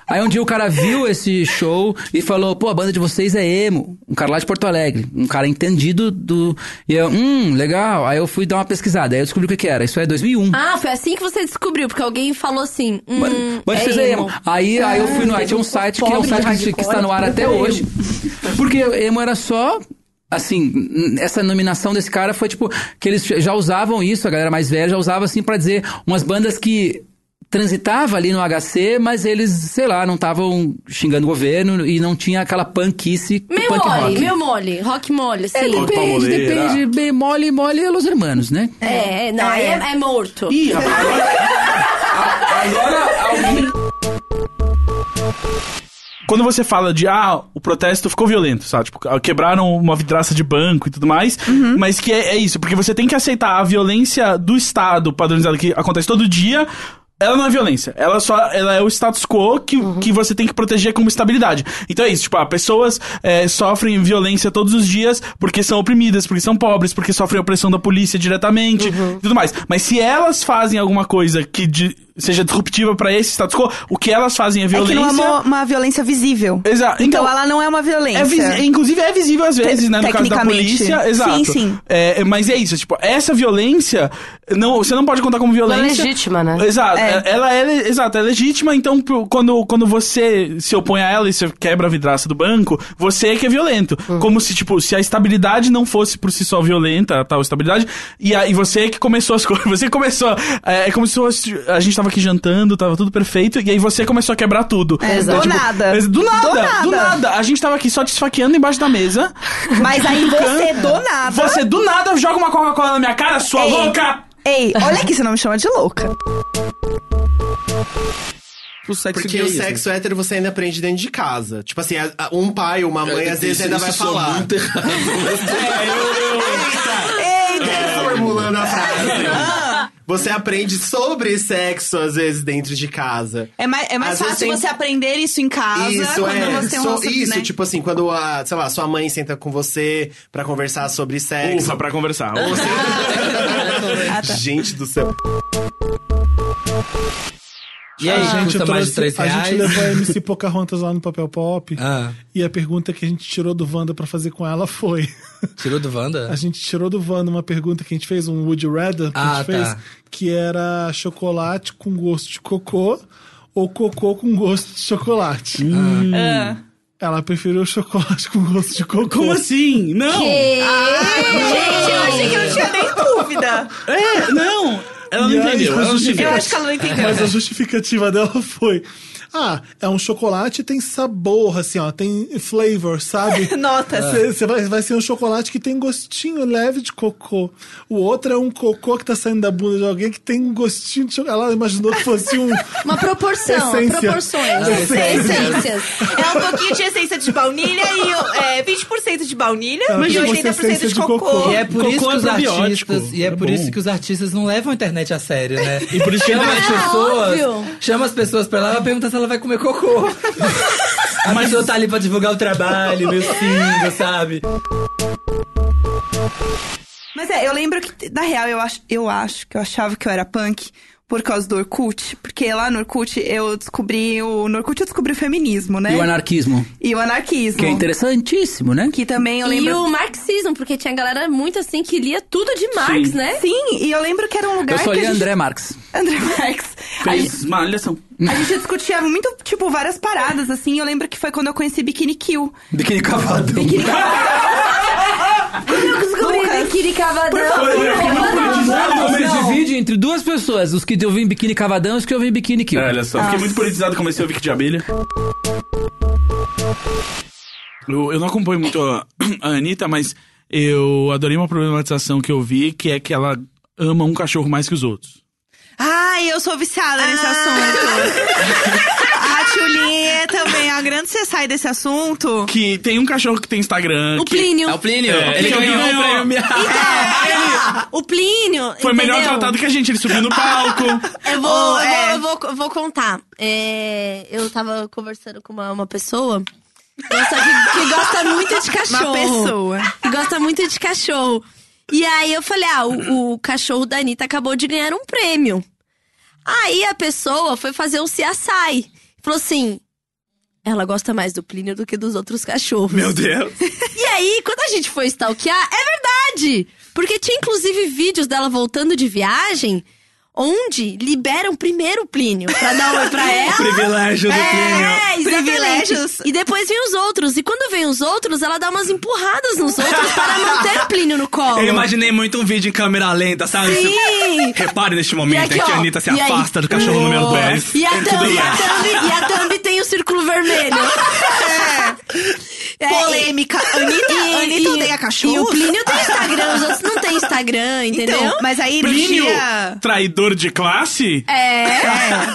[SPEAKER 11] Aí um dia o cara viu esse show e falou, pô, a banda de vocês é emo. Um cara lá de Porto Alegre, um cara entendido do... E eu, hum, legal. Aí eu fui dar uma pesquisada, aí eu descobri o que que era. Isso é 2001.
[SPEAKER 3] Ah, foi assim que você descobriu, porque alguém falou assim. Hum,
[SPEAKER 11] Mas
[SPEAKER 3] é Ah,
[SPEAKER 11] vocês é emo. Aí, aí eu fui no. Aí tinha um site que é um
[SPEAKER 3] pobre
[SPEAKER 11] site
[SPEAKER 3] de
[SPEAKER 11] que, que está no ar
[SPEAKER 3] hardcore,
[SPEAKER 11] até
[SPEAKER 3] tudo é
[SPEAKER 11] hoje. Porque emo era só. Assim, n- essa nominação desse cara foi tipo. Que eles já usavam isso, a galera mais velha já usava assim pra dizer umas bandas que transitava ali no HC, mas eles, sei lá, não estavam xingando o governo e não tinha aquela punkice que
[SPEAKER 3] Meu
[SPEAKER 11] punk
[SPEAKER 3] mole,
[SPEAKER 11] rock.
[SPEAKER 3] meu mole, rock mole, sim.
[SPEAKER 11] É, depende, depende. Bem mole, mole é Los Hermanos, né?
[SPEAKER 3] É, é, não, aí é, é morto.
[SPEAKER 11] Ih, rapaz, Agora alguém.
[SPEAKER 4] Quando você fala de, ah, o protesto ficou violento, sabe? Tipo, quebraram uma vidraça de banco e tudo mais.
[SPEAKER 17] Uhum.
[SPEAKER 4] Mas que é, é isso, porque você tem que aceitar a violência do Estado padronizado que acontece todo dia. Ela não é violência, ela só ela é o status quo que,
[SPEAKER 17] Uhum.
[SPEAKER 4] que você tem que proteger como estabilidade. Então é isso, tipo, ah, pessoas eh, sofrem violência todos os dias porque são oprimidas, porque são pobres, porque sofrem opressão da polícia diretamente
[SPEAKER 17] Uhum.
[SPEAKER 4] e tudo mais. Mas se elas fazem alguma coisa que de- seja disruptiva pra esse status quo, o que elas fazem é
[SPEAKER 17] É que
[SPEAKER 4] violência.
[SPEAKER 17] não é uma, uma violência visível.
[SPEAKER 4] Exato.
[SPEAKER 17] Então,
[SPEAKER 4] Então,
[SPEAKER 17] ela não é uma violência.
[SPEAKER 4] É visi- inclusive é visível às vezes,
[SPEAKER 17] Te-
[SPEAKER 4] né? No caso da
[SPEAKER 17] tecnicamente.
[SPEAKER 4] polícia. Exato.
[SPEAKER 17] Sim, sim.
[SPEAKER 4] É, é, mas é isso, tipo, essa violência, não, você não pode contar como violência.
[SPEAKER 10] Ela é legítima, né?
[SPEAKER 4] Exato.
[SPEAKER 10] É.
[SPEAKER 4] é- Ela é, le- exato, é legítima, então p- quando, quando você se opõe a ela e você quebra a vidraça do banco, você é que é violento.
[SPEAKER 10] Hum.
[SPEAKER 4] Como se, tipo, se a estabilidade não fosse por si só violenta, a tal estabilidade, e aí você é que começou as coisas, você começou, é, é como se fosse, a gente tava aqui jantando, tava tudo perfeito, e aí você começou a quebrar tudo.
[SPEAKER 17] É,
[SPEAKER 4] Então,
[SPEAKER 17] do
[SPEAKER 4] tipo,
[SPEAKER 17] nada.
[SPEAKER 4] mas Do
[SPEAKER 17] Do
[SPEAKER 4] nada, do
[SPEAKER 17] nada.
[SPEAKER 4] nada. A gente tava aqui só te esfaqueando embaixo da mesa.
[SPEAKER 17] Mas aí você, do nada-
[SPEAKER 4] Você do nada joga uma Coca-Cola na minha cara, sua
[SPEAKER 17] Ei,
[SPEAKER 4] louca!
[SPEAKER 17] Ei, olha aqui, você não me chama de louca.
[SPEAKER 4] O sexo
[SPEAKER 18] Porque
[SPEAKER 17] gay,
[SPEAKER 18] o
[SPEAKER 17] assim.
[SPEAKER 18] sexo hétero você ainda aprende dentro de casa. Tipo assim, a- a- um pai ou uma mãe
[SPEAKER 13] É,
[SPEAKER 18] às vezes
[SPEAKER 13] isso-
[SPEAKER 18] ainda
[SPEAKER 13] isso
[SPEAKER 18] vai
[SPEAKER 13] soa
[SPEAKER 18] falar.
[SPEAKER 13] muito errado. É,
[SPEAKER 18] Formulando a
[SPEAKER 24] Ah,
[SPEAKER 18] frase. Você aprende sobre sexo às vezes dentro de casa.
[SPEAKER 1] É mais, é mais
[SPEAKER 18] Às vezes
[SPEAKER 1] fácil
[SPEAKER 18] tem-
[SPEAKER 1] você aprender isso em casa
[SPEAKER 18] Isso,
[SPEAKER 1] quando
[SPEAKER 18] é.
[SPEAKER 1] você tem um
[SPEAKER 18] So-
[SPEAKER 1] relacionamento,
[SPEAKER 18] isso,
[SPEAKER 1] né?
[SPEAKER 18] tipo assim, quando a, sei lá, sua mãe senta com você pra conversar sobre sexo.
[SPEAKER 4] Ufa, pra conversar.
[SPEAKER 18] Ou você-
[SPEAKER 1] Ah, tá.
[SPEAKER 18] Gente do céu.
[SPEAKER 6] E
[SPEAKER 18] Ah,
[SPEAKER 6] aí,
[SPEAKER 5] A gente
[SPEAKER 6] custa mais de
[SPEAKER 5] trouxe-
[SPEAKER 6] 3
[SPEAKER 5] A gente
[SPEAKER 6] reais?
[SPEAKER 5] levou a MC Pocahontas lá no Papel Pop.
[SPEAKER 6] Ah.
[SPEAKER 5] E a pergunta que a gente tirou do Wanda pra fazer com ela foi...
[SPEAKER 6] Tirou do Wanda?
[SPEAKER 5] A gente tirou do Wanda uma pergunta que a gente fez, um Would You Rather que a gente
[SPEAKER 6] Ah, tá.
[SPEAKER 5] fez, que era chocolate com gosto de cocô ou cocô com gosto de chocolate.
[SPEAKER 4] Hum.
[SPEAKER 5] É.
[SPEAKER 1] Ah.
[SPEAKER 5] Ela preferiu chocolate com gosto de cocô.
[SPEAKER 4] É. Como assim? Não!
[SPEAKER 1] Ah, gente, eu achei que eu não tinha nem dúvida.
[SPEAKER 4] É, não!
[SPEAKER 5] Ela
[SPEAKER 25] não entendeu, ela não entendeu. Eu acho que
[SPEAKER 1] ela não entendeu.
[SPEAKER 5] Mas a justificativa dela foi... Ah, é um chocolate, tem sabor, assim, ó, tem flavor, sabe?
[SPEAKER 1] Notas.
[SPEAKER 5] Você vai, vai ser um chocolate que tem gostinho leve de cocô. O outro é um cocô que tá saindo da bunda de alguém que tem um gostinho de chocolate. Ela imaginou que fosse um.
[SPEAKER 26] Uma proporção,
[SPEAKER 5] Essência.
[SPEAKER 26] proporções.
[SPEAKER 5] Essência.
[SPEAKER 26] Essências.
[SPEAKER 11] É um pouquinho de essência de baunilha e é, 20% de baunilha e 80% é de, cocô.
[SPEAKER 6] E é por
[SPEAKER 11] Cocô
[SPEAKER 6] isso que
[SPEAKER 11] é
[SPEAKER 6] os
[SPEAKER 11] probiótico.
[SPEAKER 6] artistas, e é por isso que os artistas não levam a internet a sério, né?
[SPEAKER 11] E por isso que
[SPEAKER 6] chama
[SPEAKER 11] não é.
[SPEAKER 6] as
[SPEAKER 11] É
[SPEAKER 6] pessoas,
[SPEAKER 11] óbvio.
[SPEAKER 6] chama as pessoas pra lá e pergunta se ela vai comer cocô. A Mas eu tá ali pra divulgar o trabalho, meu single, sabe?
[SPEAKER 24] Mas é, eu lembro que, na real, eu acho, eu acho que eu achava que eu era punk por causa do Orkut. Porque lá no Orkut eu descobri. O, no Orkut eu descobri o feminismo, né?
[SPEAKER 11] E o anarquismo.
[SPEAKER 24] E o anarquismo.
[SPEAKER 11] Que é interessantíssimo, né?
[SPEAKER 24] Que também eu
[SPEAKER 3] E
[SPEAKER 24] lembro.
[SPEAKER 3] o marxismo, porque tinha galera muito assim que lia tudo de Marx,
[SPEAKER 11] Sim.
[SPEAKER 3] né?
[SPEAKER 24] Sim, e eu lembro que era um lugar
[SPEAKER 11] Eu sou
[SPEAKER 24] que a
[SPEAKER 11] ali
[SPEAKER 24] gente-
[SPEAKER 11] André Marx.
[SPEAKER 24] André Marx.
[SPEAKER 11] Fez malhação.
[SPEAKER 24] A gente discutia muito, tipo, várias paradas, assim. Eu lembro que foi quando eu conheci Bikini Kill.
[SPEAKER 11] Biquíni cavado. Biquíni
[SPEAKER 24] Como eu descobri
[SPEAKER 3] Biquíni Cavadão?
[SPEAKER 24] Por favor,
[SPEAKER 11] Você divide entre duas pessoas, os que ouvem biquíni cavadão e os que ouvem biquíni kill.
[SPEAKER 4] É, Olha só, fiquei muito politizado, comecei a ouvir que de abelha. Eu, eu não acompanho muito a, a Anitta, mas eu adorei uma problematização que eu vi, que é que ela ama um cachorro mais que os outros.
[SPEAKER 11] Ai, eu sou viciada
[SPEAKER 24] nesse
[SPEAKER 3] Ah.
[SPEAKER 24] assunto. a Tchulinha também. A grande você sai desse assunto.
[SPEAKER 4] Que tem um cachorro que tem Instagram.
[SPEAKER 3] O
[SPEAKER 4] que-
[SPEAKER 3] Plínio. É o
[SPEAKER 4] Plínio.
[SPEAKER 3] Ele ganhou
[SPEAKER 20] É um
[SPEAKER 3] o prêmio
[SPEAKER 24] Ah,
[SPEAKER 3] O Plínio.
[SPEAKER 4] Foi melhor
[SPEAKER 3] entendeu?
[SPEAKER 4] tratado que a gente, ele subiu no palco.
[SPEAKER 3] Eu vou, eu,
[SPEAKER 4] Oh, é.
[SPEAKER 3] vou, eu vou- eu vou contar. É, eu tava conversando com uma, uma pessoa gosta de- que gosta muito de cachorro.
[SPEAKER 1] Uma pessoa.
[SPEAKER 3] Que Gosta muito de cachorro. E aí eu falei: ah, o, o cachorro da Anitta acabou de ganhar um prêmio. Aí a pessoa foi fazer um CSI. Falou assim: ela gosta mais do Plínio do que dos outros cachorros.
[SPEAKER 4] Meu Deus.
[SPEAKER 3] E aí, quando a gente foi stalkear, é verdade! Porque tinha inclusive vídeos dela voltando de viagem, onde liberam primeiro o Plínio pra dar oi pra ela.
[SPEAKER 10] Privilégio do
[SPEAKER 3] É,
[SPEAKER 10] Plínio.
[SPEAKER 3] exatamente.
[SPEAKER 10] Privilégios.
[SPEAKER 3] E depois vem os outros. E quando vem os outros, ela dá umas empurradas nos outros para manter o Plínio no colo.
[SPEAKER 20] Eu imaginei muito um vídeo em câmera lenta, sabe?
[SPEAKER 3] Sim!
[SPEAKER 20] Repare neste momento
[SPEAKER 3] E aqui,
[SPEAKER 20] em que a
[SPEAKER 3] ó,
[SPEAKER 20] Anitta se
[SPEAKER 3] e aí?
[SPEAKER 20] afasta do cachorro número
[SPEAKER 3] Nossa.
[SPEAKER 20] 10.
[SPEAKER 3] E é? a
[SPEAKER 20] Tudo
[SPEAKER 3] thumb, e a
[SPEAKER 20] bem.
[SPEAKER 3] thumb, e a thumb tem o círculo vermelho. É.
[SPEAKER 11] Polêmica.
[SPEAKER 1] Anitta- Anitta odeia
[SPEAKER 3] E o
[SPEAKER 1] cachorro?
[SPEAKER 3] Plínio tem Instagram, os outros não tem Instagram, entendeu?
[SPEAKER 1] Então, mas aí no
[SPEAKER 4] Plínio,
[SPEAKER 1] dia...
[SPEAKER 4] traidor de classe?
[SPEAKER 1] É.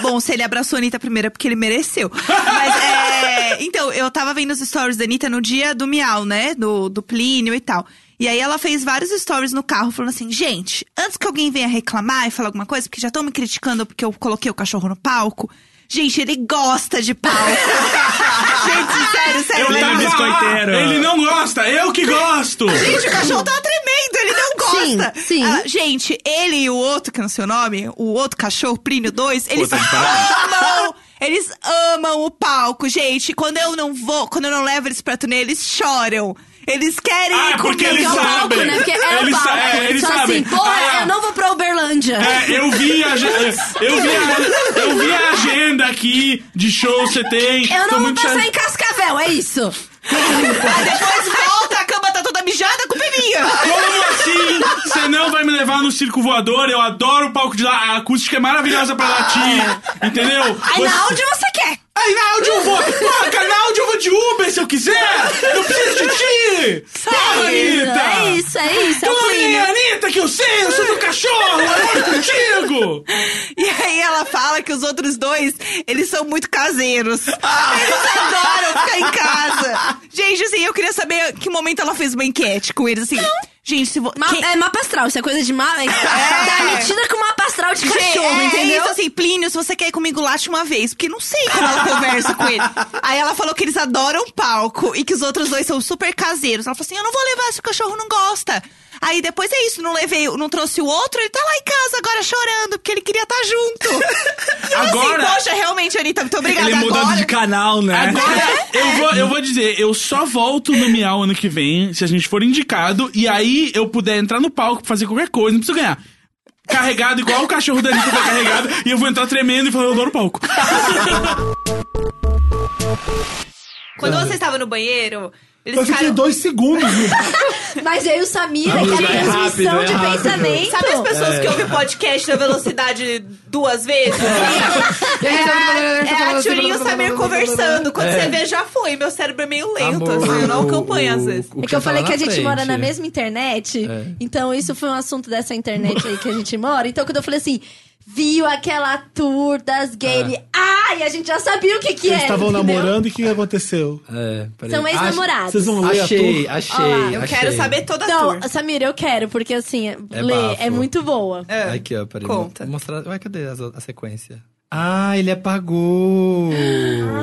[SPEAKER 1] Bom, se ele abraçou a Anitta primeiro é porque ele mereceu. Mas é. Então, eu tava vendo os stories da Anitta no dia do Miau, né? Do, do Plínio e tal. E aí ela fez vários stories no carro falando assim: gente, antes que alguém venha reclamar e falar alguma coisa, porque já estão me criticando porque eu coloquei o cachorro no palco. Gente, ele gosta de palco. gente, sério, sério.
[SPEAKER 4] Eu
[SPEAKER 1] ele
[SPEAKER 4] tava
[SPEAKER 1] biscoiteiro.
[SPEAKER 4] lá, Ah, Ele não gosta, eu que gosto.
[SPEAKER 1] Gente, o cachorro tava tremendo, ele não gosta. Sim, gente, ele e o outro, que eu não sei o nome, o outro cachorro, Plínio 2, eles
[SPEAKER 10] tá de parabéns.
[SPEAKER 1] amam! Eles amam o palco, gente. Quando eu não vou, quando eu não levo eles pra turnê, eles choram. Eles querem ir comigo.
[SPEAKER 4] Ah, é porque eles
[SPEAKER 1] ao palco,
[SPEAKER 4] sabem.
[SPEAKER 1] né? Porque era o
[SPEAKER 4] Eles
[SPEAKER 1] palco.
[SPEAKER 4] sa- é, eles
[SPEAKER 1] Só assim,
[SPEAKER 4] sabem.
[SPEAKER 1] porra,
[SPEAKER 4] Ah,
[SPEAKER 3] Então, Eu não vou pra Uberlândia.
[SPEAKER 4] É, eu vi a ge- eu vi a, eu vi a agenda aqui de show que você tem.
[SPEAKER 3] Eu não
[SPEAKER 4] Tô
[SPEAKER 3] vou
[SPEAKER 4] muito
[SPEAKER 3] passar
[SPEAKER 4] chate-
[SPEAKER 3] em Cascavel, é isso.
[SPEAKER 4] assim?
[SPEAKER 1] Aí Ah, depois volta, a cama tá toda mijada com peninha.
[SPEAKER 4] Como assim? Você não vai me levar no circo voador? Eu adoro o palco de lá. A acústica é maravilhosa pra latir. Entendeu?
[SPEAKER 3] Aí na áudio você quer.
[SPEAKER 4] Aí na áudio eu vou. Porra, na áudio eu vou de Uber se eu quiser. Eu preciso de ti. Porra,
[SPEAKER 3] É isso,
[SPEAKER 4] Anitta.
[SPEAKER 3] é isso, é isso, é o
[SPEAKER 4] Toma aí,
[SPEAKER 3] Plínio.
[SPEAKER 4] Anitta, que eu sei. Eu sou do cachorro. Eu vou contigo.
[SPEAKER 1] E aí ela fala que os outros dois, eles são muito caseiros. Eles adoram ficar em casa. Gente, assim, eu queria saber que momento ela fez uma enquete com eles, assim. Gente, se vo... quem-
[SPEAKER 3] É mapa astral, isso é coisa de mapa. É. Tá metida com mapa astral de
[SPEAKER 1] Gente,
[SPEAKER 3] cachorro,
[SPEAKER 1] é
[SPEAKER 3] entendeu?
[SPEAKER 1] Isso, assim, Plínio, se você quer ir comigo, late uma vez. Porque não sei como ela conversa com ele. Aí ela falou que eles adoram palco e que os outros dois são super caseiros. Ela falou assim, eu não vou levar se o cachorro não gosta. Aí depois é isso, não levei, não trouxe o outro, ele tá lá em casa agora chorando, porque ele queria estar junto. E eu
[SPEAKER 4] Agora-
[SPEAKER 1] assim, poxa, realmente, Anitta, muito obrigada.
[SPEAKER 20] Ele muda
[SPEAKER 1] agora...
[SPEAKER 20] de canal, né?
[SPEAKER 4] Agora, eu vou, eu vou dizer, eu só volto no Miau ano que vem, se a gente for indicado, e aí eu puder entrar no palco, fazer qualquer coisa, não preciso ganhar. Carregado, igual o cachorro da Anitta foi carregado, e eu vou entrar tremendo e falar, eu adoro o palco.
[SPEAKER 11] Quando
[SPEAKER 1] você estava no banheiro,
[SPEAKER 5] eu fiquei dois segundos.
[SPEAKER 3] Mas eu e o Samir,
[SPEAKER 5] Vamos,
[SPEAKER 3] aquela
[SPEAKER 5] é rápido,
[SPEAKER 3] transmissão
[SPEAKER 5] é
[SPEAKER 3] de
[SPEAKER 5] rápido.
[SPEAKER 3] pensamento.
[SPEAKER 1] Sabe as pessoas
[SPEAKER 5] É.
[SPEAKER 1] que ouvem podcast na velocidade duas vezes?
[SPEAKER 3] É.
[SPEAKER 1] é, a- é a Tchulinha e o Samir conversando. assim, Quando
[SPEAKER 3] É.
[SPEAKER 1] você vê, já foi. Meu cérebro é meio lento,
[SPEAKER 3] Amor,
[SPEAKER 1] assim, eu não
[SPEAKER 3] o-
[SPEAKER 1] acompanho às vezes.
[SPEAKER 3] É que eu falei que a gente mora na
[SPEAKER 1] mesma.
[SPEAKER 3] mesma internet,
[SPEAKER 1] É.
[SPEAKER 3] então isso foi um assunto dessa internet aí que a gente mora. Então quando eu falei assim, viu aquela tour das gays, ele, ai, a gente já sabia o que que
[SPEAKER 5] Eles
[SPEAKER 3] era.
[SPEAKER 5] estavam
[SPEAKER 3] entendeu?
[SPEAKER 5] namorando e o que aconteceu?
[SPEAKER 3] São ex-namorados.
[SPEAKER 5] Vocês vão ler a tour?
[SPEAKER 3] Ó lá.
[SPEAKER 5] achei.
[SPEAKER 1] toda
[SPEAKER 3] Não, Samir, eu quero, porque assim,
[SPEAKER 6] É
[SPEAKER 3] ler
[SPEAKER 6] bafo.
[SPEAKER 3] é muito boa.
[SPEAKER 6] Aqui, ó, peraí.
[SPEAKER 3] Conta.
[SPEAKER 6] Vou mostrar. Ué, cadê as- a, sequência? Ah, ele apagou.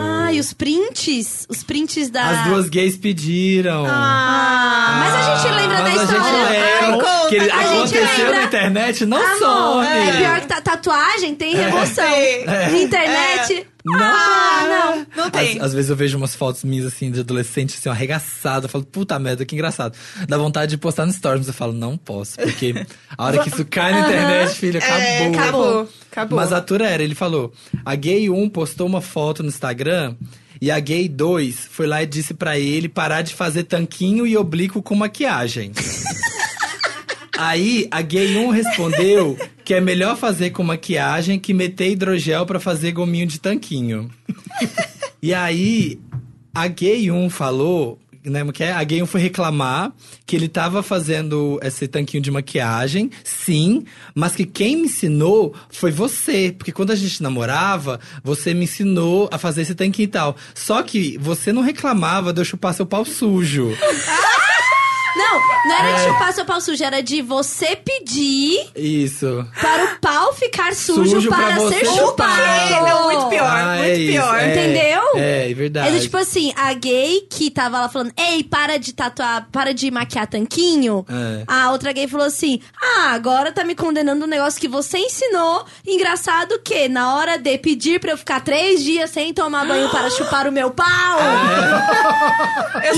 [SPEAKER 3] Ah, e os prints? Os prints da.
[SPEAKER 6] As duas gays pediram.
[SPEAKER 3] Ah, mas a gente lembra da
[SPEAKER 6] Mas a
[SPEAKER 3] história.
[SPEAKER 6] gente
[SPEAKER 3] Ai,
[SPEAKER 6] lembra
[SPEAKER 3] conta.
[SPEAKER 6] que ele
[SPEAKER 3] A gente
[SPEAKER 6] aconteceu
[SPEAKER 3] lembra.
[SPEAKER 6] na internet, não
[SPEAKER 3] Amor,
[SPEAKER 6] some.
[SPEAKER 3] É pior que ta- tatuagem tem
[SPEAKER 6] É.
[SPEAKER 3] remoção.
[SPEAKER 6] É.
[SPEAKER 3] Internet. Ah, não. Não
[SPEAKER 6] Às, às vezes eu vejo umas fotos minhas assim de adolescente, assim, ó, arregaçado. Eu falo, puta merda, que engraçado. Dá vontade de postar no Stories, mas eu falo, não posso, porque a hora que isso cai na
[SPEAKER 1] Aham.
[SPEAKER 6] internet, filho, acabou.
[SPEAKER 1] É, acabou, acabou.
[SPEAKER 6] Mas a Tura era, ele falou: a gay 1 postou uma foto no Instagram. E a gay 2 foi lá e disse pra ele parar de fazer tanquinho e oblíquo com maquiagem. Aí a gay 1 respondeu que é melhor fazer com maquiagem que meter hidrogel pra fazer gominho de tanquinho. E aí a gay 1 falou, né, como que é? a gay 1 foi reclamar que ele tava fazendo esse tanquinho de maquiagem, sim, mas que quem me ensinou foi você, porque quando a gente namorava, você me ensinou a fazer esse tanquinho e tal. Só que você não reclamava de eu chupar seu pau sujo.
[SPEAKER 3] Não, não era de
[SPEAKER 6] É.
[SPEAKER 3] chupar seu pau sujo, era de você pedir
[SPEAKER 6] Isso.
[SPEAKER 3] para o pau ficar sujo,
[SPEAKER 6] Sujo pra
[SPEAKER 3] para
[SPEAKER 6] você
[SPEAKER 3] ser
[SPEAKER 6] chupar.
[SPEAKER 3] chupado.
[SPEAKER 6] É, Não, muito pior, Ah, muito é isso, pior. é,
[SPEAKER 3] Entendeu?
[SPEAKER 6] é, é verdade.
[SPEAKER 3] É tipo assim, a gay que tava lá falando, ei, para de tatuar, para de maquiar tanquinho.
[SPEAKER 6] É.
[SPEAKER 3] A outra gay falou assim: Ah, agora tá me condenando um negócio que você ensinou. Engraçado que na hora de pedir pra eu ficar três dias sem tomar banho para chupar o meu pau.
[SPEAKER 1] Eu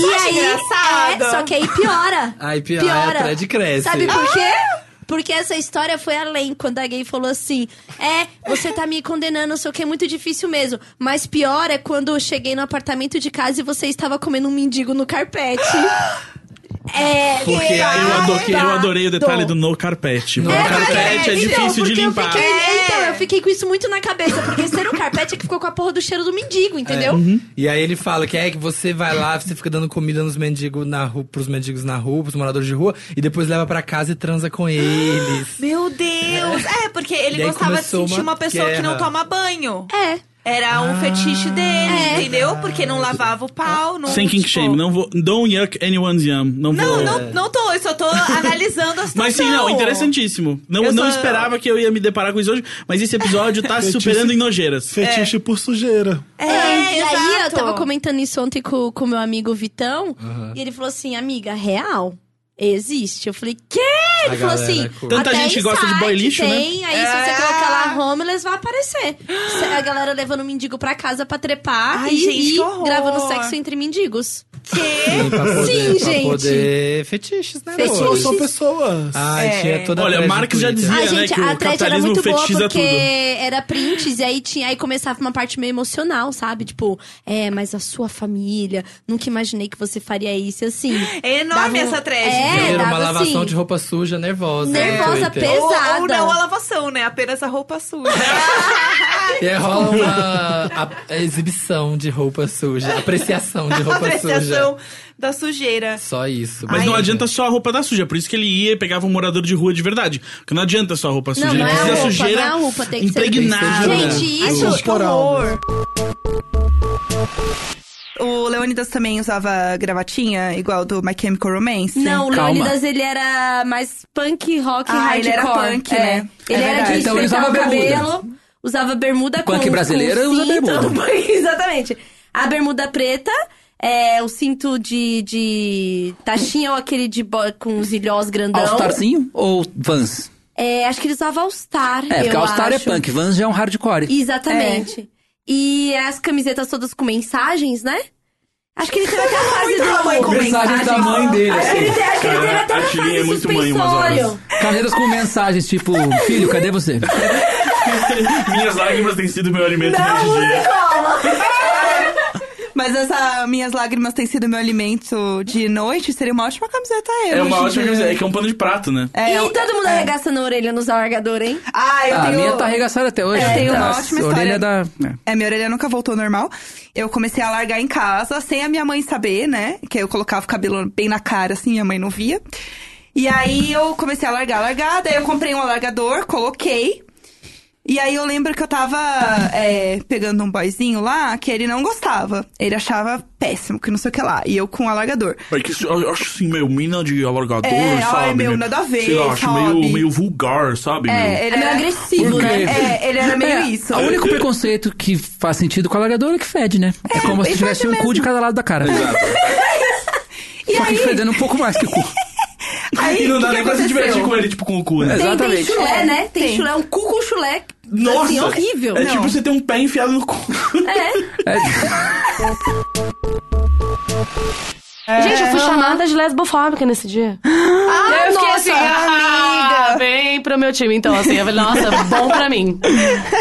[SPEAKER 6] É.
[SPEAKER 1] só
[SPEAKER 3] e
[SPEAKER 1] acho
[SPEAKER 3] aí,
[SPEAKER 1] engraçado.
[SPEAKER 3] É, só que aí piora.
[SPEAKER 6] Aí pior, aí
[SPEAKER 4] é
[SPEAKER 6] a thread cresce.
[SPEAKER 3] Sabe
[SPEAKER 4] Ah!
[SPEAKER 3] por quê? Porque essa história foi além, quando a gay falou assim: É, você tá me condenando, não sei o que, é muito difícil mesmo. Mas pior é quando eu cheguei no apartamento de casa e você estava comendo um mendigo no carpete. É.
[SPEAKER 4] Porque eu adorei, eu adorei o detalhe do no carpete. No carpete é,
[SPEAKER 3] então,
[SPEAKER 4] difícil de
[SPEAKER 3] porque eu
[SPEAKER 4] limpar.
[SPEAKER 3] fiquei-
[SPEAKER 6] É.
[SPEAKER 3] Então, eu fiquei com isso muito na cabeça, porque ser um carpete é que ficou com a porra do cheiro do mendigo, entendeu?
[SPEAKER 6] É. E aí ele fala que é que você vai lá, você fica dando comida nos mendigos na rua, pros mendigos na rua, pros moradores de rua, e depois leva pra casa e transa com eles.
[SPEAKER 1] Meu Deus! É, porque ele
[SPEAKER 6] E aí
[SPEAKER 1] gostava de
[SPEAKER 6] começou
[SPEAKER 1] sentir uma,
[SPEAKER 6] uma
[SPEAKER 1] pessoa que não
[SPEAKER 6] guerra.
[SPEAKER 1] toma banho.
[SPEAKER 3] É.
[SPEAKER 1] Era um fetiche dele, É. entendeu? Porque não lavava o pau, não.
[SPEAKER 4] Sem kink shame, não vou. Don't yuck anyone's yum. Não,
[SPEAKER 1] Não,
[SPEAKER 4] vou. É.
[SPEAKER 1] não, não tô, eu só tô analisando a situação.
[SPEAKER 4] Mas sim, não, interessantíssimo. Não,
[SPEAKER 1] Eu
[SPEAKER 4] não
[SPEAKER 1] só-
[SPEAKER 4] esperava que eu ia me deparar com isso hoje, mas esse episódio tá se
[SPEAKER 5] Fetiche-
[SPEAKER 4] superando em nojeiras.
[SPEAKER 5] Fetiche por sujeira.
[SPEAKER 3] É, e aí eu tava comentando isso ontem com o meu amigo Vitão,
[SPEAKER 5] Aham.
[SPEAKER 3] e ele falou assim, amiga, real? Existe. Eu falei, quê? Ele
[SPEAKER 4] A
[SPEAKER 3] falou
[SPEAKER 4] galera
[SPEAKER 3] assim.
[SPEAKER 4] é cool. Tanta
[SPEAKER 3] até
[SPEAKER 4] gente que gosta de
[SPEAKER 3] site
[SPEAKER 4] boy lixo, né?
[SPEAKER 3] tem, Aí se você
[SPEAKER 1] É.
[SPEAKER 3] colocar lá homeless, vai aparecer. Se- A galera levando mendigo pra casa pra trepar
[SPEAKER 1] Ai,
[SPEAKER 3] e,
[SPEAKER 1] gente, que
[SPEAKER 3] e
[SPEAKER 1] horror.
[SPEAKER 3] gravando sexo entre mendigos.
[SPEAKER 6] Sim, pra poder,
[SPEAKER 3] Sim,
[SPEAKER 6] pra
[SPEAKER 3] gente.
[SPEAKER 6] poder fetiches, né?
[SPEAKER 3] Fetiches.
[SPEAKER 6] amor?
[SPEAKER 3] São
[SPEAKER 5] pessoas.
[SPEAKER 6] Ai,
[SPEAKER 3] É.
[SPEAKER 6] tinha toda a
[SPEAKER 4] Olha,
[SPEAKER 6] thread
[SPEAKER 4] Marx
[SPEAKER 6] no
[SPEAKER 4] já
[SPEAKER 6] Twitter.
[SPEAKER 4] dizia,
[SPEAKER 3] Ai, gente,
[SPEAKER 4] né,
[SPEAKER 3] a
[SPEAKER 4] que o
[SPEAKER 3] thread era
[SPEAKER 4] capitalismo
[SPEAKER 3] muito boa
[SPEAKER 4] fetichiza
[SPEAKER 3] porque
[SPEAKER 4] tudo.
[SPEAKER 3] era prints e aí, tinha, aí começava uma parte meio emocional, sabe? Tipo, é, mas a sua família, nunca imaginei que você faria isso e assim.
[SPEAKER 1] É enorme
[SPEAKER 3] dava um-
[SPEAKER 1] essa thread.
[SPEAKER 3] É,
[SPEAKER 6] Era uma
[SPEAKER 3] dava
[SPEAKER 6] lavação
[SPEAKER 3] assim,
[SPEAKER 6] de roupa suja nervosa. né, no
[SPEAKER 3] Nervosa,
[SPEAKER 6] Twitter.
[SPEAKER 3] pesa-
[SPEAKER 1] Ou, ou
[SPEAKER 3] Pesada.
[SPEAKER 1] não a lavação, né? Apenas a roupa suja.
[SPEAKER 6] E aí rola uma a- exibição de roupa suja, apreciação de roupa suja.
[SPEAKER 1] Apreciação da sujeira.
[SPEAKER 6] Só isso.
[SPEAKER 4] Mas
[SPEAKER 1] Ai.
[SPEAKER 4] não adianta só a roupa da suja, por isso que ele ia e pegava um morador de rua de verdade. Porque não adianta só a roupa suja,
[SPEAKER 3] Não,
[SPEAKER 4] ele
[SPEAKER 3] não é a
[SPEAKER 4] precisa da
[SPEAKER 3] roupa,
[SPEAKER 4] sujeira
[SPEAKER 3] não é a roupa, tem que ser-
[SPEAKER 4] impregnada.
[SPEAKER 3] Tem que ser- Gente, isso-
[SPEAKER 4] Ai,
[SPEAKER 3] que horror.
[SPEAKER 27] O Leonidas também usava gravatinha, igual do My Chemical Romance?
[SPEAKER 28] Não, o Calma. Leônidas,
[SPEAKER 3] é
[SPEAKER 27] ele era mais punk rock
[SPEAKER 28] hardcore.
[SPEAKER 27] Ah, ele era punk,
[SPEAKER 28] É.
[SPEAKER 27] né?
[SPEAKER 28] Ele
[SPEAKER 27] É
[SPEAKER 28] era
[SPEAKER 27] verdade.
[SPEAKER 28] de
[SPEAKER 27] Então ele
[SPEAKER 28] estreitar
[SPEAKER 27] usava
[SPEAKER 28] o
[SPEAKER 27] bermuda.
[SPEAKER 28] cabelo,
[SPEAKER 3] usava bermuda
[SPEAKER 28] com
[SPEAKER 11] Punk brasileira
[SPEAKER 28] com
[SPEAKER 11] usa
[SPEAKER 28] cinto.
[SPEAKER 11] bermuda.
[SPEAKER 28] Exatamente.
[SPEAKER 3] A bermuda preta, é, o cinto de, de taxinha ou aquele de bo- com os ilhós grandão.
[SPEAKER 11] All-Starzinho ou Vans?
[SPEAKER 3] É, acho que ele usava All-Star.
[SPEAKER 11] É, porque
[SPEAKER 3] eu
[SPEAKER 11] All-Star é
[SPEAKER 3] acho.
[SPEAKER 11] punk, Vans já é um hardcore.
[SPEAKER 3] Exatamente.
[SPEAKER 27] É.
[SPEAKER 3] E as camisetas todas com mensagens, né? Acho que ele teve até a fase do...
[SPEAKER 11] mãe com Mensagem da mãe dele,
[SPEAKER 3] Acho que ele
[SPEAKER 11] assim.
[SPEAKER 3] teve, acho que ele teve até
[SPEAKER 11] Cara,
[SPEAKER 3] a
[SPEAKER 11] a
[SPEAKER 3] fase
[SPEAKER 11] Tirinha é muito mãe umas
[SPEAKER 3] suspensório.
[SPEAKER 11] Carreiras com mensagens tipo, filho, cadê você?
[SPEAKER 7] é
[SPEAKER 4] Minhas lágrimas têm sido meu alimento
[SPEAKER 11] Não
[SPEAKER 4] neste
[SPEAKER 11] use
[SPEAKER 4] dia.
[SPEAKER 27] Mas
[SPEAKER 7] Mas essa Minhas Lágrimas Tem Sido Meu Alimento de Noite seria uma ótima camiseta eu. hoje
[SPEAKER 4] É uma
[SPEAKER 7] em
[SPEAKER 4] ótima
[SPEAKER 7] dia.
[SPEAKER 4] camiseta, é que é um pano de prato, né?
[SPEAKER 7] É,
[SPEAKER 3] e
[SPEAKER 7] eu-
[SPEAKER 3] todo mundo arregaça na orelha nos largador, hein?
[SPEAKER 7] Ah, eu
[SPEAKER 11] Ah, a
[SPEAKER 7] tenho...
[SPEAKER 11] minha tá arregaçada até hoje. né?
[SPEAKER 7] É, tem uma
[SPEAKER 11] Nossa,
[SPEAKER 7] ótima
[SPEAKER 11] a
[SPEAKER 7] história.
[SPEAKER 11] orelha da... é.
[SPEAKER 7] É, minha orelha nunca voltou ao normal. Eu comecei a largar em casa, sem a minha mãe saber, né? Que eu colocava o cabelo bem na cara, assim, minha mãe não via. E aí eu comecei a largar, largar. Daí eu comprei um alargador, coloquei. E aí eu lembro que eu tava é, pegando um boyzinho lá que ele não gostava. Ele achava péssimo, que não sei o que lá. E eu com um alargador.
[SPEAKER 4] É que isso- eu acho assim, meio mina de alargador,
[SPEAKER 7] É, ai,
[SPEAKER 4] sabe?
[SPEAKER 7] meu, nada a ver,
[SPEAKER 4] Sei lá, acho
[SPEAKER 7] sabe?
[SPEAKER 4] meio, meio vulgar, sabe? meu?
[SPEAKER 7] É, ele era agressivo, né? É, ele era meio isso.
[SPEAKER 11] O
[SPEAKER 4] É.
[SPEAKER 11] único preconceito que faz sentido com a largador é que fede, né? É, como se tivesse um cu de cada lado da cara. Só que fedendo um pouco mais que o cu.
[SPEAKER 7] Aí,
[SPEAKER 4] e não dá
[SPEAKER 7] que
[SPEAKER 4] nem
[SPEAKER 7] que
[SPEAKER 4] pra se divertir
[SPEAKER 7] aconteceu?
[SPEAKER 4] com ele, tipo, com o cu, né?
[SPEAKER 3] Tem, tem chulé, né? Tem,
[SPEAKER 7] Tem.
[SPEAKER 3] chulé, um cu com chulé.
[SPEAKER 4] Nossa!
[SPEAKER 3] Assim, horrível. É.
[SPEAKER 4] É tipo você ter um pé enfiado no cu.
[SPEAKER 23] É.
[SPEAKER 10] Gente, eu fui chamada de lesbofóbica nesse dia. Ah, eu fiquei
[SPEAKER 29] nossa,
[SPEAKER 10] assim, ah, bem pro meu time. Então, assim, eu falei, nossa, bom pra mim.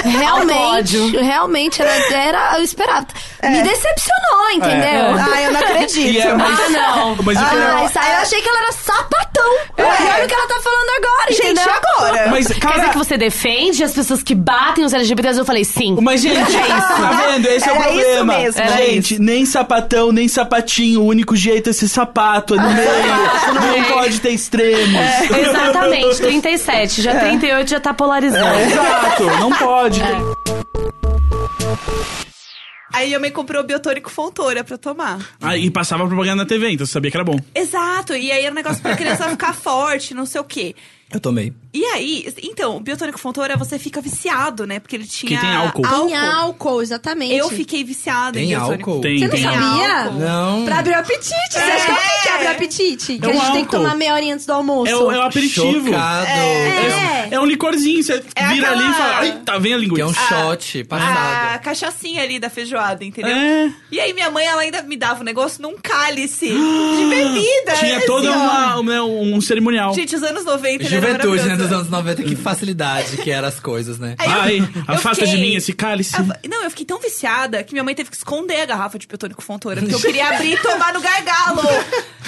[SPEAKER 3] Realmente, realmente, era, era eu esperava.
[SPEAKER 4] É.
[SPEAKER 3] Me decepcionou, entendeu?
[SPEAKER 29] É.
[SPEAKER 3] Ah,
[SPEAKER 29] Ai, eu não acredito.
[SPEAKER 3] E é, mas-
[SPEAKER 29] Ah, não.
[SPEAKER 3] Mas isso é-
[SPEAKER 29] eu
[SPEAKER 3] achei que ela era sapatão.
[SPEAKER 29] É.
[SPEAKER 3] Olha o que ela tá falando agora,
[SPEAKER 10] Gente,
[SPEAKER 3] entendeu?
[SPEAKER 10] agora.
[SPEAKER 23] Mas, cara-
[SPEAKER 10] Quer dizer que você defende as pessoas que batem os LGBTs? Eu falei, sim.
[SPEAKER 23] Mas, gente, tá vendo? Esse é o problema. Gente, nem sapatão, nem sapatinho. O único jeito é ser sapato, é no meio.
[SPEAKER 10] No
[SPEAKER 23] Não
[SPEAKER 10] meio.
[SPEAKER 23] pode ter extremos.
[SPEAKER 10] É, exatamente, 37. Já
[SPEAKER 23] É.
[SPEAKER 10] 38 já tá polarizando.
[SPEAKER 23] É, exato, não pode.
[SPEAKER 1] Aí minha mãe comprou biotônico Fontoura pra tomar.
[SPEAKER 4] Ah, e passava propaganda na TV, então você sabia que era bom.
[SPEAKER 1] Exato, e aí era um negócio pra criança ficar forte, não sei o quê.
[SPEAKER 6] Eu tomei.
[SPEAKER 1] E aí, então, o biotônico Fontoura você fica viciado, né? Porque ele tinha.
[SPEAKER 6] Que tem álcool.
[SPEAKER 1] Tem álcool, exatamente. Eu fiquei viciada em
[SPEAKER 6] Tem
[SPEAKER 1] biotônico.
[SPEAKER 6] álcool?
[SPEAKER 1] Você não sabia?
[SPEAKER 6] Não.
[SPEAKER 3] Pra abrir o apetite. Você acha que eu tenho que abrir o apetite? Que
[SPEAKER 4] É
[SPEAKER 3] a
[SPEAKER 4] um
[SPEAKER 3] gente tem que
[SPEAKER 4] álcool.
[SPEAKER 3] tomar meia horinha antes do almoço.
[SPEAKER 4] É o, é o aperitivo.
[SPEAKER 6] Chocado.
[SPEAKER 23] assim,
[SPEAKER 4] É, é um licorzinho, você vira ali e fala, ai, tá vendo a linguiça?
[SPEAKER 6] É um shot
[SPEAKER 1] Ah,
[SPEAKER 6] passado.
[SPEAKER 1] A cachaçinha ali da feijoada, entendeu?
[SPEAKER 4] É.
[SPEAKER 1] E aí minha mãe, ela ainda me dava um negócio num cálice de bebida.
[SPEAKER 4] Tinha
[SPEAKER 1] né,
[SPEAKER 4] todo
[SPEAKER 1] assim, ó.
[SPEAKER 4] um cerimonial.
[SPEAKER 1] Gente, os anos 90, ele era
[SPEAKER 6] Juventude, né?
[SPEAKER 1] maravilhoso.
[SPEAKER 6] Dos anos 90, que facilidade que eram as coisas, né?
[SPEAKER 4] Ai, afasta de
[SPEAKER 1] fiquei-
[SPEAKER 4] mim esse cálice.
[SPEAKER 1] Não, eu fiquei tão viciada que minha mãe teve que esconder a garrafa de biotônico Fontoura, porque eu queria abrir e tomar no gargalo.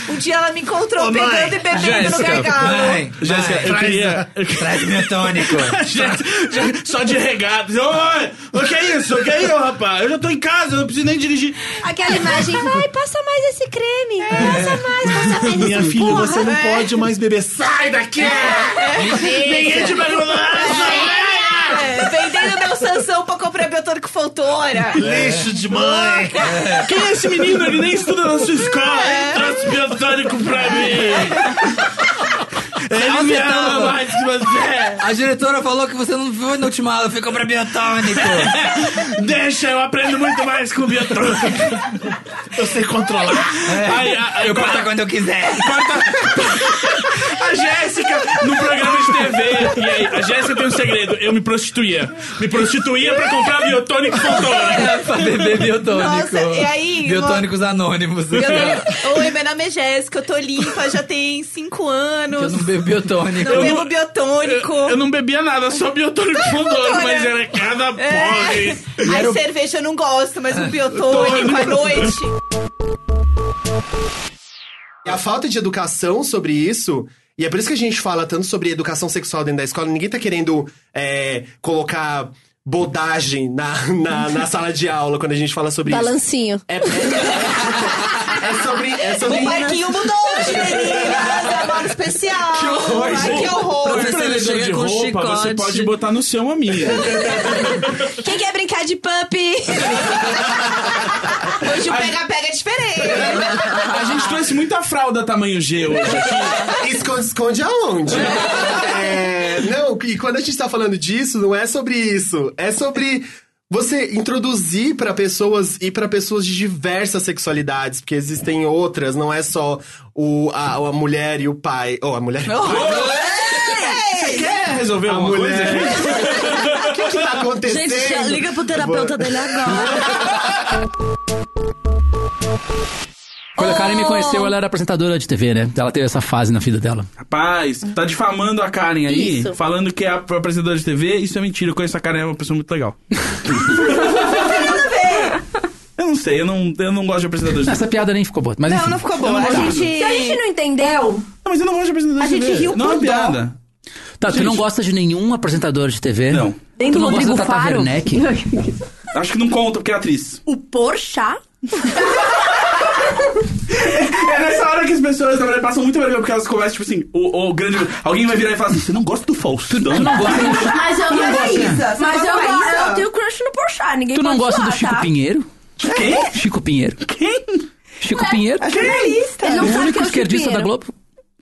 [SPEAKER 1] Um dia ela me encontrou
[SPEAKER 29] Ô, mãe,
[SPEAKER 1] pegando e bebendo no gargalo.
[SPEAKER 6] Mãe,
[SPEAKER 4] Jéssica,
[SPEAKER 6] mãe,
[SPEAKER 4] eu
[SPEAKER 6] traz-
[SPEAKER 4] queria-
[SPEAKER 6] Traz meu tônico.
[SPEAKER 4] Gente, Só de regado. Ô, ô, que é isso? Que é isso, rapaz? Eu já tô em casa, eu não preciso nem dirigir.
[SPEAKER 3] Aquela imagem, vai, passa mais esse creme.
[SPEAKER 4] É.
[SPEAKER 3] Passa mais, passa mais
[SPEAKER 5] Minha
[SPEAKER 3] esse
[SPEAKER 5] filha,
[SPEAKER 3] porra. É.
[SPEAKER 5] você não pode mais beber. Sai daqui!
[SPEAKER 4] Ninguém te perguntou
[SPEAKER 1] É, Vendendo meu Sansão pra comprar biotônico Fontoura.
[SPEAKER 4] É. Lixo de mãe. Quem é esse menino? Ele nem estuda na sua escola.
[SPEAKER 21] É.
[SPEAKER 4] Ele traz biotônico pra mim. Ele me ama
[SPEAKER 6] Afetava.
[SPEAKER 4] mais que você.
[SPEAKER 6] A diretora falou que você não foi no último aula, ficou pra biotônico.
[SPEAKER 4] Deixa, eu aprendo muito mais com o biotônico.
[SPEAKER 5] Eu sei controlar.
[SPEAKER 4] Ai, ai,
[SPEAKER 6] É, eu
[SPEAKER 4] corta-
[SPEAKER 6] corto quando eu quiser.
[SPEAKER 4] A Jéssica, no programa de TV, e aí, a Jéssica tem um segredo, eu me prostituía. Me prostituía pra comprar biotônico
[SPEAKER 21] É,
[SPEAKER 4] Fontoura.
[SPEAKER 6] É, pra beber biotônico.
[SPEAKER 1] Nossa,
[SPEAKER 18] é
[SPEAKER 1] e aí,
[SPEAKER 6] Biotônicos anônimos.
[SPEAKER 1] Eu tô- Oi, meu nome é Jéssica, eu tô limpa, já tem cinco anos.
[SPEAKER 6] Eu não bebo biotônico.
[SPEAKER 1] Não bebo biotônico.
[SPEAKER 4] Eu, eu não bebia nada, só biotônico Fontoura,
[SPEAKER 1] Fontoura.
[SPEAKER 4] mas era cada
[SPEAKER 1] É.
[SPEAKER 4] porre.
[SPEAKER 1] Aí cerveja eu não gosto, mas um biotônico à noite.
[SPEAKER 18] E a falta de educação sobre isso. E é por isso que a gente fala tanto sobre educação sexual dentro da escola. Ninguém tá querendo é, colocar bodagem na, na, na sala de aula quando a gente fala
[SPEAKER 3] Tá
[SPEAKER 18] sobre isso.
[SPEAKER 3] Balancinho.
[SPEAKER 18] É sobre. É sobre
[SPEAKER 1] O parquinho mudou hoje, meninas! É uma hora especial!
[SPEAKER 4] Que horror,
[SPEAKER 1] Ai,
[SPEAKER 4] gente.
[SPEAKER 1] que horror!
[SPEAKER 4] Professor, ele
[SPEAKER 6] chega
[SPEAKER 4] de
[SPEAKER 6] com
[SPEAKER 4] roupa, Você
[SPEAKER 6] chicote.
[SPEAKER 4] pode botar no seu amigo.
[SPEAKER 1] Quem quer brincar de pup? Hoje o pega-pega é diferente.
[SPEAKER 4] A gente trouxe muita fralda tamanho G hoje.
[SPEAKER 18] Esconde, esconde aonde? É, não, e quando a gente tá falando disso, não é sobre isso. É sobre você introduzir pra pessoas e pra pessoas de diversas sexualidades, porque existem outras, não é só o, a, a mulher e o pai. Ou a mulher. e o pai. Você quer
[SPEAKER 4] resolver
[SPEAKER 18] É. a
[SPEAKER 4] alguma coisa
[SPEAKER 18] mulher? O que que tá acontecendo?
[SPEAKER 21] Gente, já liga pro terapeuta dele agora.
[SPEAKER 11] Quando a Karen
[SPEAKER 30] Oh.
[SPEAKER 11] me conheceu, ela era apresentadora de TV, né? Ela teve essa fase na vida dela.
[SPEAKER 4] Rapaz, tá difamando a Karen aí,
[SPEAKER 11] Isso.
[SPEAKER 4] falando que é a apresentadora de TV. Isso é mentira, eu conheço a Karen, é uma pessoa muito legal.
[SPEAKER 1] Não tem nada a ver.
[SPEAKER 4] Eu não sei, eu não, eu não gosto de apresentadores.
[SPEAKER 11] Essa piada nem ficou boa. Mas
[SPEAKER 4] Não,
[SPEAKER 11] enfim.
[SPEAKER 4] não ficou boa. Eu não A gosto. gente-
[SPEAKER 30] Se a gente não entendeu.
[SPEAKER 4] mas eu não gosto de apresentador
[SPEAKER 30] A gente riu
[SPEAKER 11] Não
[SPEAKER 30] por
[SPEAKER 11] é
[SPEAKER 30] dó.
[SPEAKER 11] piada. Tá, tu não
[SPEAKER 4] Gente.
[SPEAKER 11] gosta de nenhum apresentador de TV? Não.
[SPEAKER 30] Nem
[SPEAKER 11] tu
[SPEAKER 30] do
[SPEAKER 11] não
[SPEAKER 30] Rodrigo
[SPEAKER 11] gosta da Tata
[SPEAKER 30] Faro.
[SPEAKER 11] Werneck?
[SPEAKER 4] Acho que não conta porque é atriz.
[SPEAKER 30] O Porchat?
[SPEAKER 4] É nessa hora que as pessoas, na verdade, passam muito vergonha porque elas começam, tipo assim, o, o grande. Alguém vai virar e falar assim: você não gosta do Faustão? Tu
[SPEAKER 11] não gosta do Faustão?
[SPEAKER 30] Mas eu
[SPEAKER 11] Tu não
[SPEAKER 30] gosto.
[SPEAKER 11] gosta?
[SPEAKER 30] Mas
[SPEAKER 11] Você
[SPEAKER 30] eu,
[SPEAKER 11] gosta da
[SPEAKER 30] go-
[SPEAKER 11] Isa?
[SPEAKER 30] eu tenho crush no Porchat. Ninguém
[SPEAKER 11] Tu não
[SPEAKER 30] pode
[SPEAKER 11] gosta
[SPEAKER 30] zoar,
[SPEAKER 11] do Chico
[SPEAKER 30] tá?
[SPEAKER 11] Pinheiro? Quem? Chico Pinheiro. Quem? Chico Pinheiro.
[SPEAKER 30] é jornalista. Ele não
[SPEAKER 11] o
[SPEAKER 30] sabe
[SPEAKER 11] único
[SPEAKER 30] quem é o Chico
[SPEAKER 11] esquerdista da
[SPEAKER 30] Pinheiro.
[SPEAKER 11] Globo.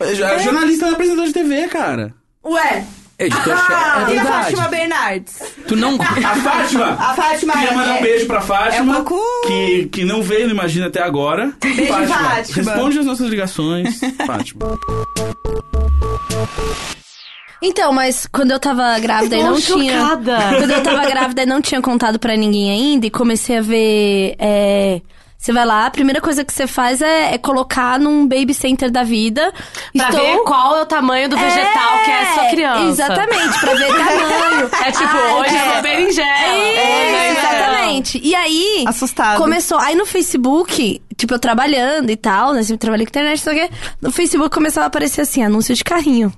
[SPEAKER 4] É, já- é jornalista e apresentador de TV, cara.
[SPEAKER 30] Ué.
[SPEAKER 11] Editor-chefe.
[SPEAKER 1] Ah,
[SPEAKER 11] É
[SPEAKER 1] e a
[SPEAKER 11] verdade.
[SPEAKER 1] Fátima Bernardes?
[SPEAKER 11] Tu não.
[SPEAKER 4] A Fátima!
[SPEAKER 1] A Fátima
[SPEAKER 4] Queria
[SPEAKER 1] é-
[SPEAKER 4] mandar um
[SPEAKER 1] é-
[SPEAKER 4] beijo pra Fátima.
[SPEAKER 1] é um pouco-
[SPEAKER 4] que, que não veio, não imagina até agora.
[SPEAKER 1] Beijo, Fátima.
[SPEAKER 4] Responde as nossas ligações. Fátima.
[SPEAKER 21] Então, mas quando eu tava grávida e
[SPEAKER 30] Eu
[SPEAKER 21] não
[SPEAKER 30] tô
[SPEAKER 21] tinha.
[SPEAKER 30] chocada.
[SPEAKER 21] Quando eu tava grávida e não tinha contado pra ninguém ainda, e comecei a ver. é, Você vai lá, a primeira coisa que você faz é, é colocar num baby center da vida.
[SPEAKER 10] Pra ver qual é o tamanho do vegetal que é a sua criança.
[SPEAKER 21] Exatamente, pra ver tamanho.
[SPEAKER 10] É tipo,
[SPEAKER 21] Ah,
[SPEAKER 10] hoje eu sou berinjela.
[SPEAKER 21] É,
[SPEAKER 10] Hoje
[SPEAKER 21] isso,
[SPEAKER 10] eu sou-
[SPEAKER 21] exatamente. E aí.
[SPEAKER 1] Assustado.
[SPEAKER 21] Começou. Aí no Facebook, tipo, eu trabalhando e tal, né? Sempre trabalhei com internet, não sei o quê. No Facebook começava a aparecer assim: anúncio de carrinho.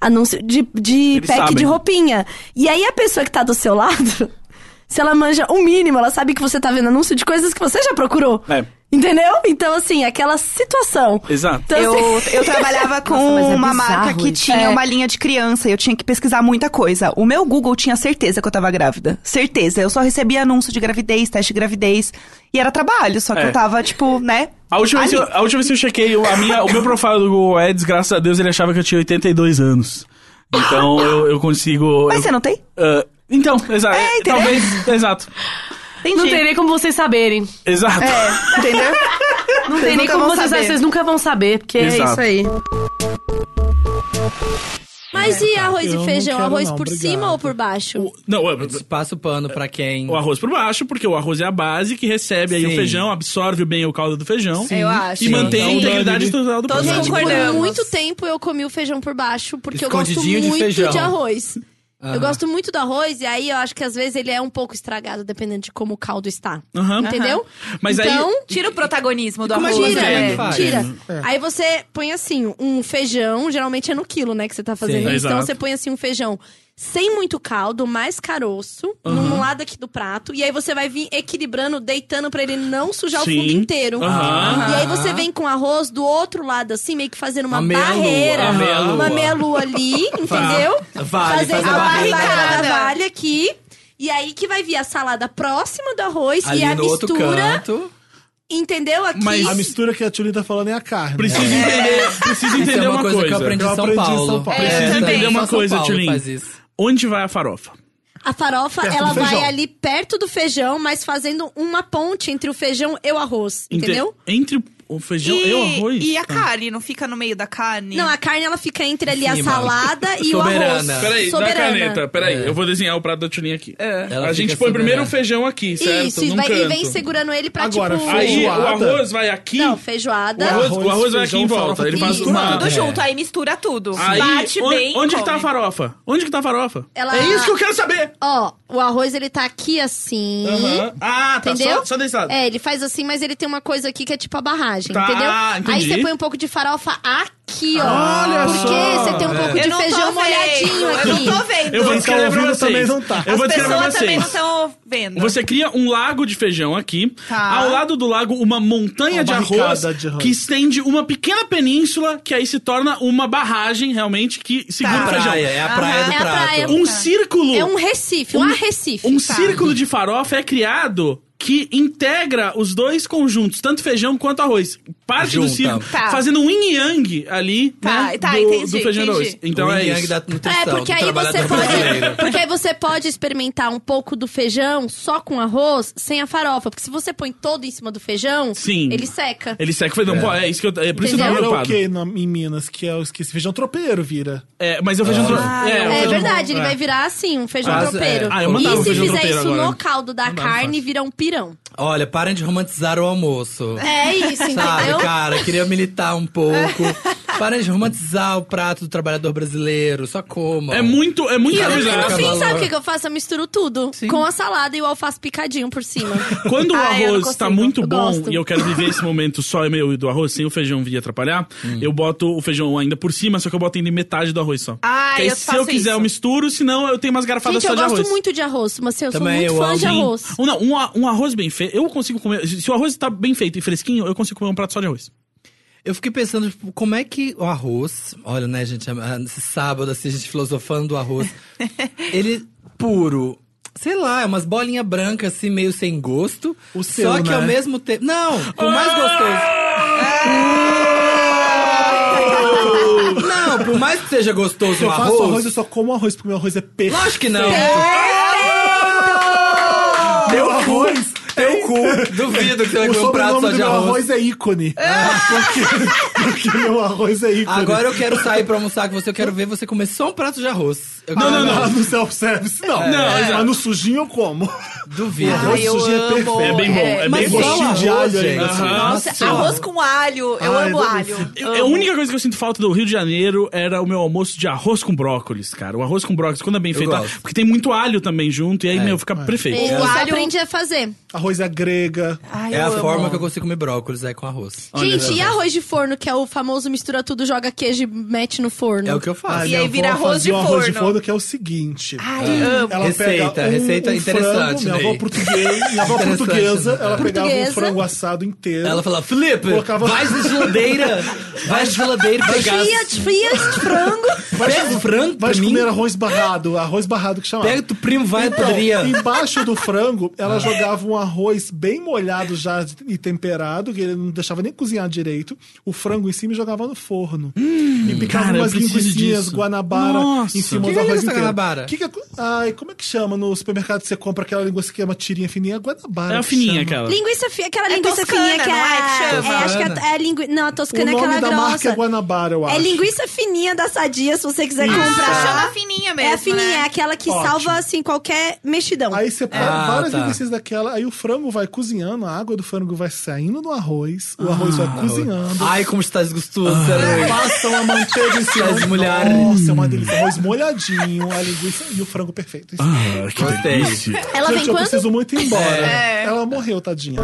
[SPEAKER 21] Anúncio de, de
[SPEAKER 30] Eles
[SPEAKER 21] pack
[SPEAKER 30] sabem.
[SPEAKER 21] de roupinha. E aí a pessoa que tá do seu lado, se ela manja o mínimo, ela sabe que você tá vendo anúncio de coisas que você já procurou.
[SPEAKER 4] É.
[SPEAKER 21] Entendeu? Então, assim, aquela situação.
[SPEAKER 4] Exato.
[SPEAKER 21] Então,
[SPEAKER 1] eu,
[SPEAKER 21] assim-
[SPEAKER 1] eu trabalhava com
[SPEAKER 21] Nossa, mas é
[SPEAKER 1] uma
[SPEAKER 21] bizarro
[SPEAKER 1] marca que
[SPEAKER 21] isso.
[SPEAKER 1] tinha
[SPEAKER 21] É.
[SPEAKER 1] uma linha de criança e eu tinha que pesquisar muita coisa. O meu Google tinha certeza que eu tava grávida. Certeza. Eu só recebia anúncio de gravidez, teste de gravidez. E era trabalho, só que
[SPEAKER 4] É.
[SPEAKER 1] eu tava, tipo, né?
[SPEAKER 4] A última, vez que eu,
[SPEAKER 1] Ali.
[SPEAKER 4] a última vez que eu chequei, o- a minha, o meu profile do Google Ads, graças a Deus, ele achava que eu tinha 82 anos. Então eu, eu consigo.
[SPEAKER 1] Mas
[SPEAKER 4] eu-
[SPEAKER 1] você não É, tem?
[SPEAKER 4] Ah, então, exato. talvez. Exato.
[SPEAKER 10] Não tem nem como vocês saberem.
[SPEAKER 4] Exato.
[SPEAKER 10] É,
[SPEAKER 1] entendeu?
[SPEAKER 10] Não
[SPEAKER 1] Vocês
[SPEAKER 10] tem nem
[SPEAKER 1] nunca
[SPEAKER 10] como
[SPEAKER 1] vão
[SPEAKER 10] vocês
[SPEAKER 1] saber.
[SPEAKER 10] saberem. Vocês nunca vão saber, porque
[SPEAKER 4] Exato.
[SPEAKER 10] é isso aí.
[SPEAKER 3] Mas e arroz
[SPEAKER 6] É. Tá. Eu
[SPEAKER 3] e
[SPEAKER 6] não
[SPEAKER 3] feijão?
[SPEAKER 6] quero
[SPEAKER 3] Arroz
[SPEAKER 6] não,
[SPEAKER 3] por
[SPEAKER 6] obrigado.
[SPEAKER 3] cima ou por baixo?
[SPEAKER 4] Não, eu,
[SPEAKER 6] Passa o pano pra quem.
[SPEAKER 4] O arroz por baixo, porque o arroz é a base que recebe aí o
[SPEAKER 6] Sim.
[SPEAKER 4] feijão, absorve bem o caldo do feijão.
[SPEAKER 3] Eu acho.
[SPEAKER 4] E mantém a integridade total do
[SPEAKER 3] Todos
[SPEAKER 4] produto.
[SPEAKER 3] Por muito tempo eu comi o feijão por baixo, porque eu gosto
[SPEAKER 4] Escondidinho de
[SPEAKER 3] muito de,
[SPEAKER 4] feijão.
[SPEAKER 3] arroz.
[SPEAKER 4] Aham.
[SPEAKER 3] Eu gosto muito do arroz, e aí eu acho que às vezes ele é um pouco estragado, dependendo de como o caldo está.
[SPEAKER 4] Aham.
[SPEAKER 3] Entendeu?
[SPEAKER 4] Aham. Mas aí-
[SPEAKER 3] então,
[SPEAKER 7] Tira o protagonismo do
[SPEAKER 3] Como
[SPEAKER 7] arroz.
[SPEAKER 3] tira,
[SPEAKER 7] né?
[SPEAKER 3] é, tira. Aí você põe assim, um feijão, geralmente é no quilo, né, que você tá fazendo.
[SPEAKER 30] Sim,
[SPEAKER 3] então
[SPEAKER 30] exato.
[SPEAKER 3] você põe assim um feijão sem muito caldo, mais caroço,
[SPEAKER 30] Aham.
[SPEAKER 3] num lado aqui do prato. E aí você vai vir equilibrando, deitando pra ele não sujar
[SPEAKER 30] Sim.
[SPEAKER 3] o fundo inteiro.
[SPEAKER 30] Aham.
[SPEAKER 3] E aí
[SPEAKER 7] Ah.
[SPEAKER 3] você vem com arroz do outro lado, assim, meio que fazendo uma,
[SPEAKER 6] Uma meia-lua,
[SPEAKER 3] barreira.
[SPEAKER 6] uma meia-lua.
[SPEAKER 3] Uma meia-lua ali, entendeu?
[SPEAKER 6] Vale, faz
[SPEAKER 3] Fazer
[SPEAKER 6] a
[SPEAKER 3] a
[SPEAKER 6] barricada.
[SPEAKER 3] barricada vale aqui. E aí que vai vir a salada próxima do arroz
[SPEAKER 6] Ali
[SPEAKER 3] e a
[SPEAKER 6] no outro
[SPEAKER 3] mistura.
[SPEAKER 6] canto.
[SPEAKER 3] Entendeu? Aqui.
[SPEAKER 5] a mistura que a Tchuli tá falando é a carne.
[SPEAKER 4] Preciso entender,
[SPEAKER 6] é
[SPEAKER 4] preciso entender uma, coisa. Preciso entender uma coisa, Tchulin. Onde vai a farofa?
[SPEAKER 3] A farofa,
[SPEAKER 4] Perto
[SPEAKER 3] ela
[SPEAKER 4] do feijão.
[SPEAKER 3] vai ali perto do feijão, mas fazendo uma ponte entre o feijão e o arroz,
[SPEAKER 4] Inte-
[SPEAKER 3] entendeu?
[SPEAKER 4] Entre o feijão e, o arroz?
[SPEAKER 7] E a
[SPEAKER 4] Ah.
[SPEAKER 7] carne, não fica no meio da carne?
[SPEAKER 3] Não, a carne ela fica entre ali a
[SPEAKER 4] Sim, mano.
[SPEAKER 3] salada e o arroz.
[SPEAKER 4] Peraí,
[SPEAKER 3] Soberana. É.
[SPEAKER 4] dá a caneta. Peraí,
[SPEAKER 6] É.
[SPEAKER 4] eu vou desenhar o prato da Tchulin aqui.
[SPEAKER 6] Ela
[SPEAKER 4] a gente
[SPEAKER 6] fica
[SPEAKER 4] põe
[SPEAKER 6] soberana.
[SPEAKER 4] primeiro o feijão aqui, é certo?
[SPEAKER 3] Isso, e
[SPEAKER 4] Num
[SPEAKER 3] vai, e vem
[SPEAKER 4] canto.
[SPEAKER 3] segurando ele pra
[SPEAKER 4] Agora,
[SPEAKER 3] tipo.
[SPEAKER 4] aí, o arroz vai aqui.
[SPEAKER 3] Não, feijoada.
[SPEAKER 4] O arroz, o arroz é um vai aqui
[SPEAKER 6] feijão,
[SPEAKER 4] em volta.
[SPEAKER 6] farofa,
[SPEAKER 4] Ele faz
[SPEAKER 6] tudo
[SPEAKER 4] uma...
[SPEAKER 7] Tudo
[SPEAKER 4] É.
[SPEAKER 7] junto, aí mistura tudo.
[SPEAKER 4] Aí,
[SPEAKER 7] Bate
[SPEAKER 4] on-
[SPEAKER 7] bem.
[SPEAKER 4] onde que tá a
[SPEAKER 7] come.
[SPEAKER 4] farofa? Onde que tá a farofa?
[SPEAKER 3] Ela-
[SPEAKER 4] É isso que eu quero saber!
[SPEAKER 3] Ó, o arroz ele tá aqui assim.
[SPEAKER 4] Aham. Ah, tá,
[SPEAKER 3] Entendeu?
[SPEAKER 4] só- só desse lado.
[SPEAKER 3] É, ele faz assim, mas ele tem uma coisa aqui que é tipo a barragem,
[SPEAKER 4] Tá,
[SPEAKER 3] entendeu? Aí
[SPEAKER 4] entendi.
[SPEAKER 3] você põe um pouco de farofa aqui, ó.
[SPEAKER 4] Olha
[SPEAKER 3] porque
[SPEAKER 4] só. É,
[SPEAKER 3] você tem um pouco
[SPEAKER 4] Eu
[SPEAKER 3] de
[SPEAKER 7] não tô
[SPEAKER 3] feijão
[SPEAKER 7] vendo,
[SPEAKER 3] molhadinho
[SPEAKER 7] eu
[SPEAKER 3] aqui.
[SPEAKER 7] não tô vendo. Quem
[SPEAKER 4] Eu vou
[SPEAKER 7] tá
[SPEAKER 4] descrever pra
[SPEAKER 7] ouvindo
[SPEAKER 4] vocês.
[SPEAKER 7] também não tá.
[SPEAKER 4] Eu
[SPEAKER 7] As
[SPEAKER 4] vou descrever pra
[SPEAKER 7] pessoas também
[SPEAKER 4] vocês.
[SPEAKER 7] não estão vendo.
[SPEAKER 4] Você cria um lago de feijão aqui.
[SPEAKER 7] Tá.
[SPEAKER 4] Ao lado do lago, uma montanha
[SPEAKER 7] Uma
[SPEAKER 4] de, arroz
[SPEAKER 7] barricada de arroz.
[SPEAKER 4] que estende uma pequena península que aí se torna uma barragem realmente que segura
[SPEAKER 6] Tá.
[SPEAKER 4] o feijão.
[SPEAKER 6] Praia, é a praia Aham. do
[SPEAKER 3] É a prato. praia.
[SPEAKER 4] Um
[SPEAKER 3] Tá.
[SPEAKER 4] círculo.
[SPEAKER 3] É um recife, um arrecife.
[SPEAKER 4] Um
[SPEAKER 3] Tá.
[SPEAKER 4] círculo de farofa é criado que integra os dois conjuntos, tanto feijão quanto arroz. Parte
[SPEAKER 6] Junta.
[SPEAKER 4] do círculo,
[SPEAKER 6] Tá.
[SPEAKER 4] fazendo um yin e yang ali
[SPEAKER 6] Tá,
[SPEAKER 4] né,
[SPEAKER 6] tá,
[SPEAKER 4] do,
[SPEAKER 6] entendi,
[SPEAKER 4] do feijão e do arroz.
[SPEAKER 6] entendi.
[SPEAKER 4] Então
[SPEAKER 6] O Um yin
[SPEAKER 4] é
[SPEAKER 6] e yang
[SPEAKER 4] isso.
[SPEAKER 6] da
[SPEAKER 3] É, porque aí você pode. Porque aí você pode experimentar um pouco do feijão só com arroz, sem a farofa. Porque se você põe todo em cima do feijão,
[SPEAKER 4] Sim.
[SPEAKER 3] ele seca.
[SPEAKER 4] Ele seca o feijão. Pô, É isso que eu. É por isso que eu tô
[SPEAKER 5] Vira o
[SPEAKER 4] preocupado.
[SPEAKER 5] que na- em Minas? Que é, eu esqueci, feijão tropeiro vira.
[SPEAKER 4] É, mas eu feijão
[SPEAKER 5] Ah,
[SPEAKER 4] tropeiro.
[SPEAKER 5] é,
[SPEAKER 4] o
[SPEAKER 3] É
[SPEAKER 4] feijão-
[SPEAKER 3] verdade, ele
[SPEAKER 5] é.
[SPEAKER 3] vai virar assim, um feijão
[SPEAKER 6] Mas,
[SPEAKER 3] tropeiro.
[SPEAKER 6] é. Ah, eu mandava um
[SPEAKER 3] e se
[SPEAKER 6] feijão
[SPEAKER 3] fizer
[SPEAKER 6] tropeiro
[SPEAKER 3] isso
[SPEAKER 6] agora,
[SPEAKER 3] no
[SPEAKER 6] né?
[SPEAKER 3] caldo da
[SPEAKER 6] Mandava,
[SPEAKER 3] carne, vira um pirão.
[SPEAKER 6] Olha, parem de romantizar o almoço.
[SPEAKER 3] É isso,
[SPEAKER 6] Sabe,
[SPEAKER 3] entendeu?
[SPEAKER 6] cara, queria militar um pouco. Para de romantizar o prato do trabalhador brasileiro, só coma.
[SPEAKER 4] É muito, é muito
[SPEAKER 18] E eu, no
[SPEAKER 4] avisado.
[SPEAKER 18] fim, sabe o que, que eu faço? Eu misturo tudo. Com a salada e o alface picadinho por cima.
[SPEAKER 4] Quando o
[SPEAKER 18] Ah, eu não
[SPEAKER 4] arroz tá
[SPEAKER 18] consigo.
[SPEAKER 4] muito
[SPEAKER 18] Eu
[SPEAKER 4] bom
[SPEAKER 18] gosto.
[SPEAKER 4] e eu quero viver esse momento só meu e do arroz, sem o feijão vir atrapalhar, eu boto o feijão ainda por cima, só que eu boto ainda em metade do arroz só.
[SPEAKER 18] Ah,
[SPEAKER 4] Porque aí,
[SPEAKER 18] eu
[SPEAKER 4] se
[SPEAKER 18] faço
[SPEAKER 4] eu quiser, eu
[SPEAKER 18] isso.
[SPEAKER 4] misturo, senão eu tenho umas garfadas
[SPEAKER 6] é
[SPEAKER 18] Gente,
[SPEAKER 4] só
[SPEAKER 18] eu
[SPEAKER 4] de
[SPEAKER 18] gosto
[SPEAKER 4] arroz.
[SPEAKER 18] muito de arroz, mas assim, eu sou muito fã de
[SPEAKER 4] Sim.
[SPEAKER 18] arroz.
[SPEAKER 4] Ou não, um, a- um arroz bem feito, eu consigo comer. Se o arroz tá bem feito e fresquinho, eu consigo comer um prato só de arroz.
[SPEAKER 6] Eu fiquei pensando, tipo, como é que o arroz. Olha, né, gente, ah, nesse sábado, assim, a gente filosofando do arroz. ele puro. Sei lá, é umas bolinhas brancas, assim, meio sem gosto. O
[SPEAKER 5] seu,
[SPEAKER 6] Só que
[SPEAKER 5] né?
[SPEAKER 6] ao mesmo tempo. Não! O mais gostoso. não, por mais que seja gostoso
[SPEAKER 5] Se
[SPEAKER 6] o
[SPEAKER 5] eu faço
[SPEAKER 6] arroz.
[SPEAKER 5] arroz, eu só como arroz, porque meu arroz é perfeito.
[SPEAKER 6] Lógico que não.
[SPEAKER 5] Meu arroz,
[SPEAKER 6] teu cu. Duvido que você vai
[SPEAKER 5] o
[SPEAKER 6] comer um prato só
[SPEAKER 5] sobrenome
[SPEAKER 6] de
[SPEAKER 5] do meu
[SPEAKER 6] arroz.
[SPEAKER 5] arroz é ícone. Ah, Porque, porque meu arroz é ícone.
[SPEAKER 6] Ah! Agora eu quero sair pra almoçar com você, eu quero ver você comer só um prato de arroz. Eu
[SPEAKER 5] Não,
[SPEAKER 6] quero-
[SPEAKER 5] não, não. No self-service, não.
[SPEAKER 6] É.
[SPEAKER 5] Mas
[SPEAKER 6] Não,
[SPEAKER 5] mas no sujinho eu como.
[SPEAKER 6] Duvido.
[SPEAKER 5] Arroz
[SPEAKER 6] Ai, eu
[SPEAKER 5] sujinho é
[SPEAKER 6] amo.
[SPEAKER 5] perfeito.
[SPEAKER 6] É bem bom, é
[SPEAKER 5] Mas
[SPEAKER 6] bem
[SPEAKER 5] só
[SPEAKER 6] bom.
[SPEAKER 5] Gostinho de alho
[SPEAKER 6] Gente,
[SPEAKER 5] ainda.
[SPEAKER 4] aham.
[SPEAKER 5] Nossa,
[SPEAKER 4] Nossa.
[SPEAKER 21] Arroz com alho. Eu
[SPEAKER 4] Ai,
[SPEAKER 21] amo
[SPEAKER 4] delícia.
[SPEAKER 21] alho.
[SPEAKER 4] Eu- A única coisa que eu sinto falta do Rio de Janeiro era o meu almoço de arroz com brócolis, cara. O arroz com brócolis, quando é bem
[SPEAKER 6] Eu
[SPEAKER 4] feito,
[SPEAKER 6] gosto.
[SPEAKER 4] porque tem muito alho também junto, e aí, meu, fica perfeito.
[SPEAKER 3] é
[SPEAKER 18] Isso, eu aprendi a fazer.
[SPEAKER 5] Arroz à grega.
[SPEAKER 6] é a forma que eu consigo comer brócolis, é com arroz.
[SPEAKER 18] Gente, e arroz de forno, que é o famoso mistura tudo, joga queijo e mete no forno?
[SPEAKER 6] É o que eu faço.
[SPEAKER 5] minha avó fazia um arroz de forno que é o seguinte. Ah,
[SPEAKER 18] Ai, amo.
[SPEAKER 5] Ela
[SPEAKER 6] Receita,
[SPEAKER 5] pega um,
[SPEAKER 6] receita
[SPEAKER 5] um
[SPEAKER 6] interessante,
[SPEAKER 5] Frango, minha avó
[SPEAKER 6] Ney.
[SPEAKER 5] portuguesa, minha avó
[SPEAKER 6] Interessante,
[SPEAKER 5] portuguesa,
[SPEAKER 6] né?
[SPEAKER 5] ela pegava um
[SPEAKER 6] Portuguesa.
[SPEAKER 5] frango assado inteiro.
[SPEAKER 6] Ela falava, Felipe,
[SPEAKER 5] Colocava-
[SPEAKER 6] vai na geladeira, vai na geladeira pegar...
[SPEAKER 18] Frias, frias de frango.
[SPEAKER 5] Vai
[SPEAKER 6] Pega o frango pra
[SPEAKER 5] vai
[SPEAKER 6] mim.
[SPEAKER 5] comer arroz barrado, arroz barrado que chamava.
[SPEAKER 6] Pega, tu primo, vai,
[SPEAKER 5] então,
[SPEAKER 6] poderia.
[SPEAKER 5] Embaixo do frango, ela
[SPEAKER 6] Ah.
[SPEAKER 5] jogava um arroz bem molhado já e temperado, que ele não deixava nem cozinhar direito. O frango em cima e jogava no forno. e picava
[SPEAKER 6] Hum. cara, eu
[SPEAKER 5] umas
[SPEAKER 6] preciso
[SPEAKER 5] linguiçinhas,
[SPEAKER 6] disso.
[SPEAKER 5] guanabara,
[SPEAKER 6] Nossa.
[SPEAKER 5] em cima
[SPEAKER 6] Que
[SPEAKER 5] do
[SPEAKER 6] que é
[SPEAKER 5] arroz
[SPEAKER 6] essa
[SPEAKER 5] inteiro.
[SPEAKER 6] guanabara?
[SPEAKER 5] Que que é co- ai, como é que chama no supermercado que você compra aquela linguiça que é uma tirinha fininha? Guanabara.
[SPEAKER 4] É a
[SPEAKER 5] que
[SPEAKER 4] fininha
[SPEAKER 5] chama.
[SPEAKER 4] aquela.
[SPEAKER 18] Linguiça fi- aquela
[SPEAKER 5] É
[SPEAKER 18] linguiça
[SPEAKER 5] toscana,
[SPEAKER 18] fininha que é.
[SPEAKER 5] não é que
[SPEAKER 18] a-
[SPEAKER 5] chama?
[SPEAKER 18] é, acho que a- é a, lingui- não, a
[SPEAKER 5] O
[SPEAKER 18] toscana é
[SPEAKER 5] nome
[SPEAKER 18] aquela
[SPEAKER 5] da marca é
[SPEAKER 18] grossa.
[SPEAKER 5] Guanabara, eu acho.
[SPEAKER 18] É linguiça fininha da Sadia, se você quiser
[SPEAKER 5] Isso.
[SPEAKER 18] comprar.
[SPEAKER 5] Ah, chama
[SPEAKER 18] fininha mesmo. É a fininha,
[SPEAKER 5] né?
[SPEAKER 18] é aquela que
[SPEAKER 5] Ótimo.
[SPEAKER 18] salva, assim, qualquer mexidão.
[SPEAKER 5] Aí você Pega
[SPEAKER 18] Ah,
[SPEAKER 5] várias
[SPEAKER 18] tá.
[SPEAKER 5] linguiças daquela, aí o frango vai cozinhando, a água do frango vai saindo no arroz, o arroz vai cozinhando.
[SPEAKER 6] Ah,
[SPEAKER 5] Ah,
[SPEAKER 6] Ai, como está desgostoso, Tá sério.
[SPEAKER 5] Passam a manteiga em cima.
[SPEAKER 6] As mulheres.
[SPEAKER 5] um Nossa, é uma delícia. Arroz molhadinho, a linguiça e o frango perfeito. Isso.
[SPEAKER 6] Ah, que Gostei. delícia.
[SPEAKER 18] Ela
[SPEAKER 5] Gente,
[SPEAKER 18] vem
[SPEAKER 5] eu
[SPEAKER 18] quando?
[SPEAKER 5] preciso muito ir embora.
[SPEAKER 18] É.
[SPEAKER 5] Ela morreu, tadinha.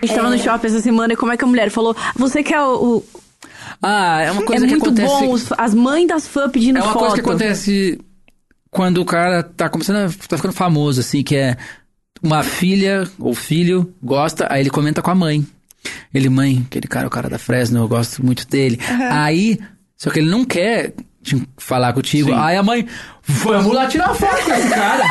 [SPEAKER 3] A gente tava no shopping essa semana e como é que a mulher falou: Você quer o. o-
[SPEAKER 11] Ah, é uma coisa
[SPEAKER 3] é
[SPEAKER 11] que
[SPEAKER 3] muito
[SPEAKER 11] acontece-
[SPEAKER 3] bom os- as mães das fãs pedindo
[SPEAKER 11] É uma
[SPEAKER 3] foto.
[SPEAKER 11] coisa que acontece quando o cara tá começando a tá ficando famoso, assim, que é uma filha ou filho gosta, aí ele comenta com a mãe. Ele, mãe, aquele cara, é o cara da Fresno, eu gosto muito dele. Aí, só que ele não quer te- falar contigo. Aí a mãe, vamos lá tirar foto com esse cara.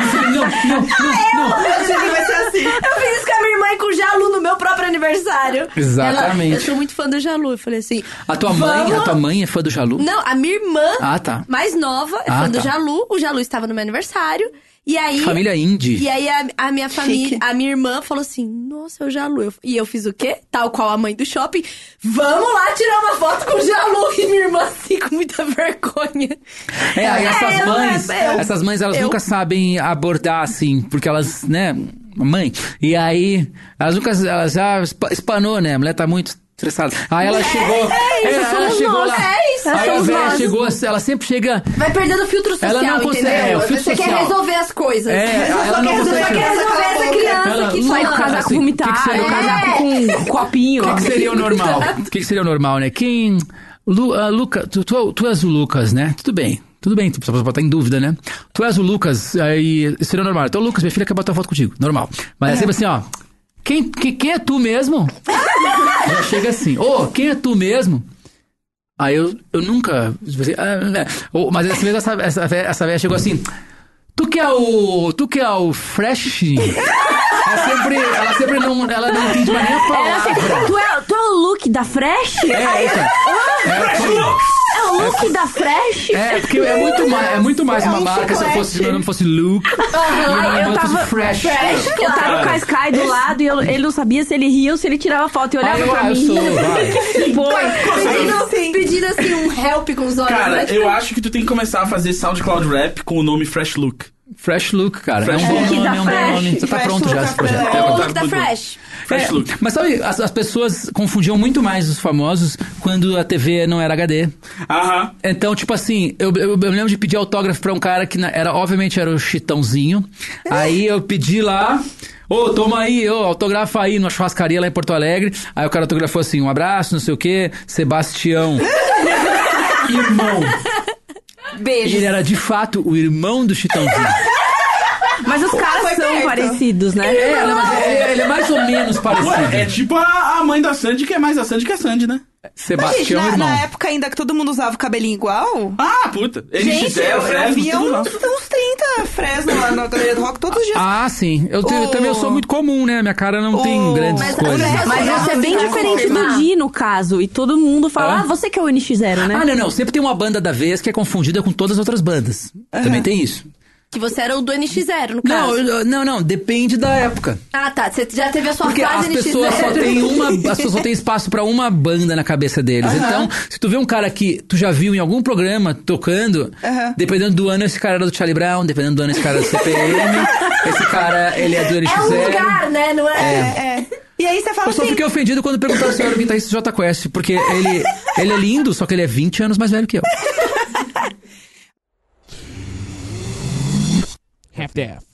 [SPEAKER 11] Eu falei, não, não, não, não.
[SPEAKER 3] Ah, Eu achei que vai ser assim. Eu fiz isso com a minha irmã e com o Jalu no meu próprio aniversário.
[SPEAKER 11] Exatamente.
[SPEAKER 3] Ela- eu sou muito fã do Jalu. Eu falei assim.
[SPEAKER 11] A tua mãe,
[SPEAKER 3] "Vamos?"
[SPEAKER 11] a tua mãe é fã do Jalu?
[SPEAKER 3] Não, a minha irmã
[SPEAKER 11] Ah, tá.
[SPEAKER 3] mais nova é
[SPEAKER 11] Ah,
[SPEAKER 3] fã do
[SPEAKER 11] tá.
[SPEAKER 3] Jalu. O Jalu estava no meu aniversário. E aí.
[SPEAKER 11] Família indie.
[SPEAKER 3] E aí a, a minha família, a minha irmã falou assim: Nossa, é o Jalu. Eu- e eu fiz o quê? Tal qual a mãe do shopping. Vamos lá tirar uma foto com o Jalu. E minha irmã assim, com muita vergonha.
[SPEAKER 11] É, aí essas
[SPEAKER 3] eu-
[SPEAKER 11] mães,
[SPEAKER 3] eu-
[SPEAKER 11] essas mães, elas
[SPEAKER 3] eu-
[SPEAKER 11] nunca sabem abordar, assim, porque elas, né, mãe, e aí, elas nunca, elas já espa- espanou, né, a mulher tá muito estressada. Aí ela
[SPEAKER 3] É,
[SPEAKER 11] chegou,
[SPEAKER 3] é isso,
[SPEAKER 11] ela, ela
[SPEAKER 3] somos
[SPEAKER 11] chegou
[SPEAKER 3] nós,
[SPEAKER 11] lá,
[SPEAKER 3] é isso,
[SPEAKER 11] aí a
[SPEAKER 3] somos
[SPEAKER 11] velha
[SPEAKER 3] nós.
[SPEAKER 11] chegou, assim, ela sempre chega...
[SPEAKER 3] Vai perdendo o filtro social,
[SPEAKER 11] Ela não consegue,
[SPEAKER 3] entendeu?
[SPEAKER 11] é, o filtro
[SPEAKER 3] Você quer
[SPEAKER 11] social.
[SPEAKER 3] resolver as coisas.
[SPEAKER 11] É,
[SPEAKER 3] Você
[SPEAKER 11] ela não
[SPEAKER 3] só quer resolver,
[SPEAKER 11] consegue.
[SPEAKER 3] quer resolver essa criança
[SPEAKER 11] Ela
[SPEAKER 3] que
[SPEAKER 11] não
[SPEAKER 3] sai do
[SPEAKER 11] consegue,
[SPEAKER 3] casaco
[SPEAKER 11] assim,
[SPEAKER 3] vomitado,
[SPEAKER 11] que que
[SPEAKER 3] sai
[SPEAKER 11] seria?
[SPEAKER 3] do casaco É. com copinho.
[SPEAKER 11] um O que, que seria o normal? O que, que seria o normal, né? Quem. Lu, ah, Luca, tu, tu- tu és o Lucas, né? Tudo bem. Tudo bem, tu só pode botar em dúvida, né? Tu és o Lucas, aí isso seria o normal. Então, Lucas, minha filha quer botar foto contigo. Normal. Mas é sempre assim, ó. Quem, que- quem é tu mesmo? Já chega assim. Ô, quem é tu mesmo? Aí eu, eu nunca. tipo assim, ah, né? Ô, mas essa vez essa, essa, véia- essa velha chegou assim. Tu que é o. Tu que é o Fresh? Ela sempre, ela sempre não, ela não entende mais nem a
[SPEAKER 3] Ela
[SPEAKER 11] palavra.
[SPEAKER 3] sempre- tu, é, tu é o look da Fresh?
[SPEAKER 11] É, então.
[SPEAKER 3] Ah, é o look da Fresh?
[SPEAKER 11] É, porque é muito mais, é muito mais
[SPEAKER 3] É
[SPEAKER 11] uma
[SPEAKER 3] um
[SPEAKER 11] marca se eu fosse, meu nome fosse Luke.
[SPEAKER 3] Aham,
[SPEAKER 11] e meu
[SPEAKER 3] eu
[SPEAKER 11] nome fosse
[SPEAKER 3] tava
[SPEAKER 11] Fresh.
[SPEAKER 3] eu tava com a Sky É do lado e eu- ele não sabia se ele ria ou se ele tirava foto e olhava
[SPEAKER 11] Ai,
[SPEAKER 3] pra
[SPEAKER 11] Ah, eu
[SPEAKER 3] mim.
[SPEAKER 11] sou, vai.
[SPEAKER 3] Foi. Pedindo, pedindo assim um help com os olhos.
[SPEAKER 4] Cara,
[SPEAKER 3] né? Tipo,
[SPEAKER 4] eu acho que tu tem que começar a fazer SoundCloud Rap com o nome Fresh Look.
[SPEAKER 11] Fresh Look, cara.
[SPEAKER 31] Fresh
[SPEAKER 11] é um bom
[SPEAKER 31] Look
[SPEAKER 11] nome,
[SPEAKER 31] da
[SPEAKER 11] é um bom
[SPEAKER 31] Fresh.
[SPEAKER 11] nome. Você tá
[SPEAKER 31] Fresh
[SPEAKER 11] pronto
[SPEAKER 31] Look
[SPEAKER 11] já
[SPEAKER 31] da
[SPEAKER 11] esse projeto. um tá
[SPEAKER 31] Fresh. É o look da Fresh.
[SPEAKER 11] É, Mas sabe, as, as pessoas confundiam muito mais os famosos quando a TV não era HD.
[SPEAKER 4] Aham.
[SPEAKER 11] Então, tipo assim, eu, eu, eu me lembro de pedir autógrafo pra um cara que na- era, obviamente, era o Chitãozinho.
[SPEAKER 31] É.
[SPEAKER 11] Aí eu pedi lá. Ô, toma aí, ô, autografa aí numa churrascaria lá em Porto Alegre. Aí o cara autografou assim, um abraço, não sei o quê, Sebastião. Irmão.
[SPEAKER 7] Beijo.
[SPEAKER 11] Ele era de fato o irmão do Chitãozinho.
[SPEAKER 7] Mas os caras
[SPEAKER 11] Foi
[SPEAKER 7] são
[SPEAKER 11] perto.
[SPEAKER 7] parecidos, né?
[SPEAKER 11] É, não, mas ele- ele é mais ou menos parecido.
[SPEAKER 4] é tipo a, a mãe da Sandy, que é mais a Sandy que a Sandy, né?
[SPEAKER 11] Sebastião,
[SPEAKER 1] Mas, gente, na, na época ainda que todo mundo usava o cabelinho igual.
[SPEAKER 4] Ah, puta. Eles
[SPEAKER 1] gente,
[SPEAKER 4] fizeram
[SPEAKER 1] eu, eu
[SPEAKER 4] Fresno,
[SPEAKER 1] via
[SPEAKER 4] tudo
[SPEAKER 1] uns, uns 30 Fresno lá na galeria do rock todos os dias.
[SPEAKER 11] Ah, sim. Eu, te-
[SPEAKER 1] O-
[SPEAKER 11] também eu sou muito comum, né? Minha cara não tem grandes
[SPEAKER 1] mas-
[SPEAKER 11] coisas.
[SPEAKER 7] Mas
[SPEAKER 1] Mas
[SPEAKER 7] você é bem
[SPEAKER 1] não,
[SPEAKER 7] diferente
[SPEAKER 1] não.
[SPEAKER 7] do Di, no caso. E todo mundo fala,
[SPEAKER 11] Hã?
[SPEAKER 7] ah, você que é o NX0, né?
[SPEAKER 11] Ah, não, não. Sempre tem uma banda da vez que é confundida com todas as outras bandas. Também tem isso.
[SPEAKER 3] Que você era o do NX0, no caso.
[SPEAKER 11] Não, eu- não, não. Depende da época.
[SPEAKER 3] Ah, tá. Você já teve a sua
[SPEAKER 11] Porque as
[SPEAKER 3] fase NX0.
[SPEAKER 11] pessoas só têm uma, as pessoas só têm espaço pra uma banda na cabeça deles.
[SPEAKER 3] Aham.
[SPEAKER 11] Então, se tu vê um cara que tu já viu em algum programa tocando,
[SPEAKER 1] Aham.
[SPEAKER 11] dependendo do ano esse cara era do Charlie Brown, dependendo do ano esse cara era do CPM, esse
[SPEAKER 4] Ah,
[SPEAKER 11] cara ele é do NX0.
[SPEAKER 3] um
[SPEAKER 7] um
[SPEAKER 1] né? Não
[SPEAKER 11] É.
[SPEAKER 1] é. E aí você fala
[SPEAKER 11] Eu só
[SPEAKER 1] assim.
[SPEAKER 11] fiquei ofendido quando perguntaram se eu era o guitarrista do Jota Quest, porque ele, ele é lindo, só que ele é 20 anos mais velho que eu.
[SPEAKER 32] Half-Death.